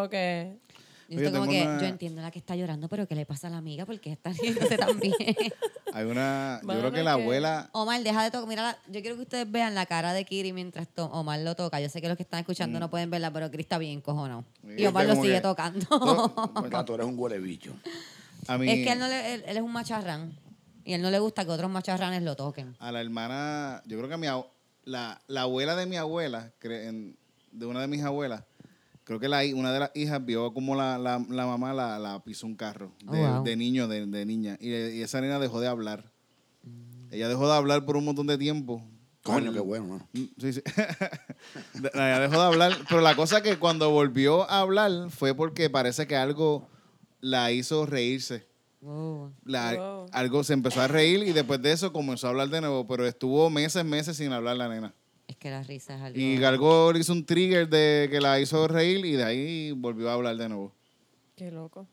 C: Como que...
A: Yo,
D: Oye,
A: estoy como
D: tengo
A: que,
D: una-
A: yo entiendo la que está llorando, pero ¿qué le pasa a la amiga? Porque está riéndose también.
D: Hay una. Yo creo
C: Mano,
D: que la
C: que-
D: abuela.
A: Omar, deja de tocar. Mira, la- yo quiero que ustedes vean la cara de Kiri mientras to- Omar lo toca. Yo sé que los que están
B: Mm.
A: escuchando no pueden verla, pero Kiri está bien cojonado. Y
D: este,
A: Omar lo
D: como
A: sigue
D: que-
A: tocando.
D: to- bueno,
B: Gato, eres un huele bicho.
D: a mí.
A: Es que él, no le- él- él es un macharrán. Y él no le gusta que otros macharranes lo toquen.
D: a la hermana, yo creo que a mi ab- la, la abuela de mi abuela, cre- en- de una de mis abuelas, creo que la, hi- una de las hijas vio como la, la- la mamá la, la pisó un carro
A: Oh,
D: de,
A: wow.
D: de niño, de, de niña. Y, y esa nena dejó de hablar.
A: Mm.
D: Ella dejó de hablar por un montón de tiempo.
B: Coño,
D: Al-
B: qué bueno, mano.
D: Mm, Sí, sí. De- la dejó de hablar. Pero la cosa que cuando volvió a hablar fue porque parece que algo la hizo reírse
A: Oh.
D: la-
C: Wow.
D: algo se empezó a reír y después de eso comenzó a hablar de nuevo, pero estuvo meses, meses sin hablar la nena.
A: Es que la risa es algo.
D: Y Galgo le hizo un trigger de que la hizo reír y de ahí volvió a hablar de nuevo.
C: Qué loco.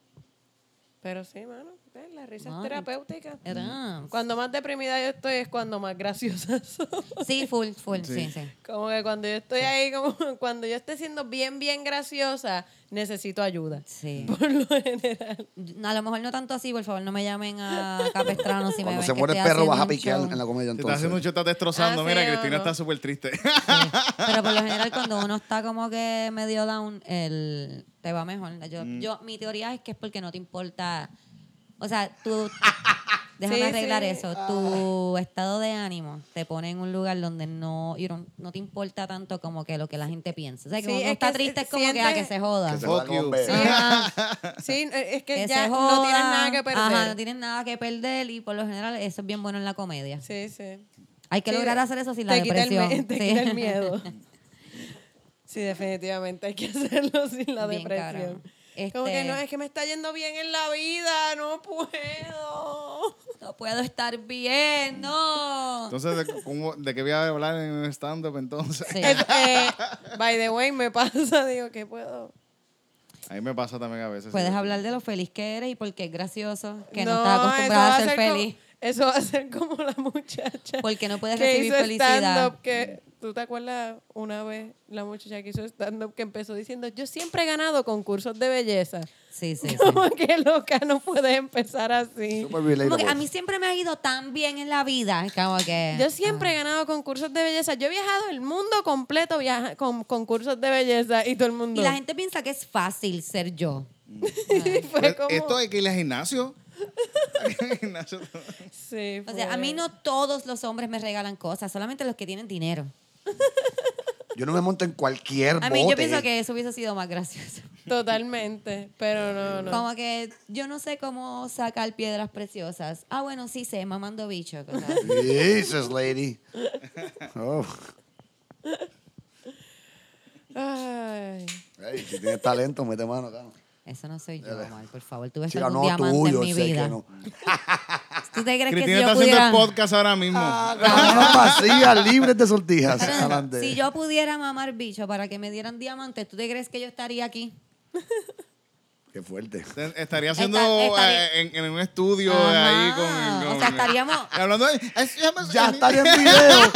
C: Pero sí, mano. ves, La risa
A: Mano,
C: es terapéutica.
B: mm.
A: Era-
C: Cuando más deprimida yo estoy es cuando más graciosa soy.
A: Sí, full, full, sí, sí.
C: Como que cuando yo estoy ahí, como cuando yo esté siendo bien, bien graciosa, necesito ayuda.
A: Sí.
C: Por lo general.
A: A lo mejor no tanto así, por favor, no me llamen a Capestrano si me ven
B: Cuando se
A: que
B: muere el
A: estoy
B: perro, vas
A: haciendo
B: a
A: un
B: piquear
A: show.
B: en la comedia
D: Te está
B: entonces.
D: haciendo mucho, está destrozando.
C: Ah, sí,
D: Mira,
C: no, no.
D: Cristina está súper triste.
A: Este, Pero por lo general, cuando uno está como que medio down, el, te va mejor. Yo,
C: Mm.
A: yo, mi teoría es que es porque no te importa. O sea, tú. Déjame
C: Sí,
A: arreglar
C: sí. Ah.
A: eso. Tu estado de ánimo te pone en un lugar donde no, you don't- no te importa tanto como que lo que la gente piensa. O sea, que
C: Sí,
A: cuando uno
C: es
A: está
C: que
A: triste
C: se-
A: es como que, ah, que se joda.
B: Que se
D: Fuck
B: va como
D: you.
B: perro.
C: Sí, sí, eh, es que,
A: Que
C: ya
A: se
C: no tienes
A: joda.
C: nada que perder.
A: Ajá, no tienes nada que perder y por lo general eso es bien bueno en la comedia.
C: Sí, sí.
A: Hay que
C: Sí,
A: lograr hacer eso sin la
C: te quita el
A: depresión.
C: mie- te
A: Sí.
C: quita el miedo. Sí, definitivamente hay que hacerlo sin la
A: Bien,
C: depresión.
A: cabrón.
C: Como que
A: Este-
C: no, es que me está yendo bien en la vida, no puedo.
A: No puedo estar bien, no.
D: Entonces, ¿de, cómo- de qué voy a hablar en un stand-up entonces?
A: Sí.
C: Es- eh, by the way, me pasa, digo, ¿qué puedo?
D: A mí me pasa también a veces.
A: Puedes
D: sí.
A: hablar de lo feliz que eres y por qué es gracioso, que no, estás acostumbrada a
C: eso
A: ser
C: va como-
A: feliz.
C: eso va a ser como la muchacha.
A: Porque no puedes
C: que
A: recibir
C: hizo
A: felicidad.
C: stand-up, Que, ¿Tú te acuerdas una vez la muchacha que hizo stand-up que empezó diciendo, yo siempre he ganado concursos de belleza?
A: Sí, sí, sí.
C: Como que loca, no puedes empezar así.
B: Super
A: Como que
B: relatable.
A: a mí siempre me ha ido tan bien en la vida. Como que.
C: Yo siempre he ganado concursos de belleza. Yo he viajado el mundo completo viaja con concursos de belleza y todo el
A: ah. Y
C: mundo.
A: la gente piensa que es fácil ser yo.
C: fue
D: Pero
C: como-
D: Pues, Esto hay que ir al gimnasio. Hay que ir al gimnasio.
C: Sí,
A: O
C: fue-
A: sea, a mí no todos los hombres me regalan cosas, solamente los que tienen dinero.
B: Yo no me monto en cualquier bote.
A: A mí yo pienso que eso hubiese sido más gracioso.
C: Totalmente, pero no, no.
A: Como que yo no sé cómo sacar piedras preciosas. Ah, bueno, sí sé, mamando bicho. cosas así.
B: Jesus, lady. Oh.
C: Ay.
B: Ey, si tienes talento, mete mano acá.
A: Eso no soy yo, Omar, por favor. Tú ves
B: Eh, Chica,
A: algún
B: no,
A: diamante
B: tú,
A: en
B: yo
A: mi
B: sé
A: vida.
B: que no.
A: ¿Tú te crees
D: Cristina
A: que si
D: está
A: yo
D: haciendo
A: pudiera...
D: el podcast ahora mismo.
B: Manos vacías, libres de sortijas. Adelante.
A: Si yo pudiera mamar bicho para que me dieran diamantes, ¿tú te crees que yo estaría aquí?
B: Qué fuerte.
D: Te- Estaría haciendo
A: estaría-
D: eh, en, en un estudio
A: Ajá.
D: ahí con,
A: O
D: con-
A: sea, estaríamos-
D: y hablando de-
B: Ya estar en video.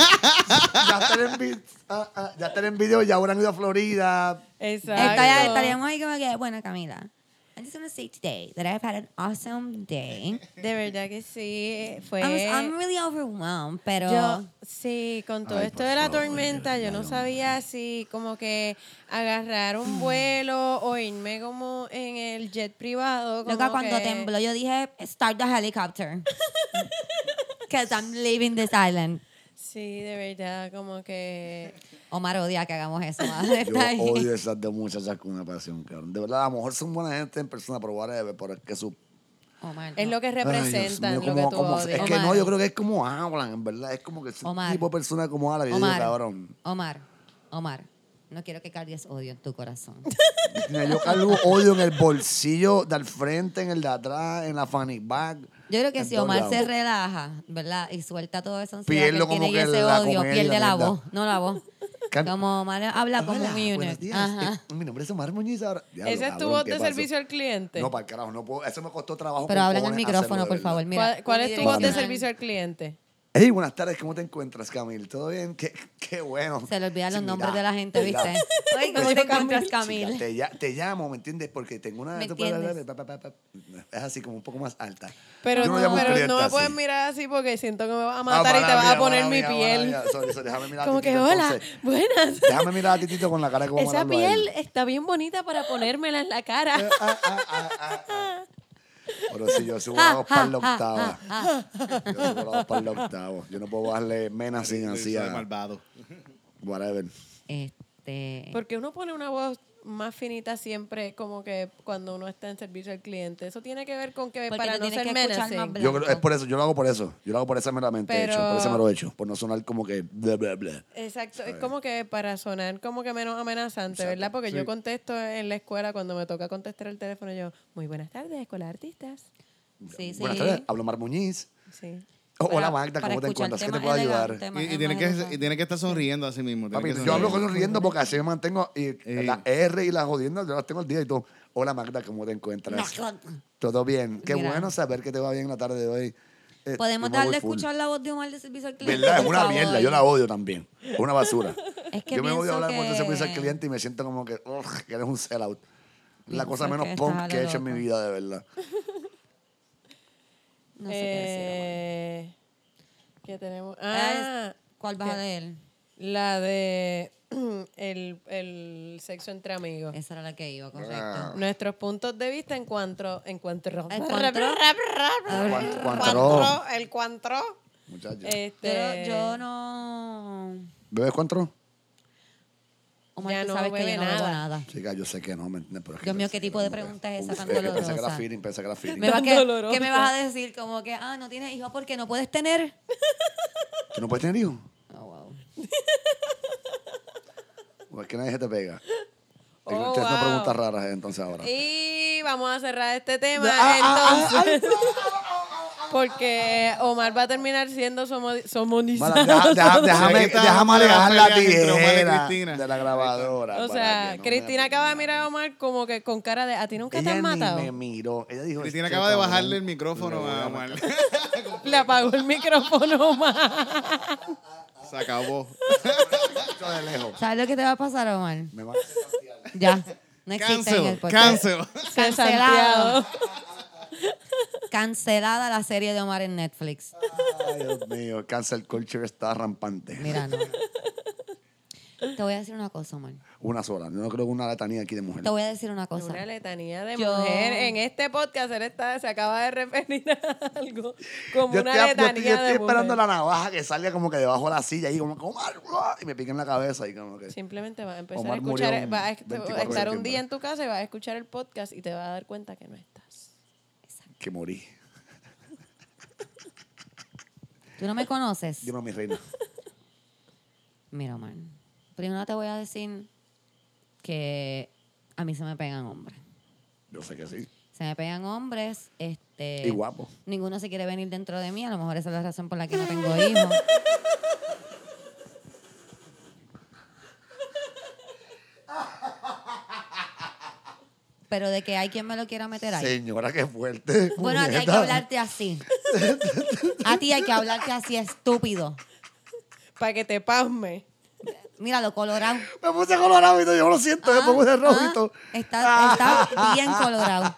B: ya estar en video. ya estar en video. Ya habrán ido a Florida.
C: Exacto.
A: Estaría- estaríamos ahí como que, bueno, Camila, I just want to say today that I've had an awesome day.
C: De verdad que sí. Fue.
A: I'm, I'm really overwhelmed, pero...
C: Pues Yo, sí, con todo
B: Ay,
C: esto
B: por
C: de la
B: favor,
C: tormenta, yo no sabía si como que agarrar un vuelo o irme como en el jet privado. Como
A: Loca, cuando
C: que-
A: tembló, yo dije, start the helicopter. Because I'm leaving this island.
C: Sí, de verdad, como que.
A: Omar odia que hagamos eso. madre,
B: Yo
A: está ahí.
B: odio esas dos muchachas con una pasión, cabrón. De verdad, a lo mejor son buena gente en persona, pero whatever, pero es que su...
A: Omar,
C: Es
A: no.
C: lo que representan,
B: Ay, Dios mío,
C: lo
B: cómo-
C: que tú
B: cómo-
C: odias.
B: Es que
A: Omar.
B: no, yo creo que es como hablan, en verdad. Es como que es un
A: Omar.
B: tipo de persona como habla. y yo digo,
A: Omar,
B: cabrón.
A: Omar, Omar, no quiero que cargues odio en tu corazón.
B: Mira, yo cargo odio en el bolsillo del frente, en el de atrás, en la fanny bag.
A: Yo creo que
B: en
A: si
B: todos
A: Omar se
B: lados.
A: relaja, ¿verdad? Y suelta todo eso
B: Pierdo como
A: tiene y
B: que
A: ese
B: la
A: odio,
B: comedia,
A: pierde la
B: la verdad.
A: voz, no la voz.
B: Can-
A: Como Omar habla como
B: Hola,
A: un unit.
B: buenos días.
A: Ajá.
B: Eh, mi nombre es Omar Muñiz ahora. Diablo,
C: Ese es tu
B: cabrón,
C: voz
B: ¿qué
C: de
B: pasó?
C: servicio al cliente.
B: No, para el carajo, no puedo. Eso me costó trabajo.
A: Pero
B: con
A: habla en el
B: cojones hacerlo,
A: micrófono,
B: de
A: por
B: verdad.
A: favor. Mira,
C: ¿Cuál, cuál es tu
A: Omar.
C: voz de servicio al cliente?
B: Hey, buenas tardes, ¿cómo te encuentras, Camil? ¿Todo bien? Qué, qué bueno.
A: Se le olvidan los
B: Mira,
A: nombres de la gente,
B: mira,
A: ¿viste? Ay, ¿cómo te encuentras,
B: chica,
A: Camil?
B: te, ya- te llamo, ¿me entiendes? Porque tengo una...
A: ¿Me
B: tú puedes-
A: entiendes?
B: pa, pa, pa, pa. Es así como un poco más alta.
C: Pero
B: Yo
C: no,
B: llamo
C: pero
B: Julieta,
C: no me
B: así.
C: puedes mirar así porque siento que me vas a
B: Ah,
C: matar y te
B: mala
C: vas
B: mía,
C: a poner
B: mala
C: mi
B: mía,
C: piel.
B: mala mía. Sorry, sorry, déjame mirar a
C: Como
B: Titito,
C: que, hola,
B: entonces.
C: buenas.
B: Déjame mirar a Titito con la cara como
C: Esa piel está bien bonita para ponérmela en la cara.
B: Pero si yo subo la dos para la octava. Yo subo la dos para la octava. Yo no puedo bajarle mena sin así
D: Soy
B: a
D: malvado.
B: whatever.
A: Este,
C: Porque uno pone una voz más finita siempre como que cuando uno está en servicio al cliente. Eso tiene que ver con que
A: Porque
C: para
A: te
C: no
A: tienes
C: ser
A: que escuchar
C: menacing.
A: más
B: Yo creo, es por eso, yo lo hago por eso. Yo lo hago por eso meramente
C: Pero-
B: hecho. Por eso me lo he hecho. Por no sonar como que bla bla bla.
C: Exacto, es como que para sonar como que menos amenazante, ¿verdad? Porque yo contesto en la escuela cuando me toca contestar el teléfono, yo, muy buenas tardes, escuela de artistas.
A: sí, sí.
B: Buenas tardes, hablo Mar Muñiz.
C: Sí.
B: Oh,
A: Para-
B: hola Magda,
A: para
B: ¿cómo te
A: escuchar
B: encuentras? ¿Qué te
A: temas
B: puedo ayudar?
A: elegantes,
D: Y,
A: más-
D: y
A: más
D: tiene, que, y
A: educados.
D: tiene que estar sonriendo a sí mismo. tiene
B: Papi,
D: que
B: yo hablo
D: sonreír.
B: con riendo porque así me mantengo. Y la R y las jodiendas yo las tengo al día y todo. Hola Magda, ¿cómo te encuentras?
A: No,
B: Todo bien. Qué
A: Mira.
B: bueno saber que te va bien la tarde de hoy. Eh,
A: Podemos
B: yo me voy
A: darle a
B: full.
A: escuchar la voz de Omar de servicio al cliente.
B: ¿Verdad? Es
A: por
B: una
A: favor?
B: mierda. Yo la odio también. Es una basura.
A: Es que
B: yo me voy
A: pienso
B: a hablar cuando
A: que-
B: se servicio al cliente y me siento como que, "Ugh, que eres un sellout. La cosa
A: Pienso
B: menos
A: que estás
B: punk
A: a lo
B: que he hecho en mi
A: loco.
B: vida, de verdad.
A: No sé qué decir. Omar.
C: Eh, ¿Qué tenemos?
A: Ah,
C: Ah,
A: es- ¿Cuál vas a
C: ¿qué?
A: leer?
C: La de el, el sexo entre amigos.
A: Esa era la que iba, correcto.
C: Nuestros puntos de vista en cuanto... En cuanto
A: ¿En cuantro?
C: cuantro,
B: Cuant- Cuantro.
C: el cuantro.
B: Muchachos.
A: Eh,
C: Este,
A: Yo, yo no...
B: ¿Bebes cuantro?
A: Omar,
C: Ya
A: tú
C: no
A: sabes que
C: bebe
A: yo no bebo
C: nada.
A: nada.
B: Chica, yo sé que no, ¿me entiendes? Pero es que
A: Dios mío, ¿qué
B: pensé que
A: tipo
B: era
A: de
B: mujer.
A: pregunta es esa
B: Uf,
A: tan
B: es que Pensé que era
A: dolorosa?
B: feeling, pensé que era feeling.
A: Me va
C: Tan
A: que,
C: dolorosa.
A: ¿Qué me vas a decir? Como que, ah, no tienes hijos porque no puedes tener...
B: ¿Tú no puedes tener hijos?
A: Oh, wow.
B: ¿O es que nadie se te pega?
C: Oh,
B: Ustedes no
C: wow.
B: preguntas raras eh, entonces ahora.
C: Y vamos a cerrar este tema
B: Ah, ah,
C: entonces. Porque Omar va a terminar siendo somo- somonizado.
B: Mala, deja- deja- déjame,
D: Aquí está
B: déjame
D: la
B: alejar la
D: pelea entre Omar y
B: tijera
D: Cristina.
B: de la grabadora.
C: O
B: para
C: sea,
B: que no me
C: Cristina acaba de
B: apendeje.
C: mirar a Omar como que con cara de a ti nunca te
B: Ella
C: han
B: ni
C: matado.
B: me miró. Ella dijo,
D: Cristina
B: "Este
D: acaba de
B: cabrón
D: bajarle el
B: le
D: micrófono
B: voy
D: a
B: matar".
D: Omar.
C: Le apagó el micrófono Omar.
D: Se acabó.
B: Esto de lejos.
A: ¿Sabes lo que te va a pasar, Omar?
B: Me va a
A: Ya. No existe en el
D: Cancel,
A: podcast.
D: cancel.
C: De
A: Cancelado.
C: Santiago.
A: Cancelada la serie de Omar en Netflix.
B: Ay, Dios mío, cancel culture está rampante.
A: Mira, no. Te voy a decir una cosa, Omar.
B: Una sola. Yo no creo que una letanía aquí de mujer.
A: Te voy a decir una cosa.
C: Una letanía de
A: Yo-
C: mujer. En este podcast él está, se acaba de referir a algo como
B: Yo
C: una
B: estoy, yo estoy- yo
C: letanía
B: estoy
C: de
B: esperando
C: mujer.
B: la navaja que salga como que debajo de la silla y como que Omar, ¡ah! y me pique en la cabeza y como que
C: Simplemente va a empezar
B: Omar
C: a escuchar,
B: murió un
C: va a
B: 24
C: est-
B: de
C: estar un
B: septiembre.
C: día en tu casa y va a escuchar el podcast y te va a dar cuenta que no estás.
B: que morí.
A: Tú no me conoces.
B: Dime mi reina.
A: Mira, Omar. Primero te voy a decir que a mí se me pegan hombres.
B: Yo sé que sí.
A: Se me pegan hombres, este...
B: Y guapo.
A: Ninguno se quiere venir dentro de mí. A lo mejor esa es la razón por la que no tengo hijos. Pero de que hay quien me lo quiera meter ahí.
B: Señora, qué fuerte.
A: Bueno, a ti hay que
B: puñeta.
A: hablarte así. A ti hay que hablarte así, estúpido.
C: Para que te pasme.
A: Míralo, colorado.
B: Me puse colorado y todo, yo lo siento, me pongo de rojo y
A: Ah,
B: todo. Ah.
A: Está, está bien colorado.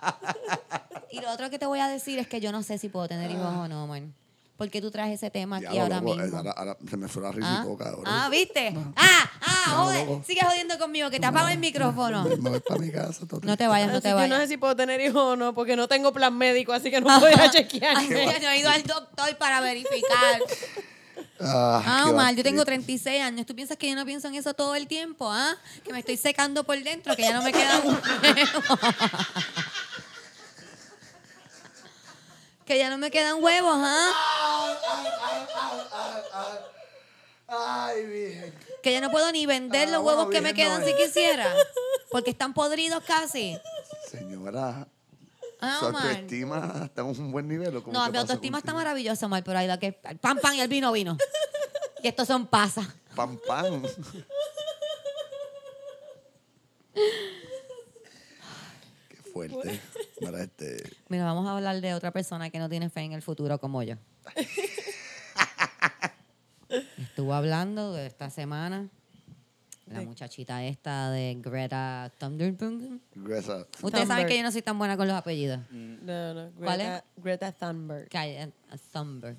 A: Y lo otro que te voy a decir es que yo no sé si puedo tener hijos o no, man. Porque tú traes ese tema aquí
B: Diablo,
A: ahora
B: loco,
A: mismo.
B: ahora- ahora se me fue la risa
A: Ah,
B: y todo, cabrón.
A: ah, ¿viste? Ah, ah,
B: No,
A: joder.
B: loco.
A: Sigue jodiendo conmigo, que te apago el micrófono.
B: Me- Me voy para mi casa. todo
A: No te
B: triste.
A: vayas, no
C: Así
A: te
C: que no sé
A: vayas.
C: si puedo tener hijos o no, porque no tengo plan médico, así que no puedo ir a
A: Así que
C: chequearme.
A: yo he ido al doctor para verificar.
B: Ah,
A: Ah,
B: qué
A: Omar, yo tengo
B: bastante.
A: 36 años. ¿Tú piensas que yo no pienso en eso todo el tiempo? ¿Ah? Que me estoy secando por dentro, que ya no me queda un huevo. que ya no me quedan huevos, ¿ah?
B: Ay, virgen.
A: Que ya no puedo ni vender
B: Ah,
A: los
B: bueno,
A: huevos que me
B: bien,
A: quedan
B: no,
A: si
B: eh.
A: quisiera. Porque están podridos casi.
B: Señora,
A: Ah,
B: su
A: Omar.
B: autoestima está en un buen nivel. ¿o cómo
A: No,
B: que
A: mi
B: pasa
A: autoestima está
B: contigo?
A: maravillosa, Omar, pero hay la que. Pan, pan y el vino, vino. Y estos son pasas.
B: Pam, pam. Qué fuerte. Mira, este.
A: Mira, vamos a hablar de otra persona que no tiene fe en el futuro como yo. estuvo hablando de esta semana. La
C: De-
A: muchachita esta de Greta Thunberg.
B: Greta.
A: Ustedes saben
C: Thunberg.
A: que yo no soy tan buena con los apellidos.
C: No, no. Greta,
A: ¿Cuál
C: Greta Thunberg.
A: Calla- uh, Thunberg.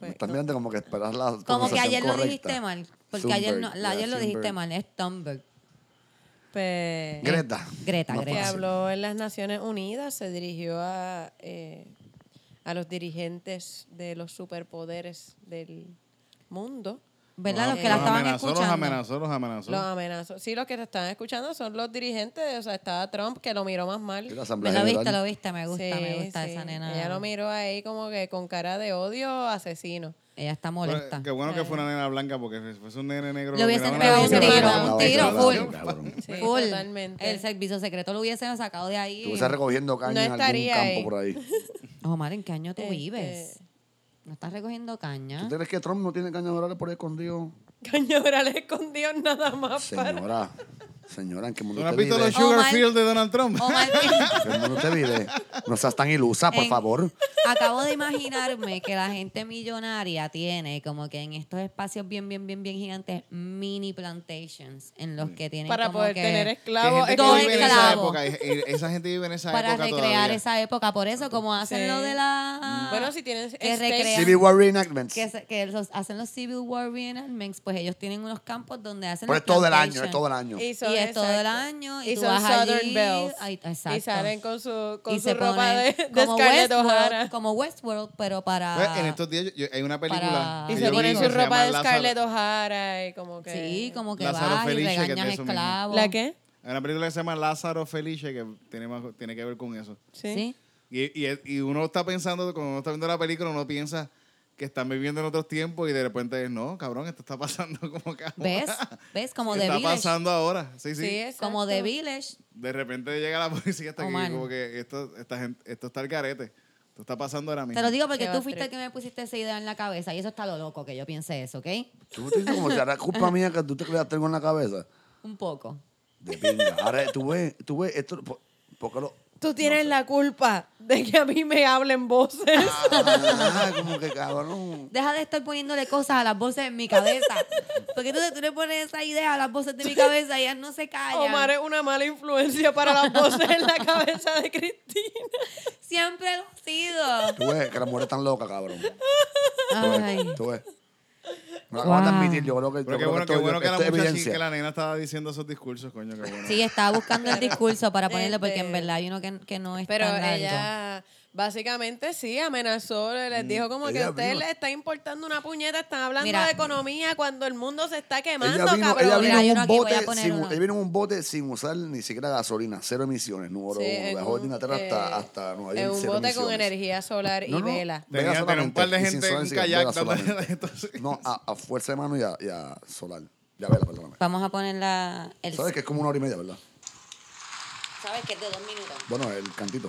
C: Pues,
B: Están
C: no.
B: mirando como que esperas la
A: Como que
B: pronunciación
A: ayer lo
B: correcta.
A: dijiste mal. Porque ayer, no,
B: Thunberg,
A: la-
B: yeah,
A: ayer lo dijiste
B: Thunberg.
A: mal. Es Thunberg.
C: Pues,
B: Greta.
A: Greta,
B: Más
A: Greta.
C: que
B: fácil.
C: habló en las Naciones Unidas, se dirigió a, eh, a los dirigentes de los superpoderes del mundo.
A: ¿Verdad? Los que
C: eh,
A: la
C: los
A: estaban
D: amenazó, Los
A: escuchando.
D: amenazó, los amenazó.
C: Los amenazó. Sí, los que te están escuchando son los dirigentes. O sea, estaba Trump que lo miró más mal.
B: Y la
C: Sí,
B: Asamblea
A: Lo viste,
B: General.
A: lo viste. Me gusta, me gusta
C: sí.
A: esa nena.
C: Ella lo miró ahí como que con cara de odio asesino.
A: Ella está
D: Pero,
A: molesta.
D: eh, qué bueno que fue una nena blanca porque si fuese un nene negro.
A: Le hubiesen
D: miraban
A: pegado
D: a
A: un
D: la-
A: tiro,
B: Cabrón,
A: un
B: cabrón,
A: tiro
B: cabrón,
A: full.
B: cabrón.
C: Sí,
A: Full.
C: totalmente.
A: El servicio secreto lo hubiesen sacado de ahí.
B: Estuviese recogiendo
C: No
B: caña en algún
C: estaría
B: campo
C: ahí.
B: por ahí.
A: Omar, ¿en qué año tú
C: Este-
A: vives? No estás recogiendo caña.
B: ¿Tú crees que Trump no tiene caña dorada por ahí escondido?
C: Cañaveral escondió nada más para...
B: Señora. Señora, ¿en qué
D: ¿Tú
B: mundo
D: no has
B: usted
D: visto
B: vive?
D: los
A: Oh,
D: Sugar
A: my-
D: Fields de Donald Trump?
A: Omar,
B: ¿En qué mundo usted vive? No seas tan ilusa, por
A: en-
B: favor.
A: acabo de imaginarme que la gente millonaria tiene como que en estos espacios bien, bien, bien, bien gigantes, mini plantations en
B: Mm.
A: los que tienen
C: Para
A: como
C: poder
A: que-
C: tener
D: Que
C: esclavos.
D: gente que
A: Dos
D: vive en esa
A: esclavos.
D: época. y- y Esa gente vive en esa
A: para
D: época
A: recrear
D: todavía.
A: esa época. Por eso, como hacen
C: Sí.
A: lo de
B: Mm.
A: la...
C: Bueno, si este tienen
A: Mm. Que
C: steak-
A: recrean-
B: Civil War reenactments.
A: que, se- que los, hacen los Civil War reenactments, pues ellos tienen unos campos donde hacen...
B: Pero
A: las
B: Pues es todo el año, es
A: plantations.
B: todo el año.
C: Y,
A: Y es todo
C: exacto.
A: el año, y
C: Y
A: tú
C: son
A: vas
C: Southern
A: allí,
C: Bells.
A: ay,
C: Y
A: exacto.
C: salen con su, con
A: Y
C: su
A: se
C: ropa
A: ponen
C: de, de Scarlett
A: Westworld-
C: O'Hara.
A: Como Westworld, pero para...
D: Pues, en estos días yo- yo- hay una película.
A: Para-
D: que
C: Y
A: Ah,
D: yo
C: se
D: vi
C: ponen
D: que
C: su
D: se
C: ropa
D: llama
C: de
D: Lázaro-
C: Scarlett O'Hara y como que...
A: Sí, como que
D: Lázaro
A: vas
D: Felice, que
A: y
D: es de
A: regañas
D: eso mismo.
A: esclavos.
C: ¿La qué?
D: Hay una película que se llama Lázaro Felice que tiene, más- tiene que ver con eso.
A: Sí.
D: Y, y- y uno está pensando, cuando uno está viendo la película, uno piensa que están viviendo en otros tiempos y de repente, no, cabrón, esto está pasando como que ahora.
A: ¿Ves? ¿Ves? Como The
D: está
A: Village.
D: pasando ahora. Sí, sí.
C: Sí, exacto.
A: Como The Village.
D: De repente llega la policía hasta
A: Omar.
D: aquí como que esto, esta gente, esto está al carete. Esto está pasando ahora mismo.
A: Te lo digo porque
C: Qué
A: tú
C: bad
A: fuiste
C: trip.
A: el que me pusiste esa idea en la cabeza y eso está lo loco que yo piense eso, ¿ok?
B: Tú te dices como si era culpa mía que tú te creas tengo en la cabeza.
A: Un poco.
B: De pinga. Ahora, tú ves, tú ves, esto, ¿por, por qué lo...?
C: Tú tienes la culpa de que a mí me hablen voces.
B: Ah, como que cabrón.
A: Deja de estar poniéndole cosas a las voces en mi cabeza. Porque entonces tú le pones esa idea a las voces de mi cabeza y ellas no se
B: Ah,
A: callan.
C: Omar eh. es una mala influencia para las voces en la cabeza de Cristina.
A: Siempre lo ha sido.
B: Tú ves que las mujeres están locas, cabrón. Tú ves,
A: Ay.
B: tú ves. No lo acabas de
A: Wow.
B: admitir, yo creo que... yo
D: Pero qué
B: creo que
D: bueno, qué
B: esto-
D: bueno que la
B: esto es
D: muchacha,
B: evidencia.
D: que la nena estaba diciendo esos discursos, coño, qué bueno.
A: Sí, estaba buscando el discurso para ponerle porque en
C: Este-
A: verdad hay uno que, que no es
C: Pero
A: tan largo.
C: ella básicamente sí amenazó, le- les dijo como que
B: Mm, ella
C: a ustedes
B: vino-
C: les está importando una puñeta, están hablando
A: Mira.
C: de economía cuando el mundo se está quemando,
B: Ella vino,
C: cabrón.
B: ella
A: Mira,
B: vino
A: yo
B: en
A: no
B: un
A: aquí voy
B: bote
A: a poner
B: sin,
A: una.
B: ella vino en un bote sin usar ni siquiera gasolina, cero emisiones, número
C: Sí,
B: uno.
C: en
B: Bajó
C: un-
B: de Inglaterra hasta,
C: eh,
B: hasta Nueva York.
C: En un
B: cero
C: bote con
B: emisiones.
C: energía solar y
B: No, no,
C: vela.
D: Tenía-
B: vela
D: tenía un par
B: solamente,
D: de
B: y sin
D: gente en
B: solar, sí,
D: kayak
B: vela
D: dándole-
B: solamente.
D: entonces-
B: No, a, a fuerza de mano y a, y a solar. Ya vela, perdóname.
A: Vamos a poner la... El,
B: Sabes que es como una hora y media, ¿verdad?
A: ¿Sabes que es de dos minutos?
B: Bueno, el cantito.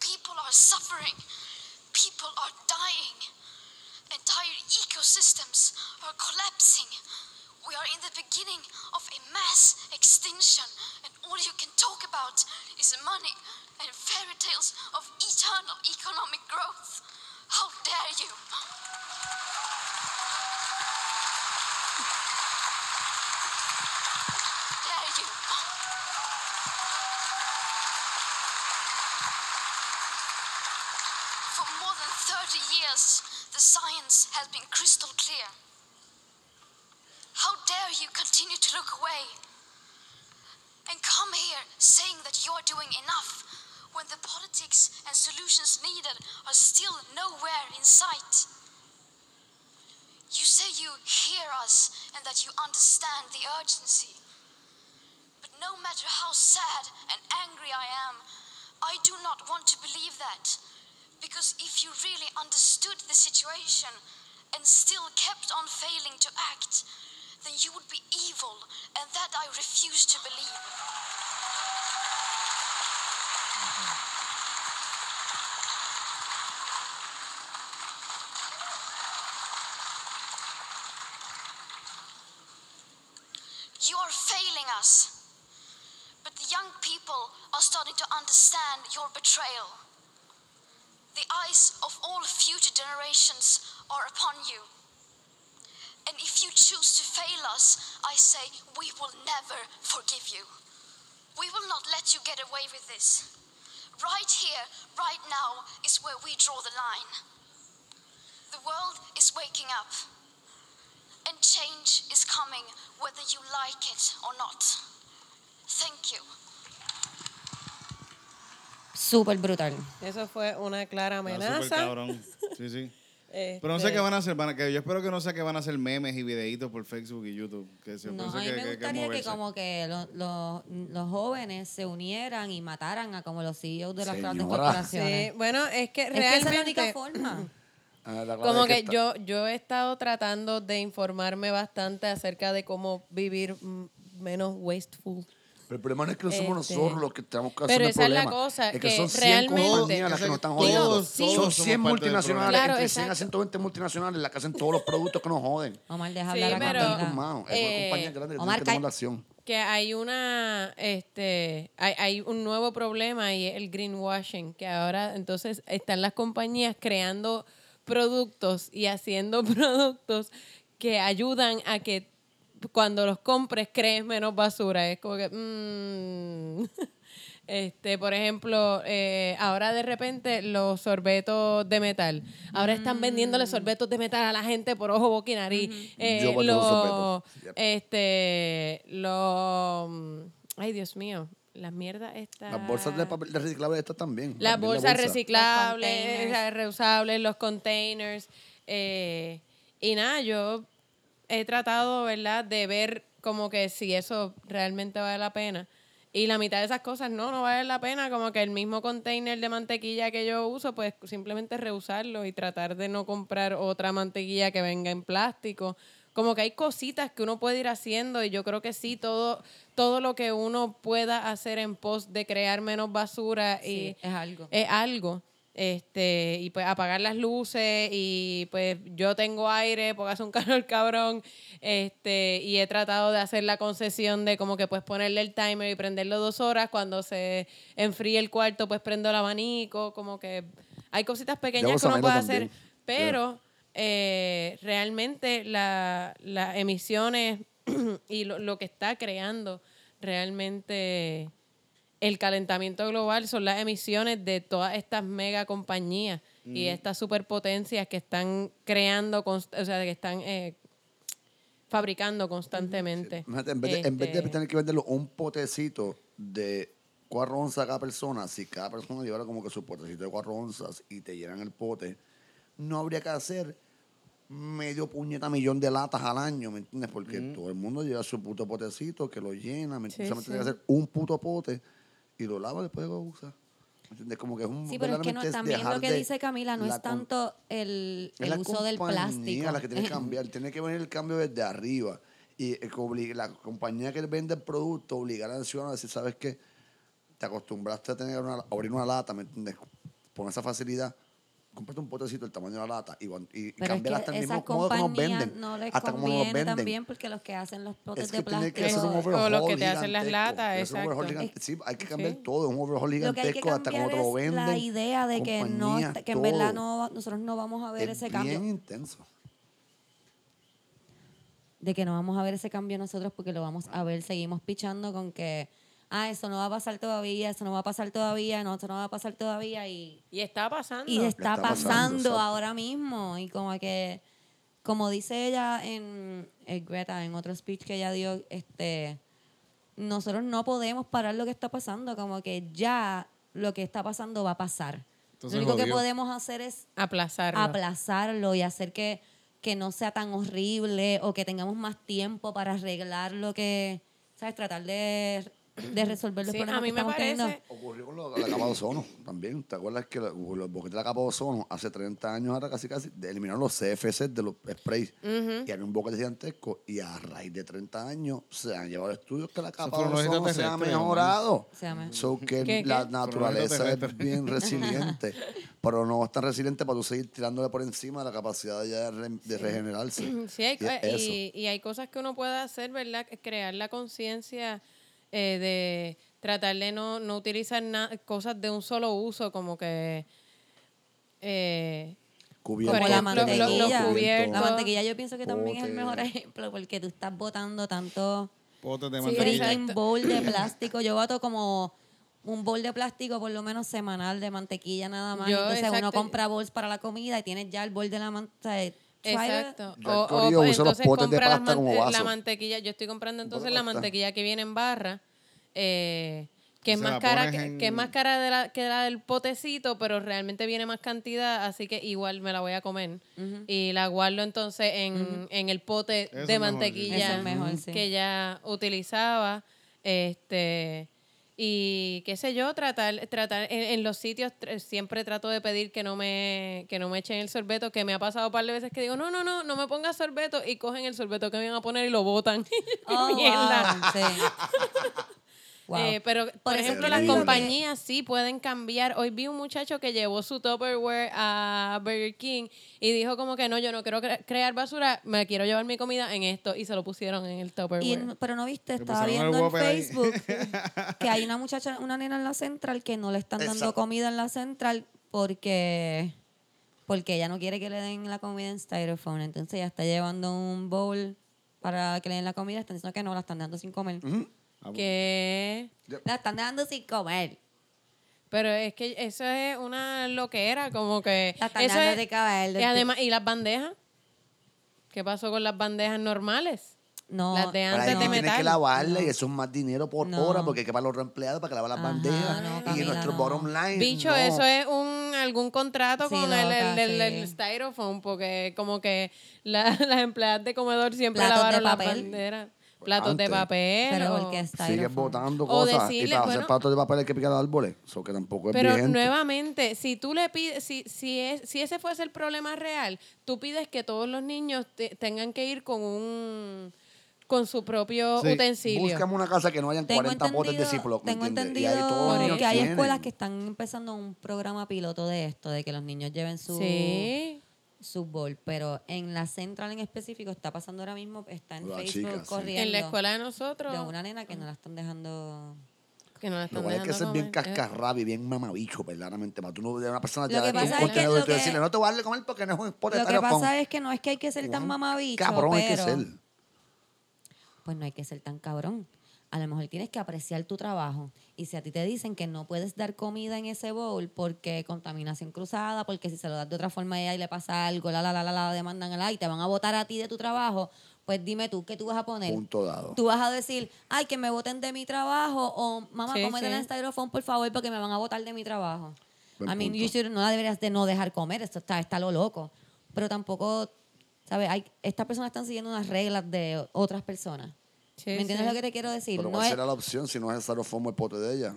F: People are suffering. People are dying. Entire ecosystems are collapsing. We are in the beginning of a mass extinction, and all you can talk about is money and fairy tales of eternal economic growth. How dare you! dare you! For more than 30 years, the science has been crystal clear. How dare you continue to look away and come here saying that you're doing enough when the politics and solutions needed are still nowhere in sight? You say you hear us and that you understand the urgency. But no matter how sad and angry I am, I do not want to believe that. Because if you really understood the situation and still kept on failing to act, then you would be evil, and that I refuse to believe. You are failing us. But the young people are starting to understand your betrayal. The eyes of all future generations are upon you. And if you choose to fail us, I say we will never forgive you. We will not let you get away with this. Right here, right now, is where we draw the line. The world is waking up, and change is coming whether you like it or not. Thank you.
A: Súper brutal.
C: Eso fue una clara
D: Está súper
C: amenaza.
D: cabrón. Sí, sí.
C: Este,
D: Pero no sé qué van a hacer, van a- que yo espero que no sea que van a hacer memes y videitos por Facebook y YouTube. Que se
A: No,
D: pienso
A: a mí
D: que-
A: me
D: que- que
A: gustaría que,
D: moverse.
A: como que lo- lo- los jóvenes se unieran y mataran a como los CEOs de las grandes
B: Señora.
A: corporaciones.
C: Sí, bueno, es que
A: Es que esa es la
C: realmente...
A: única forma.
B: Ah, la
C: Como
B: clave es
C: que
B: está-
C: yo, yo he estado tratando de informarme bastante acerca de cómo vivir mm, menos wasteful.
B: Pero el problema no es que somos
C: Este,
B: nosotros los que tenemos que
C: pero
B: hacer el
C: esa es la
B: problema.
C: cosa,
B: es que,
C: que
B: son 100
C: realmente-
B: compañías las que nos están
D: Todos,
B: jodiendo.
D: todos
B: son
D: somos
B: 100
D: parte del
B: multinacionales,
C: problema. Claro,
B: entre 100 a
C: exacto.
B: 120 multinacionales las que hacen todos los productos que nos joden.
A: Omar, deja
C: Sí,
A: hablar a
C: pero-
A: Camila.
B: Tantos más. Es
C: eh,
B: una compañía grande que
A: Omar,
B: tiene que tomar
A: ca-
B: la acción.
C: Que hay una, este, hay, hay un nuevo problema y es el greenwashing, que ahora entonces están las compañías creando productos y haciendo productos que ayudan a que cuando los compres crees menos basura. Es como que, mm. Este, por ejemplo, eh, ahora de repente los sorbetos de metal. Ahora están vendiéndole sorbetos de metal a la gente por ojo, boca y nariz. Eh,
B: Yo vendo
C: los-
B: sorbetos. Yep.
C: este, los, ay Dios mío, las mierdas estas.
B: Las bolsas de papel de reciclable estas también.
C: Ah. Las
B: también la
C: bolsas
B: bolsa.
A: Los
C: reciclables,
A: containers.
C: las reusables, los containers. eh, y nada, yo he tratado, ¿verdad?, de ver como que si eso realmente vale la pena. Y la mitad de esas cosas no, no vale la pena. Como que el mismo container de mantequilla que yo uso, pues simplemente reusarlo y tratar de no comprar otra mantequilla que venga en plástico. Como que hay cositas que uno puede ir haciendo y yo creo que sí, todo, todo lo que uno pueda hacer en pos de crear menos basura
A: Sí,
C: y
A: es algo.
C: es algo. Este, y pues apagar las luces y pues yo tengo aire porque hace un calor cabrón. Este, y he tratado de hacer la concesión de como que pues ponerle el timer y prenderlo dos horas. Cuando se enfríe el cuarto, pues prendo el abanico. Como que hay cositas pequeñas que uno
B: Sabrina
C: puede hacer.
B: también.
C: Pero eh, realmente la- las emisiones y lo, lo que está creando realmente el calentamiento global son las emisiones de todas estas mega compañías y estas superpotencias que están creando, const- o sea, que están eh, fabricando constantemente.
B: Eh, Imagínate, En vez, de, en vez de
C: Este,
B: tener que venderlo un potecito de cuatro onzas a cada persona, si cada persona llevara como que su potecito de cuatro onzas y te llenan el pote, no habría que hacer medio puñeta millón de latas al año, ¿me entiendes? Porque todo el mundo lleva su puto potecito que lo llena, ¿me entiendes?
C: Sí,
B: Solamente tiene
C: sí.
B: que hacer un puto pote y lo lava después de que lo usa. ¿Me entiendes? Como que es un
A: Sí, pero es que no,
B: verdaderamente
A: también lo
B: dejar
A: que
B: de
A: dice Camila no
B: la
A: es
B: con-
A: tanto el,
B: es
A: el
B: la
A: uso del
B: compañía
A: plástico.
B: la que tiene que cambiar. tiene que venir el cambio desde arriba. Y eh, que obli- la compañía que vende el producto obligar al ciudadano a decir, ¿sabes qué? Te acostumbraste a tener una, a abrir una lata, ¿me entiendes? Con esa facilidad, cómprate un potecito del tamaño de la lata y, guan- y, y
A: pero es
B: cambiar hasta
A: que
B: el
A: esas
B: mismo modo que nos
A: compañías
B: venden.
A: no les
B: hasta como nos
A: conviene
B: los venden.
A: también porque los que hacen los potes
B: Es
A: de
B: que tiene
A: plástico...
B: que hacer un
C: o
B: overhaul.
C: lo que te hacen las
B: gigantesco.
C: latas,
B: Tiene que hacer un overhaul
C: exacto.
B: gigante. Sí, hay que
C: Sí.
B: cambiar todo, un overhaul
A: Lo que hay que
B: gigantesco hasta como
A: cambiar
B: te lo
A: es
B: venden.
A: la idea de que no
B: compañías,
A: que en verdad
B: todo.
A: no, nosotros no vamos a ver
B: Es
A: ese cambio
B: Bien intenso.
A: de que no vamos a ver ese cambio nosotros porque lo vamos a ver, seguimos pichando con que, ah, eso no va a pasar todavía, eso no va a pasar todavía, no, eso no va a pasar todavía y,
C: y está pasando.
A: y está,
B: está
A: pasando,
B: pasando, exacto.
A: ahora mismo y como que, como dice ella en, en Greta, en otro speech que ella dio, este, nosotros no podemos parar lo que está pasando, como que ya lo que está pasando va a pasar.
D: Entonces,
A: lo único que
D: jodió.
A: podemos hacer es
C: Aplazarlo.
A: aplazarlo y hacer que, que no sea tan horrible o que tengamos más tiempo para arreglar lo que, ¿sabes? Tratar de de resolver los
C: Sí,
A: problemas
C: a mí
A: que
C: me
A: estamos
C: parece.
A: teniendo.
B: Ocurrió con lo- la capa de ozono también. ¿Te acuerdas que la- con los boquetes de la capa de ozono hace 30 años ahora casi casi de- eliminaron los CFCs de los sprays? Y había un boquete gigantesco y a raíz de 30 años se han llevado estudios que la capa de
D: fueron los
B: ozono se ha
D: extraterrestres, ¿no?
B: mejorado.
A: Se llama.
B: So que
C: ¿Qué,
B: la
C: qué?
B: naturaleza es
D: extraterrestres.
B: bien resiliente, pero no es tan resiliente para tú seguir tirándole por encima de la capacidad ya de, re- de regenerarse.
C: Sí, hay,
B: Y es
C: eh,
B: eso.
C: y, y hay cosas que uno puede hacer, ¿verdad? Crear la conciencia eh, de tratar de no, no utilizar na- cosas de un solo uso, como que... eh,
B: Cubierto,
A: Como la
C: ejemplo, los-
A: mantequilla.
C: los cubiertos.
A: la mantequilla yo pienso que también es el
B: Pote.
A: mejor ejemplo porque tú estás botando tanto
D: Potes de
C: Sí,
D: mantequilla.
C: exacto.
A: freaking bowl de plástico. Yo boto como un bowl de plástico por lo menos semanal de mantequilla nada más.
C: Yo,
A: Entonces uno
C: exacto.
A: compra bols para la comida y tienes ya el bowl de la mantequilla.
C: Exacto. pues,
B: Yo al corillo uso los potes de
C: compra las
B: pasta como
C: mante- La
B: vaso. pues,
C: mantequilla, yo estoy comprando entonces
B: de
C: la
B: pasta.
C: mantequilla que viene en barra, eh, que,
D: Y
C: es
D: se
C: más
D: la
C: cara,
D: pones
C: que,
D: en-
C: que es más cara de la, que la del potecito, pero realmente viene más cantidad, así que igual me la voy a comer. Y la guardo entonces en, en el pote
D: Eso es
A: sí.
C: de
D: mejor,
A: Eso
C: mantequilla
A: es mejor, sí.
C: que ya utilizaba. este y qué sé yo tratar tratar en, en los sitios tr- siempre trato de pedir que no me que no me echen el sorbeto que me ha pasado un par de veces que digo no no no no me pongas sorbeto y cogen el sorbeto que me iban a poner y lo botan
A: Oh, wow,
C: Mierda.
A: sí. Wow.
C: Eh, pero, por,
A: eso
C: ejemplo,
A: te
C: las
A: digo que-
C: compañías sí pueden cambiar. Hoy vi un muchacho que llevó su Tupperware a Burger King y dijo como que no, yo no quiero cre- crear basura, me quiero llevar mi comida en esto y se lo pusieron en el Tupperware.
A: Y n- pero no viste,
D: Le
A: estaba
D: pusieron el
A: viendo en
D: Whopper ahí.
A: Facebook que hay una muchacha, una nena en la central que no le están dando
B: Exacto.
A: comida en la central porque porque ella no quiere que le den la comida en styrofoam. Entonces ella está llevando un bowl para que le den la comida, están diciendo que no, la están dando sin comer.
B: Ah,
D: Ah,
C: Que...
A: La están dando sin comer.
C: Pero es que eso es una loquera, como que...
A: La están
C: eso
A: dando
C: es-
A: de caer del
C: Y además, ¿y las bandejas? ¿Qué pasó con las bandejas normales?
A: No,
C: Las de
B: Pero
C: antes
B: hay
C: de
B: que tienes
C: metal.
B: que lavarla y eso es más dinero por
A: No.
B: hora porque hay que pagar los empleados para que lavar las
A: Ajá,
B: bandejas
A: no,
B: y
A: Camila,
B: nuestro
A: no.
B: bottom line.
C: Bicho,
B: no.
C: eso es un algún contrato
A: Sí,
C: con el, el,
A: loca,
C: el-
A: sí.
C: el styrofoam, porque como que la- las empleadas de comedor siempre
A: Platos de
C: lavaron las
A: papel.
C: banderas, platos de
B: Pues Antes.
C: papel.
A: pero
C: o-
A: porque
B: Sigues
A: styrofoam.
B: botando
C: O
B: cosas y
C: decirle,
B: para
C: bueno-
B: hacer platos de papel hay que picar árboles. Eso que tampoco es
C: Pero
B: vigente.
C: nuevamente, si tú le pides, si, si, es, si ese fuese el problema real, tú pides que todos los niños te- tengan que ir con un con su propio
D: Sí,
C: utensilio.
B: Búscame una casa que no hayan
A: Tengo
B: 40 potes de
A: entendido-
B: Ziploc, ¿me
A: Tengo
B: entiendes? Y
A: entendido
B: ahí todos los
A: que hay
B: tienen.
A: escuelas que están empezando un programa piloto de esto, de que los niños lleven su,
C: Sí.
A: su bowl, pero en la central en específico está pasando ahora mismo, está en
B: Las
A: Facebook
B: chicas, sí.
A: corriendo.
C: En la escuela de
A: De
C: nosotros.
A: una nena que no la están dejando...
C: Que no la
B: Lo
C: están
B: cual es que
C: dejando
B: eso es bien
C: comer.
B: cascarrabi, bien mamabicho, verdaderamente. Para tú no de una persona
A: Lo
B: te
A: que
B: dar un
A: pasa es que
B: contenedor y
A: lo
B: tú
A: que-
B: decirle, no te voy a darle comer porque no es un pote
A: Lo
B: de
A: que
B: styrofoam".
A: pasa es que no es que hay que ser tan
B: Cuán
A: mamabicho,
B: Cabrón hay que
A: pero-
B: ser.
A: pues no hay que ser tan cabrón. A lo mejor tienes que apreciar tu trabajo. Y si a ti te dicen que no puedes dar comida en ese bowl porque contaminación cruzada, porque si se lo das de otra forma a ella y le pasa algo, la, la, la, la, la, demandan a la y te van a votar a ti de tu trabajo, pues dime tú, ¿qué tú vas a poner?
B: Punto dado.
A: Tú vas a decir, ay, que me voten de mi trabajo o mamá,
C: Sí,
A: cómete
C: sí.
A: el styrofoam, por favor, porque me van a votar de mi trabajo.
B: Buen
A: I mean,
B: punto.
A: you should- no la deberías de no dejar comer, esto está, está lo loco. Pero tampoco, ¿sabes? Hay, estas personas están siguiendo unas reglas de otras personas.
C: Sí,
A: ¿Me entiendes
C: sí.
A: lo que te quiero decir?
B: Pero
A: no,
B: ¿cuál
A: es-
B: será la opción si no es el styrofoam o el pote de ella?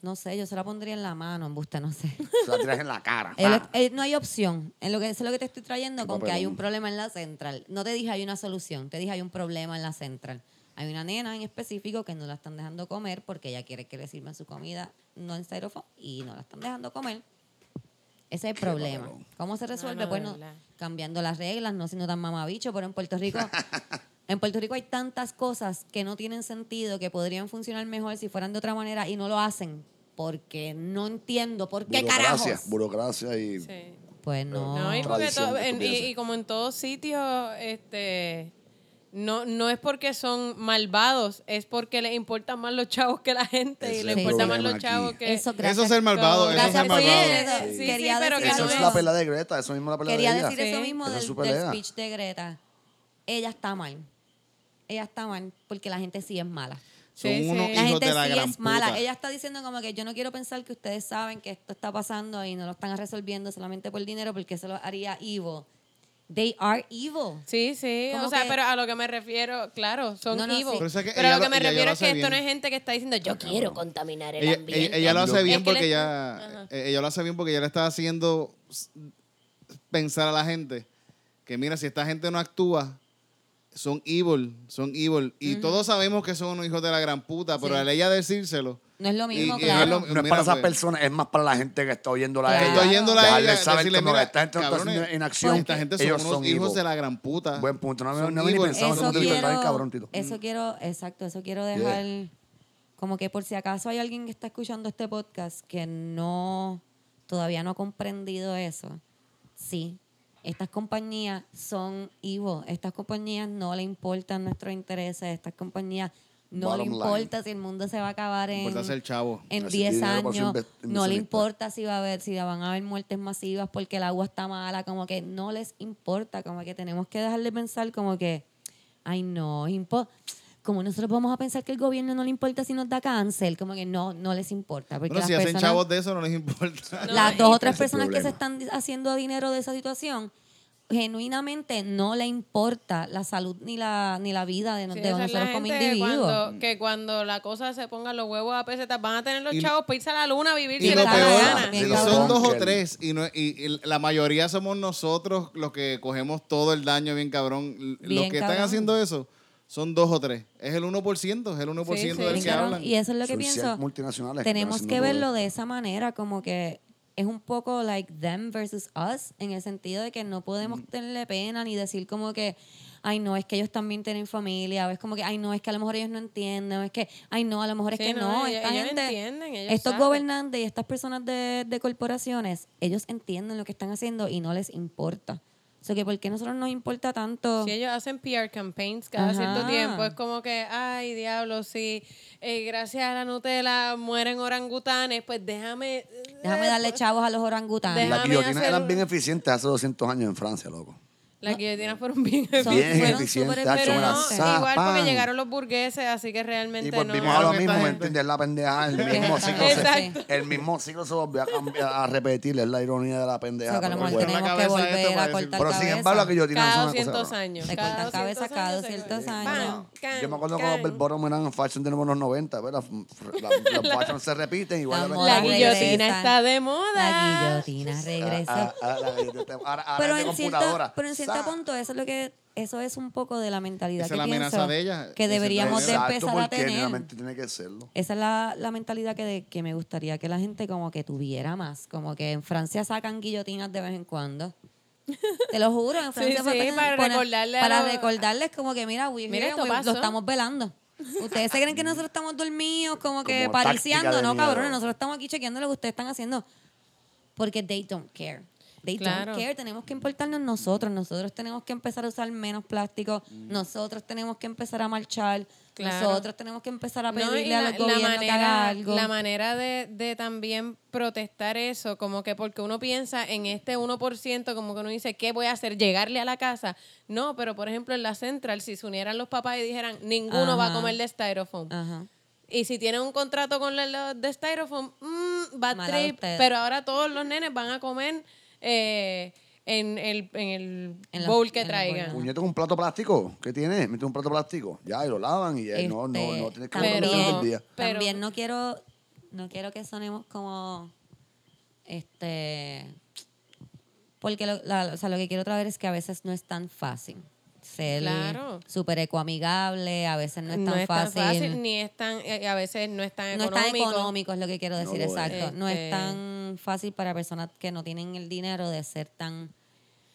A: no sé, yo se la pondría en la mano, en busta, no sé.
B: Se la tiras en la cara.
A: El-
B: ¡Pah!
A: el- eh, no hay opción. En lo que, eso es lo que te estoy trayendo
B: Qué
A: con que hay
B: papelón.
A: un problema en la central. No te dije hay una solución, te dije hay un problema en la central. Hay una nena en específico que no la están dejando comer porque ella quiere que le sirvan su comida no en styrofoam y no la están dejando comer. Ese es el problema.
B: papelón.
A: ¿Cómo se resuelve?
C: no,
A: pues
C: de
A: no-
C: verdad.
A: cambiando las reglas, no siendo tan mamabicho, pero en Puerto Rico... En Puerto Rico hay tantas cosas que no tienen sentido, que podrían funcionar mejor si fueran de otra manera y no lo hacen porque no entiendo por qué
B: burocracia,
A: carajos.
B: burocracia y
C: Sí.
A: Pues no.
C: No, y, porque
B: Tradición
C: to-
B: de
C: en- y-
B: estupideces.
C: y como en todos sitios, este, no, no es porque son malvados, es porque les importan más los chavos que la gente
B: Ese
C: y
B: es
C: les
A: el
C: importan más los
B: problema aquí.
C: chavos que...
A: Eso,
D: Eso es ser malvado, eso es
A: Gracias
D: ser
A: por
D: malvado.
A: eso.
C: Sí, sí,
A: Quería
C: pero
A: decir
C: que
A: eso.
B: Eso
C: no
B: es la pelea de Greta, eso mismo es la pelea
A: Quería
B: de ella.
A: decir eso
C: Sí.
A: mismo
B: Esa es
A: del,
B: su
A: del
B: pelea.
A: speech de Greta. Ella está mal. Ella está mal porque la gente sí es mala.
D: pues, Son
C: Sí,
D: unos
C: sí.
A: La
D: hijos
A: gente
D: de la
A: sí
D: gran
A: es mala.
D: puta.
A: Ella está diciendo como que yo no quiero pensar que ustedes saben que esto está pasando y no lo están resolviendo solamente por dinero porque eso lo haría Ivo. They are evil.
C: Sí, sí.
A: Como
C: O sea,
A: que-
C: pero a lo que me refiero, claro, son
A: No, no,
C: evil.
A: sí.
D: Pero
C: Pero,
D: es que
C: a
D: ella
C: lo que
D: lo-
C: me
D: ella lo
C: refiero es
D: hace
C: que esto
D: bien.
C: no es gente que está diciendo yo quiero contaminar el
D: Ella,
C: ambiente.
D: ella- ella lo hace bien
C: Es que le-
D: porque ella,
C: Ajá.
D: eh, ella lo hace bien porque ella le está haciendo s- pensar a la gente que mira, si esta gente no actúa, son evil, son evil. Y todos sabemos que son unos hijos de la gran puta, pero
A: Sí.
D: al ella decírselo,
A: No es lo mismo,
D: y no es
A: claro.
D: lo-
B: No es
D: Mira,
B: para esas
D: pues.
B: personas, es más para la gente que está oyéndola
A: Claro.
B: a ella.
A: Está
D: oyéndola a
B: Dejarle
D: ella,
B: saber
D: decirle,
B: como que
D: mira,
B: esta gente no está
D: cabrones, pues,
B: haciendo en acción.
D: esta gente son
B: ellos
D: unos
B: pues, son
D: hijos
B: evil.
D: de la gran puta.
B: Buen punto. No, no,
D: Son
B: no había ni
D: evil.
B: pensado en
A: Eso
B: ese punto de vista. Está bien
A: quiero,
B: cabrón, Tito.
A: eso quiero, exacto, eso quiero dejar como que por si acaso hay alguien que está escuchando este podcast que no todavía no ha comprendido eso. Sí, estas compañías son evil, estas compañías no le importan nuestros intereses, estas compañías no
B: Bottom
A: le
B: line.
A: importa si el mundo se va a acabar en
D: Importa ser chavo.
A: en
B: Ese
A: 10
B: dinero para ser
A: años,
B: inve-
A: no le
B: inversionista.
A: importa si va a haber, si van a haber muertes masivas porque el agua está mala, como que no les importa, como que tenemos que dejar de pensar como que, ay no, impo como nosotros vamos a pensar que el gobierno no le importa si nos da cáncer, como que no, no les importa. Porque
D: Bueno,
A: las
D: si hacen
A: personas-
D: chavos de eso, no les importa.
C: No,
A: las
C: y-
A: dos o tres
B: Ese es el
A: personas que se
B: problema.
A: están haciendo dinero de esa situación genuinamente no le importa la salud ni la ni la vida de,
C: Sí,
A: de
C: esa es la
A: nosotros como
C: gente
A: individuos.
C: cuando- que cuando la cosa se ponga los huevos a pesetas, van a tener los
D: Y-
C: chavos para irse a la luna a vivir
D: Y
C: si
A: Sí,
D: lo
C: les da la
A: cabrón.
D: peor,
C: gana.
D: y
A: Sí,
D: son
A: cabrón.
D: dos o tres, y, no- y- y la mayoría somos nosotros los que cogemos todo el daño bien cabrón. L- los
A: Bien
D: que están
A: cabrón.
D: haciendo eso son dos o tres. Es el 1%, es el 1%
C: Sí, sí.
D: del
A: Bien
D: que
A: cabrón.
D: hablan.
A: Y eso es lo que
B: Son
A: pienso.
B: cien multinacionales que
A: Tenemos
B: están
A: que
B: haciendo
A: verlo
B: todo
A: de esa manera, como que es un poco like them versus us, en el sentido de que no podemos tenerle pena ni decir como que, ay no, es que ellos también tienen familia, o es como que, ay no, es que a lo mejor ellos no entienden, o es que, ay no, a lo mejor es
C: Sí,
A: que
C: no,
A: no,
C: ellos-
A: esta
C: ellos
A: gente,
C: entienden, ellos
A: estos
C: saben.
A: gobernantes y estas personas de, de corporaciones, ellos entienden lo que están haciendo y no les importa. O sea que, ¿por qué a nosotros nos importa tanto?
C: Si ellos hacen PR campaigns cada
A: Ajá.
C: cierto tiempo, es como que, ay, diablo, si eh, gracias a la Nutella mueren orangutanes, pues déjame...
A: Déjame
C: eh,
A: darle chavos a los orangutanes.
C: Déjame
B: La guillotina
C: hacer
B: eran
C: un-
B: bien eficientes hace 200 años en Francia, loco.
C: Las guillotinas fueron bien
A: Son-
B: Bien
A: fueron
B: eficientes,
A: súper
B: ha hecho
C: Pero
B: una
C: no,
A: eficientes.
B: zapa.
C: igual porque llegaron los burgueses, así que realmente
B: Y volvimos
C: no...
B: a lo
D: Esta
B: mismo, ¿me
D: gente.
B: entiendes? La pendeja, el mismo
A: Exacto.
B: ciclo se,
C: Exacto.
B: el mismo ciclo se volvió a, cambiar, a repetir, es la ironía de la pendeja.
A: So que a lo
B: pero
A: mejor
B: bueno.
D: la
A: tenemos que
D: cabeza esto
A: volver
D: para
A: a
D: decir-
A: cortar
B: Pero
A: cabeza.
B: sin embargo, la guillotina
C: Cada
B: es una
C: 200
B: cosa.
C: años.
A: Se cortan cabeza cada 200 años.
B: rara. Yo me acuerdo cuando el bottom eran fashion de los 90, ¿verdad? La- Los fashion se repiten igual.
A: La
B: de
A: moda
C: La
B: verdad.
A: regresa.
C: guillotina está de moda.
A: La guillotina regresó.
B: Ah, ah, ah, la guillotina. Ahora, ahora
A: pero,
B: es de
A: en cierto,
B: computadora.
A: pero en cierto
B: Sa-
A: punto eso es lo que eso es un poco de la mentalidad que
D: Esa es la amenaza
A: pienso
D: de ella,
A: que
D: ese
A: deberíamos de
D: problema.
B: Exacto,
A: empezar a
B: porque
A: tener.
B: realmente tiene que serlo.
A: Esa es la, la mentalidad que, de- que me gustaría que la gente como que tuviera más. Como que en Francia sacan guillotinas de vez en cuando. Te lo juro, en Francia
C: sí,
A: ponen-
C: para
A: ponen-
C: recordarle a
A: para
C: los-
A: recordarles como que mira, we-
C: Mira,
A: mira,
C: esto
A: we-
C: pasó.
A: lo estamos velando. Ustedes se creen que nosotros estamos dormidos, como que
B: Como táctica
A: pariciando,
B: de
A: no,
B: miedo.
A: cabrones, nosotros estamos aquí chequeando lo que ustedes están haciendo. Porque they don't care. They
C: Claro.
A: don't care. Tenemos que importarnos nosotros. Nosotros tenemos que empezar a usar menos plástico.
B: Mm.
A: Nosotros tenemos que empezar a marchar.
C: Claro.
A: Nosotros tenemos que empezar a
C: No, y
A: pedirle a los gobiernos que haga algo.
C: la manera de, de también protestar eso, como que porque uno piensa en este 1%, como que uno dice, ¿qué voy a hacer? ¿Llegarle a la casa? No, pero por ejemplo en la central, si se unieran los papás y dijeran, ninguno va a
A: Ajá. Ah.
C: comer de styrofoam.
A: Ajá.
C: Y si tienen un contrato con la- los de Styrofoam, mm, bad
A: Mala
C: trip.
A: usted.
C: Pero ahora todos los nenes van a comer eh, en el, en el
A: En la-
C: bowl que
A: en el
C: traigan.
A: bowl.
B: Puñeto con un plato plástico. ¿Qué tiene? Mete un plato plástico. Ya, y lo lavan y ya. Eh, no, no,
A: Este,
B: no tienes que
A: también,
B: comerlo todo
C: pero-
B: el día.
C: pero-
A: también no quiero no quiero que sonemos como este porque lo, la- o sea, lo que quiero traer es que a veces no es tan fácil ser
C: Claro.
A: súper ecoamigable a veces no es tan fácil,
C: ni es tan, eh, a veces no es tan
A: no es tan
C: económico.
A: económico es lo que quiero decir
B: lo es.
A: exacto no es
C: Este-
A: tan fácil para personas que no tienen el dinero de ser tan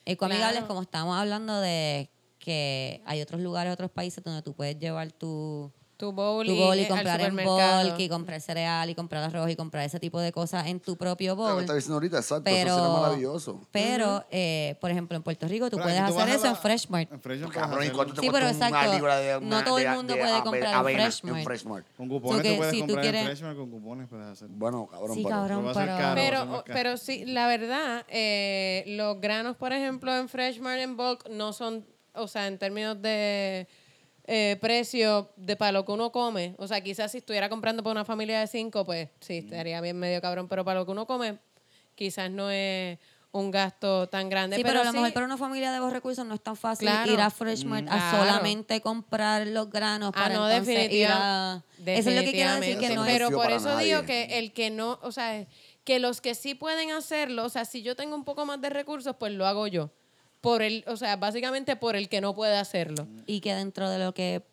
A: ecoamigables
C: Claro.
A: como estamos hablando de que hay otros lugares otros países donde tú puedes llevar tu
C: Tu bowl,
A: tu bowl
C: y, eh,
A: y
C: al
A: comprar en
C: supermercado.
A: bulk y comprar cereal y comprar arroz y comprar ese tipo de cosas en tu propio
B: Lo que
A: bowl.
B: está diciendo ahorita, exacto.
A: Pero,
B: Eso será maravilloso.
A: pero eh, por ejemplo, en Puerto Rico tú
D: Pero
A: puedes
D: aquí tú vas
A: hacer
D: a
A: eso
D: la-
A: en Freshmart.
D: En Freshmart puedes
B: Cabrón, ¿y
D: hacerlo.
B: cuánto te
A: Sí,
B: cuesta
A: pero
B: una
A: exacto.
B: libra de una-
A: No todo el
B: de-
A: mundo
B: de
A: puede
B: ave-
A: comprar en
B: avena
A: Freshmart.
B: Freshmart?
D: Con cupones
A: So que
D: tú puedes
A: si tú
D: comprar
A: quieres-
D: en Freshmart, con cupones puedes hacer.
B: Bueno, cabrón,
A: Sí,
B: pero-
A: cabrón,
D: Pero va a ser caro.
A: pero-
D: son
C: Pero,
D: más caros.
C: pero sí, la verdad, eh, los granos, por ejemplo, en Freshmart en bulk no son, o sea, en términos de eh, precio de para lo que uno come. O sea, quizás si estuviera comprando para una familia de cinco, pues sí, estaría bien medio cabrón, pero para lo que uno come, quizás no es un gasto tan grande.
A: Sí, pero, a lo
C: sí-
A: mejor para una familia de bajos recursos no es tan fácil
C: Claro.
A: ir a Fresh Mart a
C: claro.
A: solamente comprar los granos
C: Ah,
A: para
C: no,
A: entonces ir
C: definitiva-
A: a... Eso es lo que quiero decir,
C: definitivamente.
A: que no
C: Pero
A: es...
B: negocio
C: por
B: para
C: eso
B: nadie.
C: digo que el que no, o sea, que los que sí pueden hacerlo, o sea, si yo tengo un poco más de recursos, pues lo hago yo. Por el, o sea, básicamente por el que no puede hacerlo.
A: Y que dentro de lo que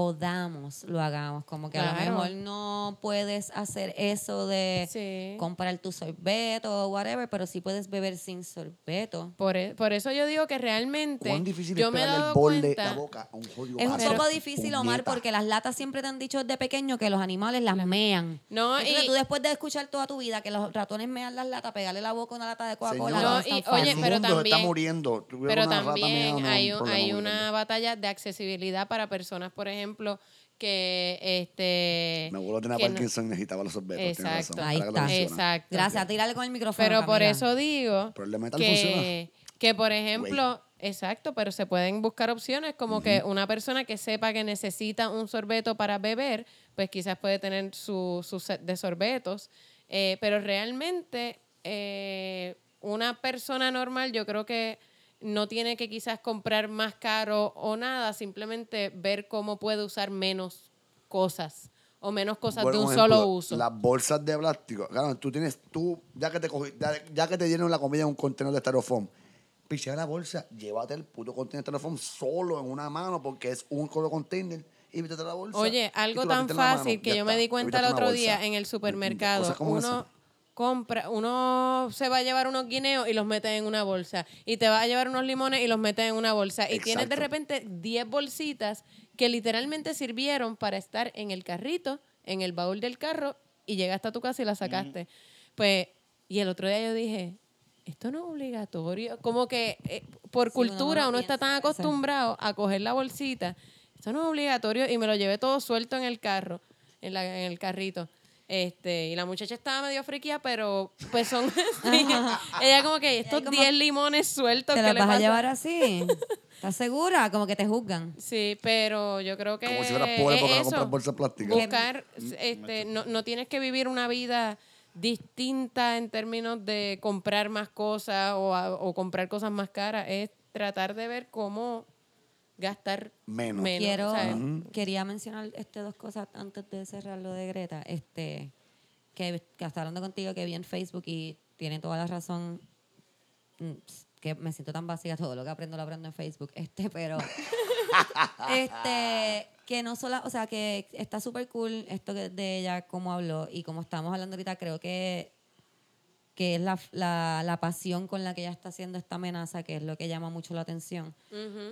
A: podamos lo hagamos. Como que a
C: Claro.
A: lo mejor no puedes hacer eso de
C: Sí.
A: comprar tu sorbeto o whatever, pero sí puedes beber sin sorbeto.
C: Por, e- por eso yo digo que realmente
B: ¿Cuán difícil es
C: yo me he
B: pegarle el
C: dado
B: borde de
C: cuenta
B: la boca a un jodido
A: Es un
B: vaso?
A: poco difícil, Omar,
B: Puñeta.
A: porque las latas siempre te han dicho desde pequeño que los animales las mean.
C: No,
A: Entonces
C: y-
A: tú después de escuchar toda tu vida que los ratones mean las latas, pegarle la boca a una lata de Coca-Cola.
B: Señora,
A: es tan
C: No, y-
A: fácil.
C: oye,
B: el
C: pero
B: mundo se está
C: también-
B: muriendo. Tuviera
C: Pero
B: una rata meada,
C: también
B: no,
C: hay,
B: un
C: un-
B: problema
C: hay
B: muy
C: una
B: grande.
C: batalla de accesibilidad para personas, por ejemplo, que este
B: Mi abuelo tenía
C: que no-
B: Parkinson y necesitaba los sorbetos. tiene razón,
C: Exacto.
B: ahora que lo
A: Ahí está.
B: menciona.
C: Exacto.
A: Gracias, tírale con el micrófono.
C: Pero por
A: Camila.
C: eso digo
B: Pero el metal
C: que, que, por ejemplo, exacto, pero se pueden buscar opciones como que una persona que sepa que necesita un sorbeto para beber, pues quizás puede tener su, su set de sorbetos, Eh, pero realmente eh, una persona normal yo creo que no tiene que quizás comprar más caro o nada, simplemente ver cómo puede usar menos cosas o menos cosas
B: Bueno,
C: de un
B: ejemplo,
C: solo uso.
B: Las bolsas de plástico. Claro, tú tienes, tú, ya que te cogí- ya, ya que te dieron la comida en un contenedor de estereofón, pichea la bolsa, llévate el puto contenedor de estereofón solo en una mano porque es un solo container y métete la bolsa.
C: Oye,
B: y
C: algo
B: tú la
C: tan
B: metes en la mano,
C: fácil que
B: ya
C: yo me
B: está.
C: di cuenta el
B: Evítate una
C: otro
B: bolsa.
C: día en el
B: Cosas
C: supermercado.
B: como
C: Uno compra, uno se va a llevar unos guineos y los mete en una bolsa. Y te va a llevar unos limones y los mete en una bolsa. Y tienes de
B: Exacto.
C: repente 10 bolsitas que literalmente sirvieron para estar en el carrito, en el baúl del carro, y llegaste a tu casa y la sacaste. Pues, y el otro día yo dije, esto no es obligatorio. Como que eh, por
A: Sí, uno no
C: cultura
A: lo
C: uno está
A: piensa,
C: tan
A: exacto.
C: acostumbrado acostumbrado a coger la bolsita. Esto no es obligatorio y me lo llevé todo suelto en el carro, en, la- en el carrito. Este, y la muchacha estaba medio friquía, pero pues son sí. Ella como que estos
A: como-
C: 10 limones sueltos
A: ¿Te
C: que
A: las
C: le
A: vas a
C: pasa?
A: llevar así? ¿Estás segura? Como que te juzgan.
C: Sí, pero yo creo que
B: Como si fueras pobre porque no
C: eso,
B: compras bolsas plásticas.
C: Buscar, este, no, no tienes que vivir una vida distinta en términos de comprar más cosas o, a- o comprar cosas más caras. Es tratar de ver cómo gastar
B: Menos.
A: Quiero,
C: ¿sabes?
A: quería mencionar este, dos cosas antes de cerrar lo de Greta. Este, que, que hasta hablando contigo, que vi en Facebook y tiene toda la razón. mm, ps, Que me siento tan básica todo lo que aprendo lo aprendo en Facebook. Este, pero. este, que no solo. O sea, que está súper cool esto que- de ella, cómo habló y como estamos hablando ahorita, creo que que es la, la- la pasión con la que ella está haciendo esta amenaza, que es lo que llama mucho la atención.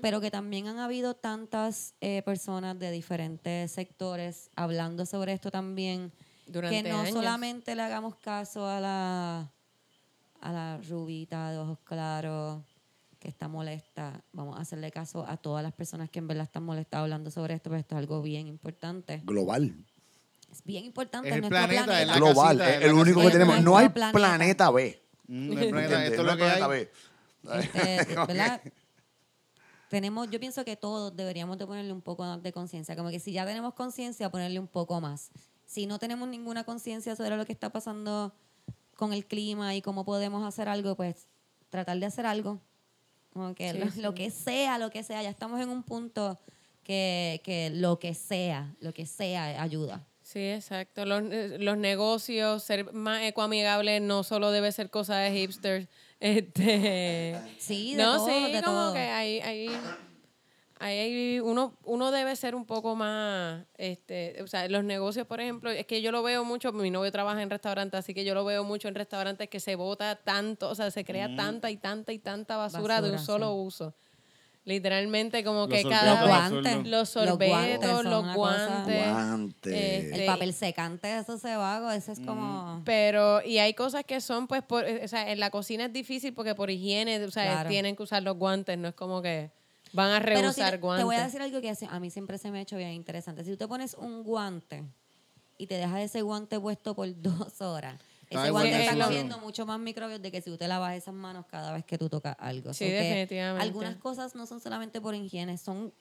A: Pero que también han habido tantas eh, personas de diferentes sectores hablando sobre esto también,
C: Durante
A: que no
C: años.
A: solamente le hagamos caso a la, a la rubita de ojos claros que está molesta, vamos a hacerle caso a todas las personas que en verdad están molestadas hablando sobre esto, pero esto es algo bien importante.
B: Global.
A: Es bien importante
D: Es
A: en
D: el
A: nuestro
D: planeta, es
A: planeta.
D: la
B: Global.
D: casita,
B: es
D: la
B: el único que
A: casita.
B: tenemos. No hay
A: Nuestro planeta.
B: planeta B.
D: Mm, no hay planeta,
B: ¿Entiendes?
D: esto es
B: No
D: lo
B: hay
D: que hay.
B: planeta B.
A: Este, ¿verdad? tenemos, yo pienso que todos deberíamos de ponerle un poco más de conciencia, como que si ya tenemos conciencia, ponerle un poco más. Si no tenemos ninguna conciencia sobre lo que está pasando con el clima y cómo podemos hacer algo, pues tratar de hacer algo. Como que
C: Sí,
A: lo,
C: sí.
A: lo que sea, lo que sea, ya estamos en un punto que, que lo que sea, lo que sea ayuda.
C: Sí, exacto. Los, eh, los negocios, ser más ecoamigable no solo debe ser cosa de hipsters. Este,
A: Sí, de
C: no,
A: todo,
C: sí,
A: de
C: como
A: todo.
C: que ahí, ahí, ahí hay- uno, uno debe ser un poco más, este, o sea, los negocios, por ejemplo, es que yo lo veo mucho, mi novio trabaja en restaurantes, así que yo lo veo mucho en restaurantes que se bota tanto, o sea, se crea tanta y tanta y tanta basura, de un
A: Basura,
C: solo
A: sí.
C: uso. Literalmente como
D: Los
C: que
D: sorbetos,
C: cada
A: Los
C: vez-
A: guantes.
C: los
A: Los guantes
C: sorbetos,
A: son
C: los
A: una cosa-
C: guantes,
B: Guantes.
C: este,
A: El papel secante, eso se vago, eso es como...
C: Pero, y hay cosas que son, pues, por, eh, o sea, en la cocina es difícil porque por higiene, o sea,
A: Claro.
C: tienen que usar los guantes, no es como que van a
A: Pero si
C: rehusar
A: te-
C: guantes.
A: Te voy a decir algo que hace- a mí siempre se me ha hecho bien interesante. Si tú te pones un guante y te dejas ese guante puesto por dos horas,
D: Está
A: ese
D: igual
A: guante
C: de
A: está
C: sucio.
A: cogiendo mucho más microbios de que si tú te lavas esas manos cada vez que tú tocas algo.
C: Sí,
A: So que
C: definitivamente.
A: Algunas cosas no son solamente por higiene, son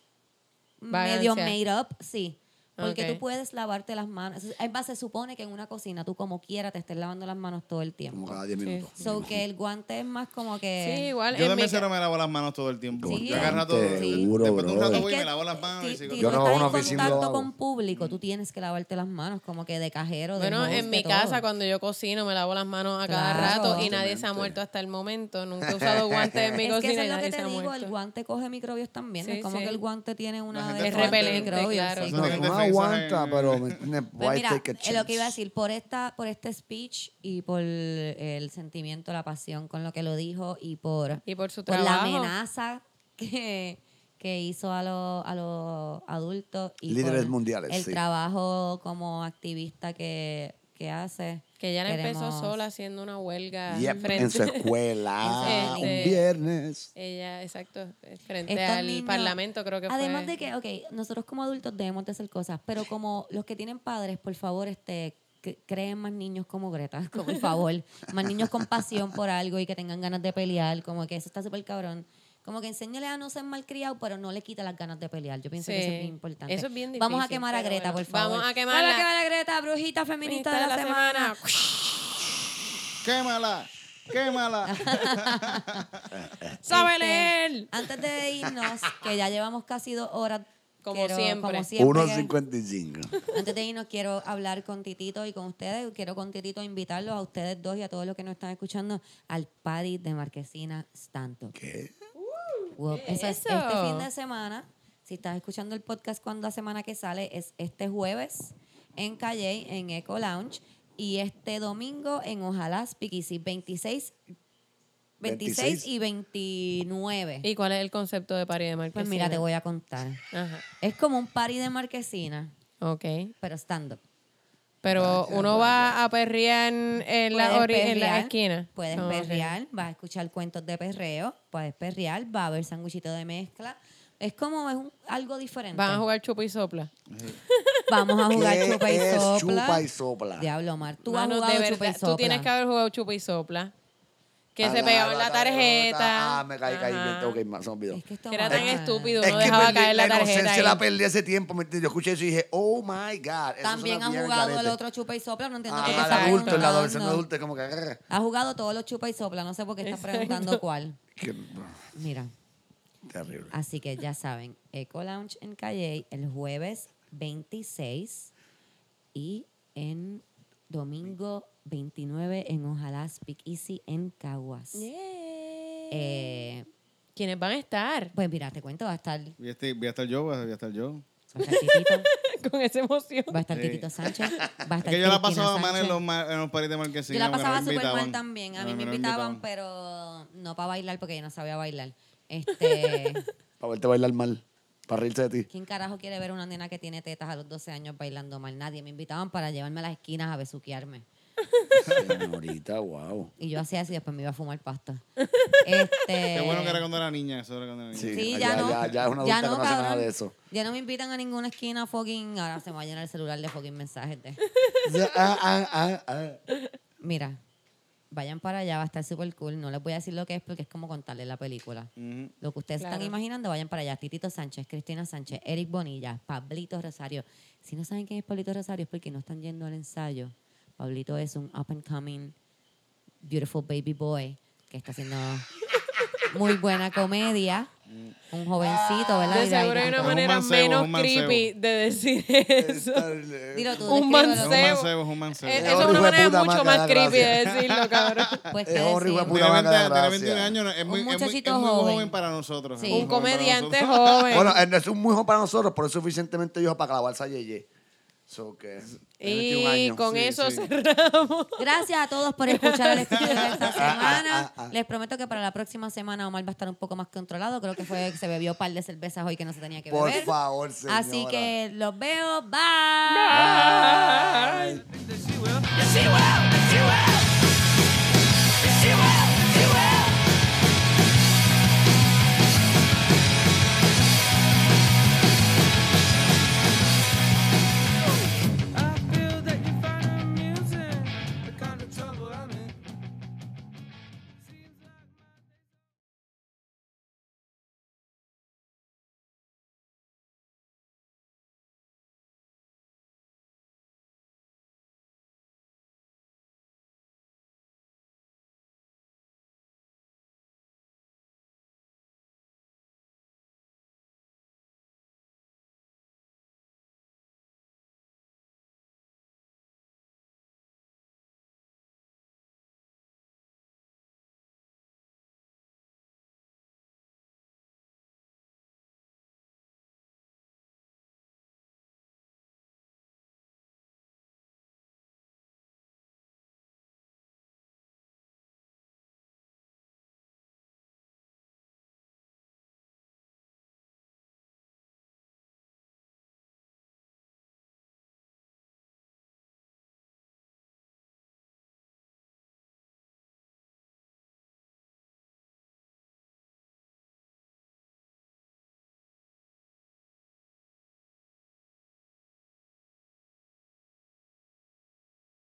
A: medio
C: Vagancia.
A: made up, sí. Porque
C: Ok.
A: tú puedes lavarte las manos. Es más, se supone que en una cocina tú como quiera te estés lavando las manos todo el
B: Como
A: tiempo.
B: cada 10 minutos.
A: So que el guante es más como que...
C: Sí, igual.
D: Yo
C: en
D: de
C: mi
D: mesero
C: ca-
D: me lavo las manos todo el tiempo.
A: Sí.
D: Yo cada rato,
B: Bastante duro,
D: después de un rato
B: brother.
D: voy y
A: que
D: me lavo las manos. y
A: si-
D: sigo-
A: si
B: Yo
A: tú
B: no voy a
A: estás
B: una
A: en
B: oficina y lo
A: contacto
B: hago.
A: con público, tú tienes que lavarte las manos como que de cajero, de
C: Bueno,
A: host,
C: en
A: de
C: mi
A: todo.
C: casa cuando yo cocino me lavo las manos a cada
A: Claro.
C: rato y nadie se ha
D: Exactamente.
C: muerto hasta el momento. Nunca he usado guantes en mi
A: es que eso
C: cocina y
A: es lo
C: nadie
A: que
C: se
A: te
C: ha
A: digo,
C: muerto.
A: el guante coge microbios también. no
C: Sí,
A: es como
C: sí.
A: que el guante tiene una
D: gente
A: de
D: es
A: esas de
D: repelente,
A: microbios.
C: claro.
A: sí.
B: No,
D: Tienen
B: no
D: defensas
B: aguanta,
D: en-
B: pero me tiene
A: Pues
B: why
A: mira,
B: take a
A: eh, lo que iba a
B: chance?
A: decir, por esta, por este speech y por el sentimiento, la pasión con lo que lo dijo y por,
C: Y por su
A: pues, la
C: trabajo.
A: amenaza que, que hizo a los a los adultos y
B: Líderes
A: por
B: mundiales,
A: el
B: sí.
A: trabajo como activista que, que hace.
C: Que ya empezó
A: Queremos-
C: sola haciendo una huelga
B: Yep, en su
C: frente.
B: escuela,
C: Este-
B: un viernes.
C: Ella, exacto, frente
A: Estos
C: Este, al
A: niños-
C: parlamento creo que fue.
A: Además de que, ok, nosotros como adultos debemos de hacer cosas, pero como los que tienen padres, por favor, este cre- creen más niños como Greta, como, por favor, más niños con pasión por algo y que tengan ganas de pelear, como que eso está súper cabrón. Como que enséñale a no ser malcriado, pero no le quita las ganas de pelear. Yo pienso que eso es
C: Sí.
A: bien importante.
C: Eso es bien
A: Vamos a
C: difícil,
A: quemar a
C: pero
A: Greta,
C: bueno.
A: por favor.
C: Vamos a quemarla.
A: Vamos a quemar a Greta, brujita feminista de la, semana.
D: ¡Quémala! ¡Quémala!
C: ¡Sabe
A: Este,
C: leer!
A: Antes de irnos, que ya llevamos casi dos horas.
C: Como
A: quiero-
C: siempre.
A: Como siempre.
B: 1.55.
A: Antes de irnos, quiero hablar con Titito y con ustedes. Quiero con Titito invitarlos a ustedes dos y a todos los que nos están escuchando al party de Marquesina Stanton.
B: ¿Qué?
A: Wow,
C: ¿Qué
A: Eso es
C: eso?
A: este fin de semana. Si estás escuchando el podcast cuando la semana que sale, es este jueves en Calle, en Eco Lounge. Y este domingo en Ojalá Piquisi, 26, 26 y 29.
C: ¿Y cuál es el concepto de party de marquesina?
A: pues mira, te voy a contar.
C: Ajá,
A: Es como un party de Marquesina,
C: ok.
A: pero stand-up.
C: Pero uno va a perrear en la, ori- en la
A: perrear,
C: esquina.
A: Puedes
C: Oh, ok.
A: perrear, vas a escuchar cuentos de perreo, puedes perrear, va a haber sanguchito de mezcla. Es como es un- algo diferente.
C: Van a jugar chupa y sopla.
A: Vamos a jugar
B: ¿Qué
A: chupa y
B: es
A: sopla.
B: chupa y sopla?
A: Diablo, Mar. Tú
C: Mano,
A: has
C: de
A: jugado
C: verdad,
A: chupa y sopla.
C: Tú tienes que haber jugado chupa y sopla. Que
B: A
C: se pegaba en la tarjeta.
B: Ah, me caí, caí.
C: Ajá.
B: Ok, ma- se me olvidó.
A: Es que esto
C: Que era
A: mal.
C: tan estúpido,
B: Es
C: uno
B: que
C: dejaba
B: perdí-
C: caer la tarjeta.
B: inocencia
C: ahí.
B: la perdí ese tiempo. ¿me entiendes? Yo escuché eso y dije, oh my God. eso
A: También
B: suena
A: ha
B: bien
A: jugado
B: garete.
A: el otro chupa y sopla. No entiendo por
B: Ah,
A: qué
B: el
A: está
C: exacto.
B: adulto, el
A: preguntando.
B: adolescente adulto es como que... "Grr".
A: Ha jugado todos los chupa y sopla. No sé por qué estás preguntando cuál.
B: Que-
A: Mira.
B: Terrible.
A: Así que ya saben, Eco Lounge en Calle el jueves 26 y en domingo 29 en Ojalá Speak Easy en Caguas.
C: Yeah.
A: Eh,
C: ¿Quiénes van a estar?
A: pues mira, te cuento, va a estar, va
D: Voy a estar- voy a estar yo, voy a estar yo.
A: a estar Titito,
C: Con esa emoción.
A: va a estar
D: Sí.
A: Titito Sánchez, va a
D: Es
A: estar
D: que yo la
A: Cristina
D: pasaba mal en
A: Sánchez.
D: los, ma- en los paris de marquesina.
A: Yo la
D: porque no me
A: pasaba súper mal
D: invitaban.
A: también. A
D: No,
A: mí me
D: no
A: invitaban, pero no para bailar porque yo no sabía bailar. Este,
B: Para verte bailar mal. Para reírse de ti.
A: ¿Quién carajo quiere ver una nena que tiene tetas a los 12 años bailando mal? Nadie. Me invitaban para llevarme a las esquinas a besuquearme.
B: Señorita, wow.
A: Y yo hacía así, después me iba a fumar pasta. Este,
D: Qué bueno que era cuando era niña, eso era cuando era niña.
B: Sí.
A: Sí,
B: Ya-
A: ya, no.
B: ya- ya es una adulta que no hace nada
A: cabrón.
B: de eso.
A: Ya no me invitan a ninguna esquina, fucking. Ahora se me va a llenar el celular de fucking mensajes de.
B: Ah, ah, ah, ah.
A: Mira, vayan para allá, va a estar súper cool. No les voy a decir lo que es porque es como contarles la película.
D: Ujú.
A: Lo que ustedes
C: Claro.
A: están imaginando, vayan para allá. Titito Sánchez, Cristina Sánchez, Eric Bonilla, Pablito Rosario. Si no saben quién es Pablito Rosario es porque no están yendo al ensayo. Pablito es un up and coming beautiful baby boy que está haciendo muy buena comedia. Un jovencito, ¿verdad?
C: De
A: Mira,
C: seguro hay
A: ahí
C: una
A: está.
D: un
C: manera
D: mancebo, es un
C: menos
D: mancebo.
C: creepy de decir eso.
A: Dilo tú, descríbelo.
C: Un
D: Es un
C: mancebo.
D: mancebo, es un mancebo.
C: Eh,
B: Es
C: Eso es
B: un
C: una
B: hijo de
C: manera
B: puta
C: mucho
B: más que
C: más
B: da
C: creepy de
B: gracia.
C: decirlo, cabrón.
A: Pues, ¿qué
B: Es un
A: decir?
B: hijo de
D: Tiene
B: Una
D: 20
B: vaca de
D: años, tiene
B: gracia.
D: 21 años, no, es
A: Un
D: muy, es muy- es
A: muchachito
D: muy
A: joven.
D: joven para nosotros.
A: Sí.
D: es muy
C: Un
D: joven para
C: comediante
D: nosotros.
C: joven.
B: Bueno, él es un muy joven para nosotros, pero es suficientemente viejo para clavarse a Yeye. So que...
C: y
B: 21 años,
C: con
D: sí,
C: eso
D: sí.
C: cerramos.
A: Gracias a todos por escuchar el estudio de
B: Ah,
A: esta semana. Les prometo que para la próxima semana Omar va a estar un poco más controlado. Creo que fue que se bebió un par de cervezas hoy que no se tenía que
B: Por
A: beber.
B: favor, señora.
A: Así que los veo. Bye.